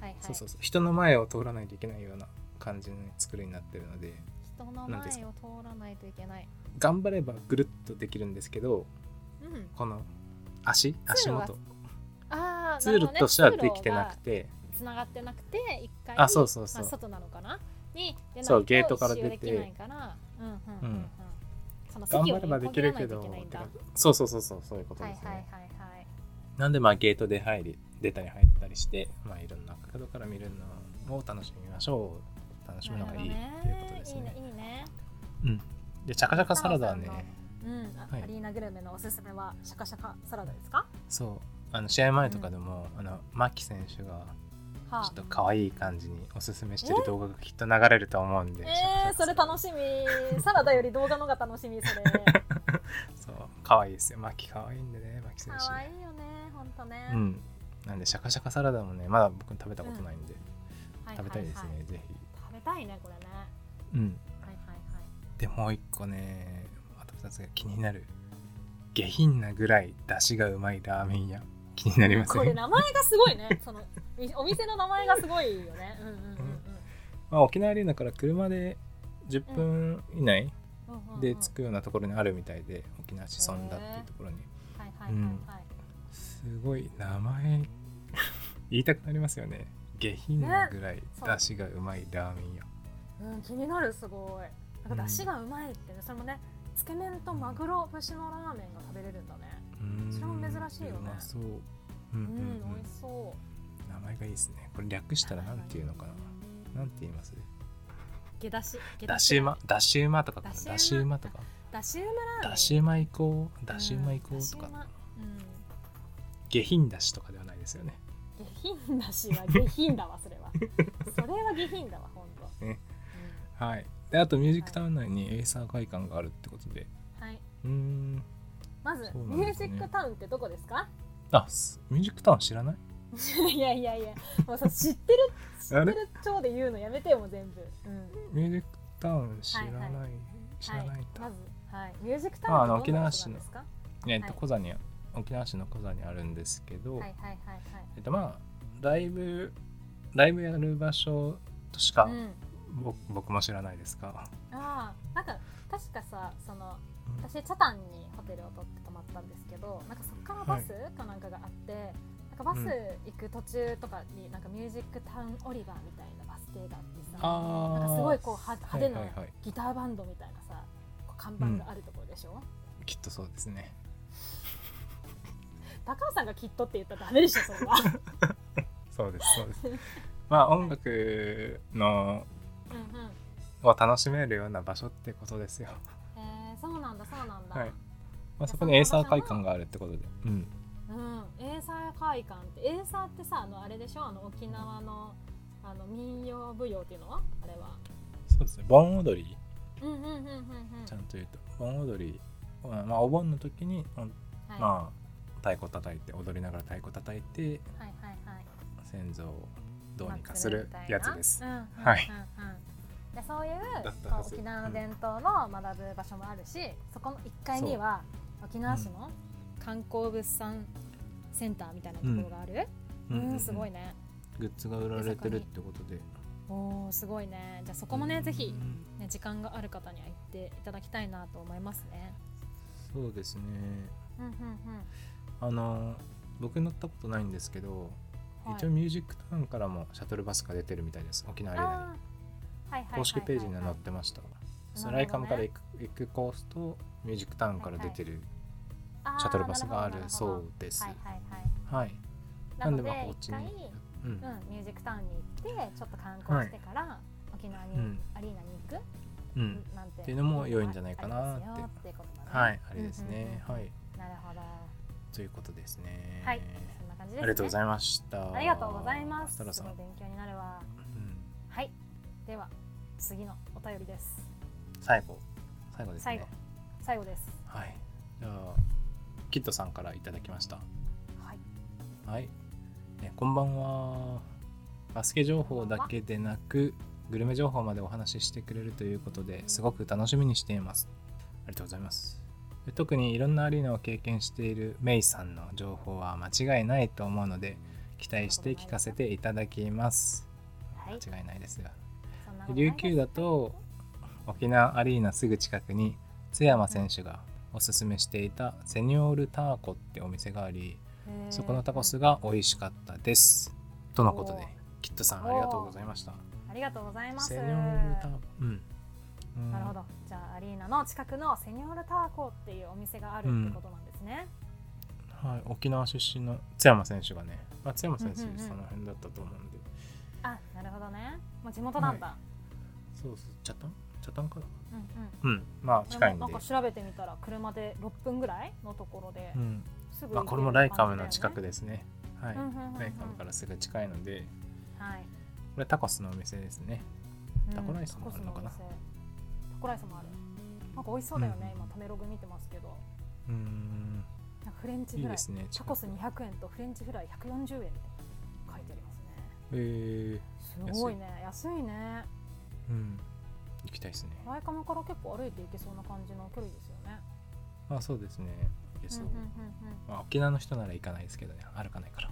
[SPEAKER 2] いはい。
[SPEAKER 1] そうそうそう人の前を通らないといけないような感じの作りになってるので
[SPEAKER 2] 人の
[SPEAKER 1] なん
[SPEAKER 2] 前
[SPEAKER 1] です
[SPEAKER 2] を通らないといけない。
[SPEAKER 1] 頑張ればぐるっとできるんですけど
[SPEAKER 2] うん。
[SPEAKER 1] この足足元
[SPEAKER 2] ああ、
[SPEAKER 1] ツールとしては
[SPEAKER 2] なるほど
[SPEAKER 1] で
[SPEAKER 2] ね
[SPEAKER 1] きてなく。て、
[SPEAKER 2] つながってなくて一回
[SPEAKER 1] あそうそうそ
[SPEAKER 2] ま
[SPEAKER 1] う、
[SPEAKER 2] あ、外なのかなに出ないと
[SPEAKER 1] そうゲートから
[SPEAKER 2] 使用
[SPEAKER 1] 出て
[SPEAKER 2] できないから、うんうんうんう
[SPEAKER 1] うんん、
[SPEAKER 2] その
[SPEAKER 1] 頑
[SPEAKER 2] 席を
[SPEAKER 1] 張ればできるけ
[SPEAKER 2] 横
[SPEAKER 1] ど
[SPEAKER 2] 切らないといけないん
[SPEAKER 1] て
[SPEAKER 2] だ
[SPEAKER 1] かそうそうそうそうそういうこと
[SPEAKER 2] はい
[SPEAKER 1] で
[SPEAKER 2] はい
[SPEAKER 1] すね、
[SPEAKER 2] はいはい
[SPEAKER 1] なんでまあゲートで入り出たり入ったりしてまあいろんな角度から見るのを楽しみましょう楽しむのがいいっていうことですね
[SPEAKER 2] なるほどねいいねいいね
[SPEAKER 1] うんでチャカチャカサラダはね
[SPEAKER 2] サラダうんあ
[SPEAKER 1] はい
[SPEAKER 2] アリーナグルメのおすすめはシャカシャカサラダですか
[SPEAKER 1] そうあの試合前とかでも、あの牧選手が
[SPEAKER 2] は
[SPEAKER 1] ちょ
[SPEAKER 2] あ
[SPEAKER 1] っと可愛い感じにおすすめしてる動画がきっと流れると思うんで、
[SPEAKER 2] えー、それ楽
[SPEAKER 1] し
[SPEAKER 2] しみサラダより動画の方が楽しみそれ
[SPEAKER 1] そう可愛いですよ牧可愛いんでね牧選手
[SPEAKER 2] 可愛いよね本当ね、
[SPEAKER 1] うんなんでシャカシャカサラダもねまだ僕食べたことないんで、
[SPEAKER 2] はいはいは
[SPEAKER 1] 食
[SPEAKER 2] い
[SPEAKER 1] べたいですね、ぜひ
[SPEAKER 2] 食べたいねこれねは
[SPEAKER 1] うん
[SPEAKER 2] いはいはい
[SPEAKER 1] でもう一個ねあと二つが気になる下品なぐらい出汁がうまいラーメン屋気になりませ
[SPEAKER 2] これ
[SPEAKER 1] ん、
[SPEAKER 2] 名前がすごいね。そのみお店の名前がすごいよね。うんうん
[SPEAKER 1] まあ、沖縄アリーナから車で10分以内
[SPEAKER 2] うんうんうんうん。
[SPEAKER 1] で着くようなところにあるみたいで沖縄市村だっていうところに
[SPEAKER 2] はいはいはいはい。
[SPEAKER 1] すごい名前 言いたくなりますよね下品なぐらい出汁がうまいラーメン屋
[SPEAKER 2] うん気になるすごい。なんか出汁がうまいってね。それもね、つけ麺とマグロ節のラーメンが食べれるんだね。
[SPEAKER 1] うん
[SPEAKER 2] それも珍しいよね
[SPEAKER 1] うまそう、うんう
[SPEAKER 2] うんん
[SPEAKER 1] うん
[SPEAKER 2] 美味しそう。
[SPEAKER 1] 名前がいいですねこれ略したらなんていうのかななんて言います
[SPEAKER 2] 下だし。下
[SPEAKER 1] だし馬だし馬とかかな
[SPEAKER 2] だ
[SPEAKER 1] だ
[SPEAKER 2] し
[SPEAKER 1] し
[SPEAKER 2] 馬
[SPEAKER 1] 馬とか
[SPEAKER 2] だし馬ラーメン。
[SPEAKER 1] だし馬行こうだし馬行こ
[SPEAKER 2] ん
[SPEAKER 1] うとか。
[SPEAKER 2] だし
[SPEAKER 1] 下品だしとかではないですよね
[SPEAKER 2] 馬うん。下品だしは下品だわそれ は。それは下品だわ本当。
[SPEAKER 1] ねはいであとミュージックタウン内にエイサー会館があるってことで
[SPEAKER 2] うん。はい。
[SPEAKER 1] うーん
[SPEAKER 2] まず、
[SPEAKER 1] そうなん
[SPEAKER 2] ミュ
[SPEAKER 1] で
[SPEAKER 2] ージ
[SPEAKER 1] すね
[SPEAKER 2] ックタウンってどこですか？
[SPEAKER 1] あすミュージックタウン知らない
[SPEAKER 2] いやいやいやもうさ知ってる知
[SPEAKER 1] あ
[SPEAKER 2] って
[SPEAKER 1] れ
[SPEAKER 2] る蝶で言うのやめてよもう全部、うん、
[SPEAKER 1] ミュージックタウン知らない、
[SPEAKER 2] はいは
[SPEAKER 1] 知らないんだ、
[SPEAKER 2] はい、まず、はい、ミュージックタ
[SPEAKER 1] ああ
[SPEAKER 2] ウン
[SPEAKER 1] の
[SPEAKER 2] ってどんな場所なんですか
[SPEAKER 1] えっと
[SPEAKER 2] はい
[SPEAKER 1] コザに沖縄市のコザにあるんですけど、
[SPEAKER 2] はいはいはい
[SPEAKER 1] えっとまあライブライブやる場所としか、
[SPEAKER 2] はい、うん、
[SPEAKER 1] ぼ僕も知らないですか
[SPEAKER 2] ああなんか確かさその私チャタンにホテルを取って泊まったんですけどなんかそこからバスかなんかがあって、なんかバス行く途中とかになんかミュージックタウンオリバーみたいなバス停があってさ
[SPEAKER 1] あー
[SPEAKER 2] なんかすごいこうは派手な
[SPEAKER 1] はいはいはい
[SPEAKER 2] ギターバンドみたいなさこう看板があるところでしょ、
[SPEAKER 1] きっとそうですね
[SPEAKER 2] 高尾さんがきっとって言ったらダメでしょそれ は、
[SPEAKER 1] そうですそうです まあ音楽の
[SPEAKER 2] うんうん
[SPEAKER 1] を楽しめるような場所ってことです よ、
[SPEAKER 2] えー、そうなんだそうなんだ、
[SPEAKER 1] はいまあ、そこにエイサー会館があるってことで、うん、
[SPEAKER 2] うん、エーサー会館ってエーサーってさあのあれでしょあの沖縄のあの民謡舞踊っていうのはあれは
[SPEAKER 1] そうですね盆踊り
[SPEAKER 2] うんうんうんうんうん
[SPEAKER 1] ちゃんと言うと盆踊りはまあお盆の時に、うん
[SPEAKER 2] はい
[SPEAKER 1] まあ太鼓叩いて踊りながら太鼓叩いて
[SPEAKER 2] はいはいはい
[SPEAKER 1] 先祖をどうにかするやつです
[SPEAKER 2] う、んうんうんうん
[SPEAKER 1] はい
[SPEAKER 2] でそういう
[SPEAKER 1] だった
[SPEAKER 2] こう
[SPEAKER 1] はず
[SPEAKER 2] 沖縄の伝統の学ぶ場所もあるし、そこの1階には沖縄市の観光物産センターみたいなところがある、うん
[SPEAKER 1] うん
[SPEAKER 2] すごいね
[SPEAKER 1] グッズが売られてるってことで
[SPEAKER 2] おーすごいねじゃあそこもね、ぜ
[SPEAKER 1] う、
[SPEAKER 2] ひ
[SPEAKER 1] ん
[SPEAKER 2] ね、時間がある方には行っていただきたいなと思いますね
[SPEAKER 1] そうですね
[SPEAKER 2] うんうんうん
[SPEAKER 1] あの僕乗ったことないんですけど、
[SPEAKER 2] はい
[SPEAKER 1] 一応ミュージックタウンからもシャトルバスが出てるみたいです沖縄アリーナに、
[SPEAKER 2] あーはいはいはいはいはい
[SPEAKER 1] 公式ページには載ってました、そのライカムから行く,、行くコースとミュージックタウンから出てるシャトルバスがあるそうです
[SPEAKER 2] あーなるほどなるほどはいはいはい
[SPEAKER 1] はい、
[SPEAKER 2] な
[SPEAKER 1] な
[SPEAKER 2] の
[SPEAKER 1] ん
[SPEAKER 2] で
[SPEAKER 1] でまあお
[SPEAKER 2] 一
[SPEAKER 1] 家
[SPEAKER 2] 回、
[SPEAKER 1] にうん
[SPEAKER 2] うん、ミュージックタウンに行ってちょっと観光してから、沖縄に、
[SPEAKER 1] うん
[SPEAKER 2] アリーナに行く、
[SPEAKER 1] うん
[SPEAKER 2] なんて
[SPEAKER 1] っていうのも良いんじゃないかなって
[SPEAKER 2] ありますよっていうことだね
[SPEAKER 1] はいあれですね、
[SPEAKER 2] うんうんうん
[SPEAKER 1] はい
[SPEAKER 2] なるほど
[SPEAKER 1] ということですね
[SPEAKER 2] はいそんな感じです、ね、
[SPEAKER 1] ありがとうござ
[SPEAKER 2] い
[SPEAKER 1] いました
[SPEAKER 2] ありがとうございます
[SPEAKER 1] 設楽
[SPEAKER 2] す
[SPEAKER 1] さ
[SPEAKER 2] ごい
[SPEAKER 1] ん、
[SPEAKER 2] 勉強になるわ
[SPEAKER 1] うん、
[SPEAKER 2] はいでは次のお便りです
[SPEAKER 1] 最後最後ですね
[SPEAKER 2] 最後最後です
[SPEAKER 1] はいじゃあキッドさんからいただきました
[SPEAKER 2] はい
[SPEAKER 1] はい、えこんばんはバスケ情報だけでなくグルメ情報までお話ししてくれるということですごく楽しみにしていますありがとうございますえ特にいろんなアリーナを経験しているメイさんの情報は間違いないと思うので期待して聞かせていただきます
[SPEAKER 2] はい
[SPEAKER 1] 間違いないですが
[SPEAKER 2] そんなことない
[SPEAKER 1] 琉
[SPEAKER 2] です
[SPEAKER 1] 球だと沖縄アリーナすぐ近くに津山選手がおすすめしていたセニョールターコってお店があり
[SPEAKER 2] へー
[SPEAKER 1] そこのタコスが美味しかったです。とのことで、キットさんありがとうございました。
[SPEAKER 2] ありがとうございます
[SPEAKER 1] セニョールタうん。うん
[SPEAKER 2] なるほど。じゃあアリーナの近くのセニョールターコっていうお店があるってことなんですね。
[SPEAKER 1] はい、沖縄出身の津山選手がね、まあ、津山選手
[SPEAKER 2] うんうんうん
[SPEAKER 1] その辺だったと思うんで、
[SPEAKER 2] あ、なるほどね。もう地元なんだ。
[SPEAKER 1] はそうそう、チャタンチャタンかな
[SPEAKER 2] うんうん。
[SPEAKER 1] うん、まあ
[SPEAKER 2] こ
[SPEAKER 1] 近
[SPEAKER 2] れ
[SPEAKER 1] いん
[SPEAKER 2] も
[SPEAKER 1] で
[SPEAKER 2] なん。か調べてみたら車で6分ぐらいのところで
[SPEAKER 1] うん、
[SPEAKER 2] すぐ
[SPEAKER 1] ま
[SPEAKER 2] 行
[SPEAKER 1] あ
[SPEAKER 2] け
[SPEAKER 1] こ
[SPEAKER 2] る
[SPEAKER 1] れもライカムの近く
[SPEAKER 2] 感
[SPEAKER 1] ですね。はい
[SPEAKER 2] うんうんうんう、ん
[SPEAKER 1] ライカムからすぐ近いので、
[SPEAKER 2] じだよね。はい。
[SPEAKER 1] これタコスのお店ですね。
[SPEAKER 2] うん
[SPEAKER 1] タコライスもあるのかな
[SPEAKER 2] タコスお店タコライスもある。なんか美味しそうだよね。今食べログ見てますけど、
[SPEAKER 1] うーん、
[SPEAKER 2] なんかフレンチ
[SPEAKER 1] い
[SPEAKER 2] フ
[SPEAKER 1] い
[SPEAKER 2] ライ
[SPEAKER 1] ですね。
[SPEAKER 2] タコス200円とフレンチフライ140円って書いてあります
[SPEAKER 1] えー、
[SPEAKER 2] ね。すごいね。安いね。
[SPEAKER 1] うん、行きたいですね。
[SPEAKER 2] ライカムから結構歩いていけそうな感じの距離ですよね。
[SPEAKER 1] まあそうですね。いけそう。
[SPEAKER 2] んうんうん
[SPEAKER 1] まあ、沖縄の人なら行かないですけどね歩かないから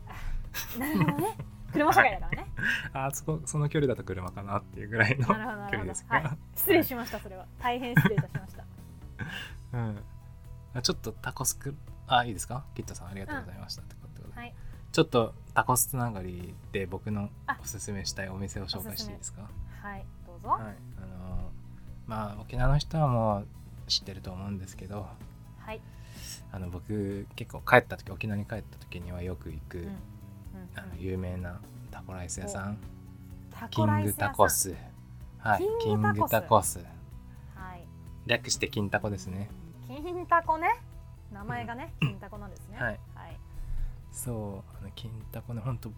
[SPEAKER 2] なるほどね。車社会だからね。
[SPEAKER 1] あーそこその距離だと車かなっていうぐらいの距
[SPEAKER 2] なるほどな
[SPEAKER 1] 離
[SPEAKER 2] るほど
[SPEAKER 1] です。
[SPEAKER 2] はい
[SPEAKER 1] が、。
[SPEAKER 2] 失礼しました。それは大変失礼いたしました。
[SPEAKER 1] うんあちょっとタコスくあいいですかキットさんありがとうございました、ってことで
[SPEAKER 2] はい。
[SPEAKER 1] ちょっとタコスつながりで僕の
[SPEAKER 2] あ
[SPEAKER 1] おすすめしたいお店を紹介していいですか
[SPEAKER 2] はい。どうぞ。
[SPEAKER 1] はいあのーまあ沖縄の人はもう知ってると思うんですけど
[SPEAKER 2] はい。
[SPEAKER 1] あの僕結構帰った時沖縄に帰った時にはよく行く、
[SPEAKER 2] うん。うん
[SPEAKER 1] あの有名なタコライス屋さん
[SPEAKER 2] タ
[SPEAKER 1] キ
[SPEAKER 2] コラ
[SPEAKER 1] ン
[SPEAKER 2] イ
[SPEAKER 1] グ
[SPEAKER 2] ス屋さん
[SPEAKER 1] タコ。スはい
[SPEAKER 2] キ
[SPEAKER 1] キ
[SPEAKER 2] ン
[SPEAKER 1] ン
[SPEAKER 2] グ
[SPEAKER 1] グ
[SPEAKER 2] タ
[SPEAKER 1] タ
[SPEAKER 2] コ
[SPEAKER 1] コス
[SPEAKER 2] はい。
[SPEAKER 1] 略して金タコですね
[SPEAKER 2] 金タコね。名前がね、金タコなんですね。
[SPEAKER 1] はい。
[SPEAKER 2] はい。
[SPEAKER 1] そうあの金タコねほんと、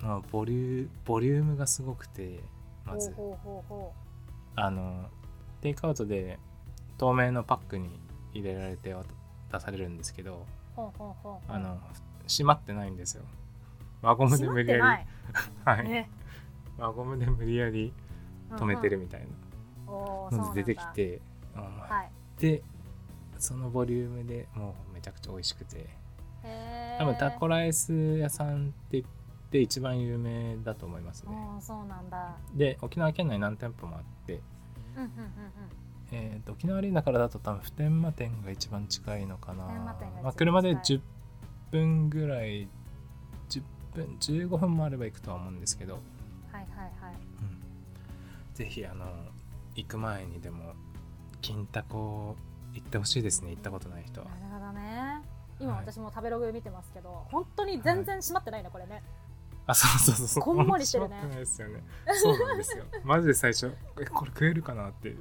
[SPEAKER 1] まあ、ボリューボリュームがすごくてまず
[SPEAKER 2] ほうほうほうほ
[SPEAKER 1] あのテイクアウトで透明のパックに入れられて渡出されるんですけど
[SPEAKER 2] う。ほうほうほう。
[SPEAKER 1] あの閉まってないんですよ
[SPEAKER 2] ほ
[SPEAKER 1] 輪ゴムで
[SPEAKER 2] 閉ま
[SPEAKER 1] 無
[SPEAKER 2] っ
[SPEAKER 1] 理
[SPEAKER 2] て
[SPEAKER 1] や
[SPEAKER 2] ない。
[SPEAKER 1] り、はい、
[SPEAKER 2] ね
[SPEAKER 1] 輪ゴムで無理やり止めてるみたい
[SPEAKER 2] うんうん。おー
[SPEAKER 1] なので出てき。
[SPEAKER 2] そう
[SPEAKER 1] て、うん
[SPEAKER 2] なんだはい。
[SPEAKER 1] でそのボリュームでもうめちゃくちゃ美味しくて
[SPEAKER 2] へー
[SPEAKER 1] 多分タコライス屋さんって言って一番有名だと思いますね
[SPEAKER 2] おーそうなんだ。
[SPEAKER 1] で沖縄県内何店舗もあって、
[SPEAKER 2] うんうんうん
[SPEAKER 1] えーと沖縄アリーナからだと多分普天間店が一番近いのかな
[SPEAKER 2] 普天間店が一番近い
[SPEAKER 1] まあ、車で10分ぐらい10分15分もあれば行くとは思うんですけど、
[SPEAKER 2] うん。はいはいはい。
[SPEAKER 1] ぜひあの行く前にでも金タコ行ってほしいですね行ったことない人は
[SPEAKER 2] なるほどね。今
[SPEAKER 1] はい
[SPEAKER 2] 私も食べログ見てますけど、本当に全然閉まってないねこれね。
[SPEAKER 1] あそうそうそうそう
[SPEAKER 2] こんもりしてるね
[SPEAKER 1] 閉まってないですよねそうなんですよマジで最初えこれ食えるかなって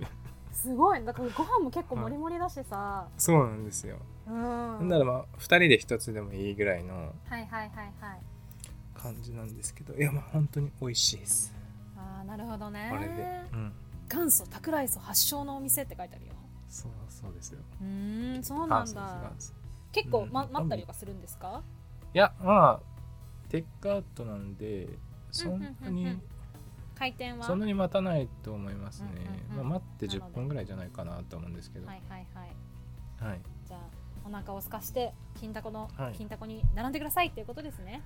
[SPEAKER 2] すごい。だからご飯も結構もりもりだしさ。
[SPEAKER 1] そうなんですよ、
[SPEAKER 2] うん。
[SPEAKER 1] なんならまあ2人で1つでもいいぐらいの
[SPEAKER 2] はいはいはいはい。
[SPEAKER 1] 感じなんですけどいやまあ本当に美味しいです
[SPEAKER 2] ああなるほどね。
[SPEAKER 1] これで、うん
[SPEAKER 2] 元祖タクライソ発祥のお店って書いてあるよ。
[SPEAKER 1] そうそうですよ
[SPEAKER 2] うーん、そう
[SPEAKER 1] パ
[SPEAKER 2] な
[SPEAKER 1] ン
[SPEAKER 2] ん
[SPEAKER 1] ソース
[SPEAKER 2] だ
[SPEAKER 1] が。い
[SPEAKER 2] 結構、ま、
[SPEAKER 1] うん
[SPEAKER 2] 待ったりとかするんですか。
[SPEAKER 1] やまあテイクアウトなんでそんな
[SPEAKER 2] うんうんうんう
[SPEAKER 1] に
[SPEAKER 2] ん回転は。
[SPEAKER 1] そんなに待たないと思いますね
[SPEAKER 2] うんうんう。ん
[SPEAKER 1] まあ待って
[SPEAKER 2] なの
[SPEAKER 1] 10
[SPEAKER 2] で
[SPEAKER 1] 分ぐらいじゃないかなと思うんですけど。
[SPEAKER 2] は
[SPEAKER 1] はい。
[SPEAKER 2] いはいはい。じゃあ、お腹を空かして、金タコの、
[SPEAKER 1] はい
[SPEAKER 2] 金タコに並んでくださいっていうことですね。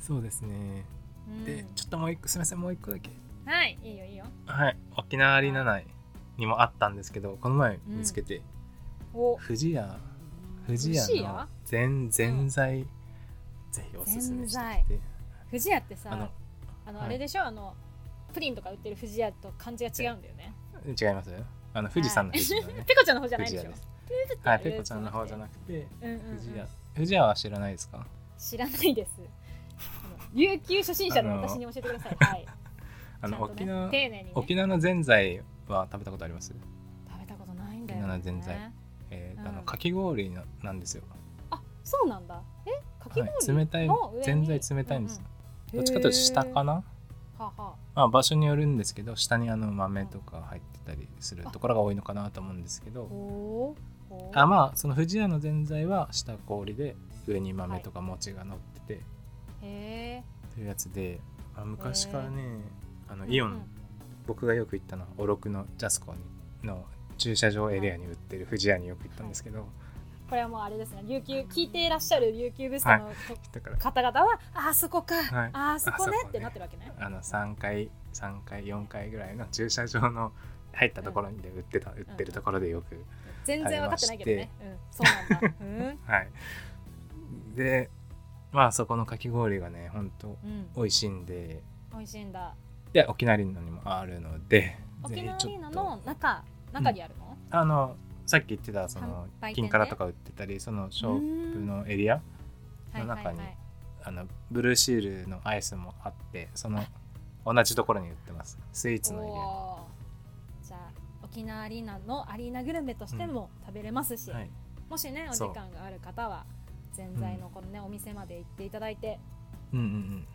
[SPEAKER 1] そうですね。
[SPEAKER 2] うん
[SPEAKER 1] で、ちょっともう一個、すみません、もう一個だけ。
[SPEAKER 2] はい、いいよいいよ。
[SPEAKER 1] はい。沖縄アリーナ内にもあったんですけど、この前見つけて、
[SPEAKER 2] お、
[SPEAKER 1] 富士屋、富士
[SPEAKER 2] 富士
[SPEAKER 1] 屋の
[SPEAKER 2] 屋
[SPEAKER 1] 全全在、ぜひおすすめしてきて。
[SPEAKER 2] 不二家って
[SPEAKER 1] あの
[SPEAKER 2] さ、、あの、
[SPEAKER 1] はい
[SPEAKER 2] あれでしょ、あの。プリンとか売ってる不二家と漢字が違うんだよね。
[SPEAKER 1] 違いますあの、富士山の富士のね。
[SPEAKER 2] ペコちゃんの方じゃ
[SPEAKER 1] 富
[SPEAKER 2] な
[SPEAKER 1] 士
[SPEAKER 2] いで
[SPEAKER 1] 屋
[SPEAKER 2] しょ
[SPEAKER 1] で。す。
[SPEAKER 2] て
[SPEAKER 1] はい、ペコちゃんの方じゃなくて、
[SPEAKER 2] うんうん、う
[SPEAKER 1] 富士屋
[SPEAKER 2] ん。。
[SPEAKER 1] 富士屋は知らないですか
[SPEAKER 2] 知らないです。あの琉球初心者の私に教えてください。はい。
[SPEAKER 1] あの、
[SPEAKER 2] ちゃんとね
[SPEAKER 1] 沖縄、
[SPEAKER 2] 丁寧に、ね、
[SPEAKER 1] 沖縄のぜんざいは食べたことあります
[SPEAKER 2] 食べたことないんだよ、
[SPEAKER 1] 沖
[SPEAKER 2] ね、
[SPEAKER 1] 縄のぜんざいえーあ
[SPEAKER 2] う
[SPEAKER 1] の
[SPEAKER 2] ん
[SPEAKER 1] かき氷ななんですよ、
[SPEAKER 2] あそうなんだえかき氷、
[SPEAKER 1] はい、冷たい
[SPEAKER 2] の上
[SPEAKER 1] 全
[SPEAKER 2] に
[SPEAKER 1] 然冷たいんです、
[SPEAKER 2] うんうん
[SPEAKER 1] どっちかというと下かな、
[SPEAKER 2] はあは
[SPEAKER 1] まあ、場所によるんですけど下にあの豆とか入ってたりするところが多いのかなと思うんですけ
[SPEAKER 2] あ
[SPEAKER 1] ど
[SPEAKER 2] おーおー
[SPEAKER 1] あまあその富士屋のぜんざいは下氷で上に豆とか餅が乗ってて、
[SPEAKER 2] へえ
[SPEAKER 1] というやつで、まあ、昔からねあの
[SPEAKER 2] うんうん
[SPEAKER 1] イオン、僕がよく行ったのはおろくのジャスコの駐車場エリアに売ってる富士屋によく行ったんですけど、
[SPEAKER 2] これはもうあれですね琉球聞いていらっしゃる琉球ブスタの
[SPEAKER 1] だから
[SPEAKER 2] 方々は、あそこか、
[SPEAKER 1] はい
[SPEAKER 2] あそこ
[SPEAKER 1] あそこ
[SPEAKER 2] ね
[SPEAKER 1] ね
[SPEAKER 2] ってなってるわけね
[SPEAKER 1] あの3階3階4階ぐらいの駐車場の入ったところにで売ってた、売ってるところでよく
[SPEAKER 2] 全然分かってないけどね、うん、そうな んだうん
[SPEAKER 1] はいでまあそこのかき氷がねほんと
[SPEAKER 2] うん、
[SPEAKER 1] 美味しいんで
[SPEAKER 2] 美味しいんだ
[SPEAKER 1] で沖縄アリーナにもあるので
[SPEAKER 2] 沖縄アリーナ
[SPEAKER 1] ぜひちょ
[SPEAKER 2] の
[SPEAKER 1] っと
[SPEAKER 2] 中中にあるの、
[SPEAKER 1] あのさっき言ってたその
[SPEAKER 2] 販売店ね
[SPEAKER 1] 金からとか売ってたりそのショップのエリア
[SPEAKER 2] はいはいは
[SPEAKER 1] 中に
[SPEAKER 2] い
[SPEAKER 1] あのブルーシールのアイスもあってその同じところに売ってますスイーツのエリアに
[SPEAKER 2] おーじゃあ沖縄アリーナのアリーナグルメとしても食べれますし、
[SPEAKER 1] はい
[SPEAKER 2] もしねお時
[SPEAKER 1] そう
[SPEAKER 2] 間がある方はぜんざいのこのね、お店まで行っていただいて
[SPEAKER 1] うんうんうん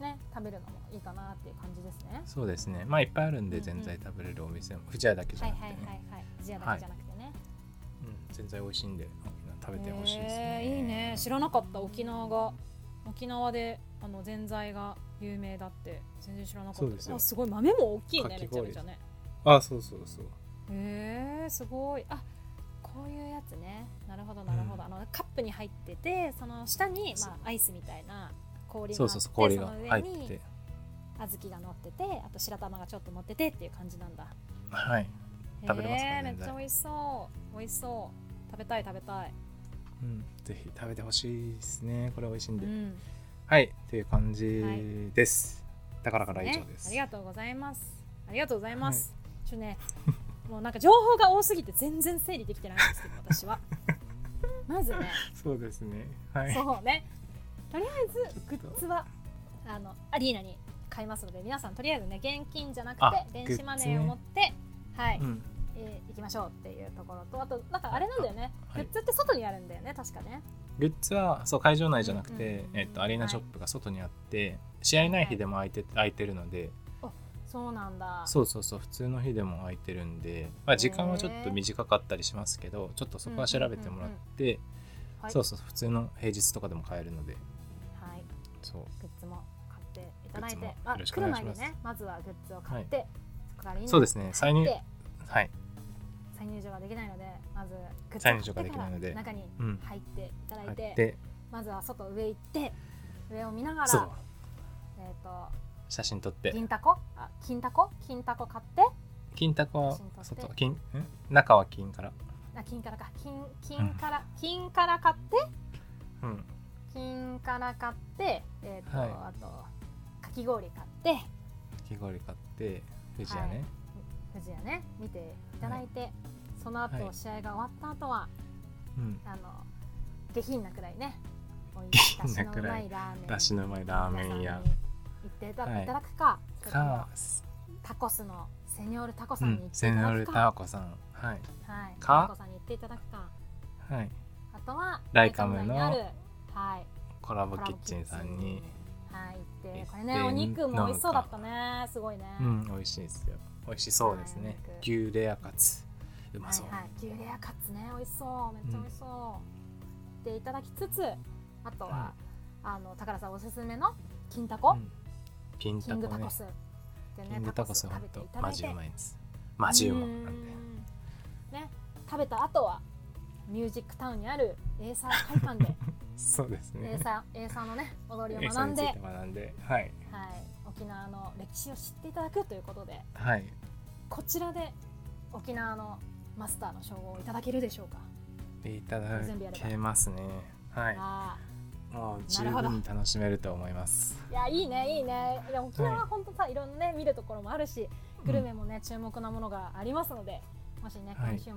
[SPEAKER 2] ね食べるのもいいかなっていう感じですね。
[SPEAKER 1] そうですね。まあいっぱいあるん
[SPEAKER 2] う
[SPEAKER 1] で
[SPEAKER 2] んうん
[SPEAKER 1] 全在食べれるお店も、不二家だけじゃ
[SPEAKER 2] はい
[SPEAKER 1] な
[SPEAKER 2] は
[SPEAKER 1] くて
[SPEAKER 2] い
[SPEAKER 1] ね。
[SPEAKER 2] はいはい。じゃだけじゃなくてね。
[SPEAKER 1] うん、全在美味しいんでみんな食べてほしいです
[SPEAKER 2] え
[SPEAKER 1] ね。
[SPEAKER 2] ーいいね。知らなかった沖縄が沖縄であのぜんざいが有名だって全然知らなかった。
[SPEAKER 1] そうですよ
[SPEAKER 2] あすごい豆も大きいね
[SPEAKER 1] か
[SPEAKER 2] め
[SPEAKER 1] き
[SPEAKER 2] ちゃ
[SPEAKER 1] 氷
[SPEAKER 2] めちゃね。
[SPEAKER 1] あ、そうそうそう。
[SPEAKER 2] へえすごいあこういうやつねなるほどなるほど、
[SPEAKER 1] う
[SPEAKER 2] あのカップに入っててその下に、
[SPEAKER 1] そう
[SPEAKER 2] まあ、アイスみたいな氷が
[SPEAKER 1] そ
[SPEAKER 2] あ
[SPEAKER 1] う
[SPEAKER 2] って
[SPEAKER 1] そ
[SPEAKER 2] そう
[SPEAKER 1] そう、氷が
[SPEAKER 2] の上
[SPEAKER 1] 入って
[SPEAKER 2] に
[SPEAKER 1] て。
[SPEAKER 2] 小豆が乗っててあと白玉がちょっと乗っててっていう感じなんだ
[SPEAKER 1] はい。食べれますか
[SPEAKER 2] へえ
[SPEAKER 1] 全然
[SPEAKER 2] めっちゃ美味しそう美味しそう食べたい食べたい、
[SPEAKER 1] うん、ぜひ食べてほしいですね。これ美味しいん
[SPEAKER 2] う
[SPEAKER 1] で。
[SPEAKER 2] ん、
[SPEAKER 1] はい、という感じです。だからから以上で
[SPEAKER 2] ねあ
[SPEAKER 1] す。
[SPEAKER 2] りがとうございますありがとうございます、ちょっとね もうなんか情報が多すぎて全然整理できてないんですけど 私はまずね
[SPEAKER 1] そうですね。はい。
[SPEAKER 2] そうね。とりあえず
[SPEAKER 1] ち
[SPEAKER 2] グ
[SPEAKER 1] ょっと
[SPEAKER 2] ッズはあのアリーナに買いますので、皆さんとりあえずね現金じゃなく
[SPEAKER 1] あ
[SPEAKER 2] て電子マネーを持って、はい、
[SPEAKER 1] うん、
[SPEAKER 2] えー行きましょうっていうところと、あとなんかあれなんだよね。
[SPEAKER 1] あはい
[SPEAKER 2] グッズって外にあるんだよね、確かね。
[SPEAKER 1] グッズはそう会場内じゃなくて、
[SPEAKER 2] うん
[SPEAKER 1] えっとアリーナショップが外にあって、試合ない日でも空いて空いてるので、
[SPEAKER 2] そうなんだ。
[SPEAKER 1] そうそうそう普通の日でも空いてるんで、まあ、時間はちょっと短かったりしますけどちょっとそこは調べてもらって、
[SPEAKER 2] はい、
[SPEAKER 1] そうそう普通の平日とかでも買えるので
[SPEAKER 2] はい。
[SPEAKER 1] そう
[SPEAKER 2] グッズも買っていただい
[SPEAKER 1] グッズ、も
[SPEAKER 2] てまあ、
[SPEAKER 1] よろしく
[SPEAKER 2] 来
[SPEAKER 1] お
[SPEAKER 2] る
[SPEAKER 1] 願い
[SPEAKER 2] 前
[SPEAKER 1] します
[SPEAKER 2] にねまずはグッズを買って、そこから
[SPEAKER 1] そうですね再入
[SPEAKER 2] 入って
[SPEAKER 1] はい
[SPEAKER 2] 再入場ができないのでまずグッズ
[SPEAKER 1] 再
[SPEAKER 2] を買
[SPEAKER 1] 入
[SPEAKER 2] っ
[SPEAKER 1] 場が
[SPEAKER 2] てから
[SPEAKER 1] できないので
[SPEAKER 2] 中に
[SPEAKER 1] うん
[SPEAKER 2] 入っていただ
[SPEAKER 1] 入
[SPEAKER 2] いて、
[SPEAKER 1] って
[SPEAKER 2] まずは外上行って上を見なが
[SPEAKER 1] そう
[SPEAKER 2] ら、えー、と
[SPEAKER 1] 写真撮って
[SPEAKER 2] 銀タコあ金タコ金タコ買って
[SPEAKER 1] 金タコは
[SPEAKER 2] 写真撮って
[SPEAKER 1] 外金ん中は金から
[SPEAKER 2] あ金からか金金から、金から買って
[SPEAKER 1] うん
[SPEAKER 2] 金から買って、えーと
[SPEAKER 1] はい
[SPEAKER 2] あとかき氷買って
[SPEAKER 1] かき氷買って富士屋
[SPEAKER 2] は
[SPEAKER 1] ね
[SPEAKER 2] 富士屋ね見ていただいて、その後、
[SPEAKER 1] はい
[SPEAKER 2] 試合が終わった後は
[SPEAKER 1] うん
[SPEAKER 2] あの下品なくらいね下
[SPEAKER 1] 品なくらい
[SPEAKER 2] ラーメン
[SPEAKER 1] だしのうまいラーメン屋
[SPEAKER 2] 屋さんに行っていた,、
[SPEAKER 1] はい
[SPEAKER 2] い、ただくかそれとも
[SPEAKER 1] か
[SPEAKER 2] タコスのセニョールタコ
[SPEAKER 1] う
[SPEAKER 2] さんに
[SPEAKER 1] ん
[SPEAKER 2] 行ってい
[SPEAKER 1] セ
[SPEAKER 2] た
[SPEAKER 1] ノ
[SPEAKER 2] だ
[SPEAKER 1] ー
[SPEAKER 2] く
[SPEAKER 1] ル
[SPEAKER 2] か、
[SPEAKER 1] タコさんはい
[SPEAKER 2] はい、
[SPEAKER 1] か
[SPEAKER 2] タコさんに行っていただくか
[SPEAKER 1] はい
[SPEAKER 2] あとは
[SPEAKER 1] ライカムの
[SPEAKER 2] ライカ内にあるはい
[SPEAKER 1] コラボ
[SPEAKER 2] コラボ
[SPEAKER 1] キッチンさんに
[SPEAKER 2] はい行
[SPEAKER 1] 行っ
[SPEAKER 2] っ
[SPEAKER 1] てて
[SPEAKER 2] これねお肉も美味しそうだったねすごいね、
[SPEAKER 1] うん美味しいですよ美味しそうですね
[SPEAKER 2] はい
[SPEAKER 1] 牛レアカツうま
[SPEAKER 2] はい
[SPEAKER 1] そう
[SPEAKER 2] はい牛レアカツね美味しそうめっちゃ美味しそう、でいただきつつあとは、あの高田さんおすすめの金タコ、
[SPEAKER 1] うんピン
[SPEAKER 2] キ
[SPEAKER 1] タ
[SPEAKER 2] ング
[SPEAKER 1] コ
[SPEAKER 2] タ
[SPEAKER 1] ね
[SPEAKER 2] コスでね
[SPEAKER 1] キングタコス
[SPEAKER 2] タ
[SPEAKER 1] 本
[SPEAKER 2] コス
[SPEAKER 1] 当
[SPEAKER 2] を食べていただ
[SPEAKER 1] マ
[SPEAKER 2] い
[SPEAKER 1] ジ
[SPEAKER 2] て
[SPEAKER 1] うまいんですマジうまなんで
[SPEAKER 2] うんね食べた後はミュージックタウンにあるエーサー会 館で
[SPEAKER 1] そうです
[SPEAKER 2] エ
[SPEAKER 1] ね
[SPEAKER 2] ーサーエーサーのね踊りを
[SPEAKER 1] 餌
[SPEAKER 2] 学
[SPEAKER 1] に
[SPEAKER 2] ん
[SPEAKER 1] つ
[SPEAKER 2] で、は
[SPEAKER 1] い
[SPEAKER 2] い
[SPEAKER 1] て、学んではい
[SPEAKER 2] 沖縄の歴史を知っていただくということで
[SPEAKER 1] はい
[SPEAKER 2] こちらで沖縄のマスターの称号をいただけるでしょうか、
[SPEAKER 1] いただけますねはい
[SPEAKER 2] あ
[SPEAKER 1] もう十
[SPEAKER 2] なるほど
[SPEAKER 1] 分に楽しめると思います
[SPEAKER 2] ーいやいいねいいねいや沖縄は本当さ、い、ろんなね見るところもあるしグルメもね、注目なものがありますのでもしね
[SPEAKER 1] は
[SPEAKER 2] 今
[SPEAKER 1] い
[SPEAKER 2] 週末、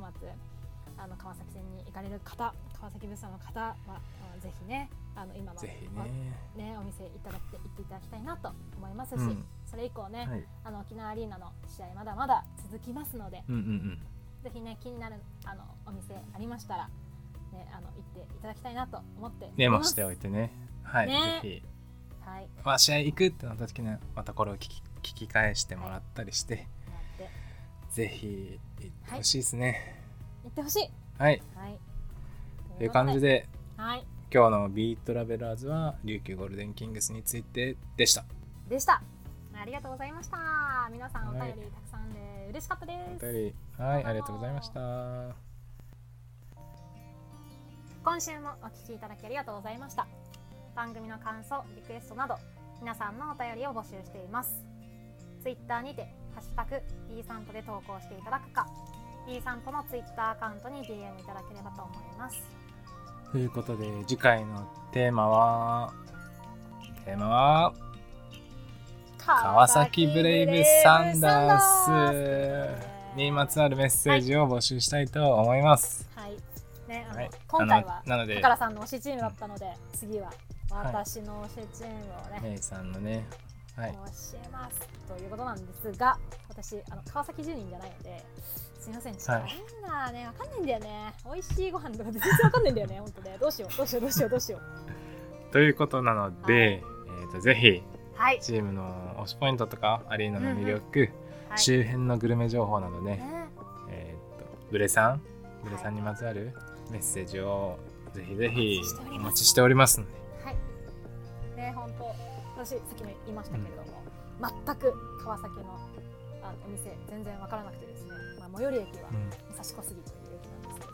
[SPEAKER 2] あの川崎線に行かれる方川崎物産の方はあのぜひねあの今の
[SPEAKER 1] ぜひね
[SPEAKER 2] おねお店いただいて行っていただきたいなと思いますし、
[SPEAKER 1] うん
[SPEAKER 2] それ以降ね、
[SPEAKER 1] はい
[SPEAKER 2] あの沖縄アリーナの試合まだまだ続きますので
[SPEAKER 1] うんうんうん
[SPEAKER 2] ぜひね気になるあのお店ありましたら、ね、あの行っていただきたいなと思って
[SPEAKER 1] メモ
[SPEAKER 2] ます
[SPEAKER 1] しておいてねはい
[SPEAKER 2] ね
[SPEAKER 1] ぜひ
[SPEAKER 2] はいや
[SPEAKER 1] まあ試合行くってなった時にはまたこれを聞き聞き返してもらったりして
[SPEAKER 2] って
[SPEAKER 1] ぜひ行ってほしいですね
[SPEAKER 2] 行ってほしい
[SPEAKER 1] はい
[SPEAKER 2] はい
[SPEAKER 1] という感じで
[SPEAKER 2] はい
[SPEAKER 1] 今日の B トラベラーズは琉球ゴールデンキングスについてでした
[SPEAKER 2] でしたありがとうございました皆さんお
[SPEAKER 1] はい
[SPEAKER 2] 便りたくさんで嬉しかったです、
[SPEAKER 1] お便りはいありがとうございました
[SPEAKER 2] 今週もお聞きいただきありがとうございました番組の感想リクエストなど皆さんのお便りを募集していますツイッターにて「ハッシュタグ #B 散歩」で投稿していただくか B 散歩のツイッターアカウントに DM いただければと思います
[SPEAKER 1] ということで次回のテーマはテーマは川崎ブレイブサンダースにまつわるメッセージを募集したいと思います。
[SPEAKER 2] はいねあの
[SPEAKER 1] はい
[SPEAKER 2] 今回は
[SPEAKER 1] あのなので
[SPEAKER 2] 高田さんの推しチームだったので次は私の推しチームをね、
[SPEAKER 1] メイさんのね、はい、
[SPEAKER 2] 教えますということなんですが私あの川崎住人じゃないのですいませんちょっと
[SPEAKER 1] はい
[SPEAKER 2] あれなねわかんないんだよね美味しいご飯とか全然わかんないんだよね本当ねどうしようどうしようどうしようどうしよう
[SPEAKER 1] ということなので、
[SPEAKER 2] はい
[SPEAKER 1] えー、とぜひ
[SPEAKER 2] はい、
[SPEAKER 1] チームの推しポイントとかアリーナの魅力、
[SPEAKER 2] はい、
[SPEAKER 1] 周辺のグルメ情報などね、
[SPEAKER 2] ね
[SPEAKER 1] えー、とブレさんブレさんにまつわるメッセージをぜひぜひお
[SPEAKER 2] お
[SPEAKER 1] 待
[SPEAKER 2] 待
[SPEAKER 1] ちしておりますので。
[SPEAKER 2] はいね本当私さっきも言いましたけれども、全く川崎のあのお店全然わからなくてですね、まあ、最寄り駅は
[SPEAKER 1] うん
[SPEAKER 2] 武蔵小杉という駅なんですけど、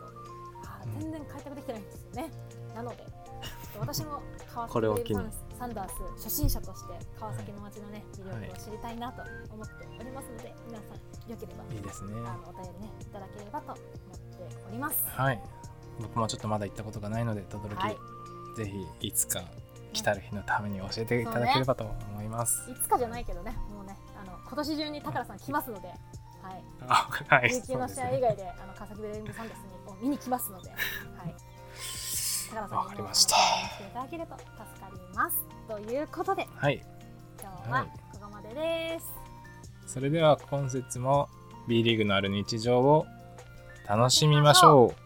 [SPEAKER 2] あ
[SPEAKER 1] うん
[SPEAKER 2] ー全然開拓できてないんですよね。なので、ちょっと私も川崎
[SPEAKER 1] これを機に
[SPEAKER 2] ブレイブサンサンダース初心者として川崎の街のね魅
[SPEAKER 1] はい
[SPEAKER 2] 力を知りたいなと思っておりますので、皆さん良ければ
[SPEAKER 1] いいですね。
[SPEAKER 2] あのお便りねいただければと思っております。
[SPEAKER 1] はい。僕もちょっとまだ行ったことがないので、轟、
[SPEAKER 2] はい
[SPEAKER 1] ぜひいつか来たる日のために教えていただければと思います。
[SPEAKER 2] いつかじゃないけどね、もうねあの今年中に高田さん来ますので、はい。
[SPEAKER 1] あ、はい。
[SPEAKER 2] 琉球の試
[SPEAKER 1] そう
[SPEAKER 2] 合
[SPEAKER 1] です
[SPEAKER 2] 以
[SPEAKER 1] ね
[SPEAKER 2] 外で、あの川崎ブレイブサンダースにを見に来ますので、はい。高田さん
[SPEAKER 1] わ
[SPEAKER 2] に
[SPEAKER 1] か
[SPEAKER 2] も
[SPEAKER 1] り
[SPEAKER 2] あの
[SPEAKER 1] ました
[SPEAKER 2] 応援していただけると助かります。ということで
[SPEAKER 1] はい。
[SPEAKER 2] 今日ははいここまでです。
[SPEAKER 1] それでは今節も B リーグのある日常を楽しみましょう。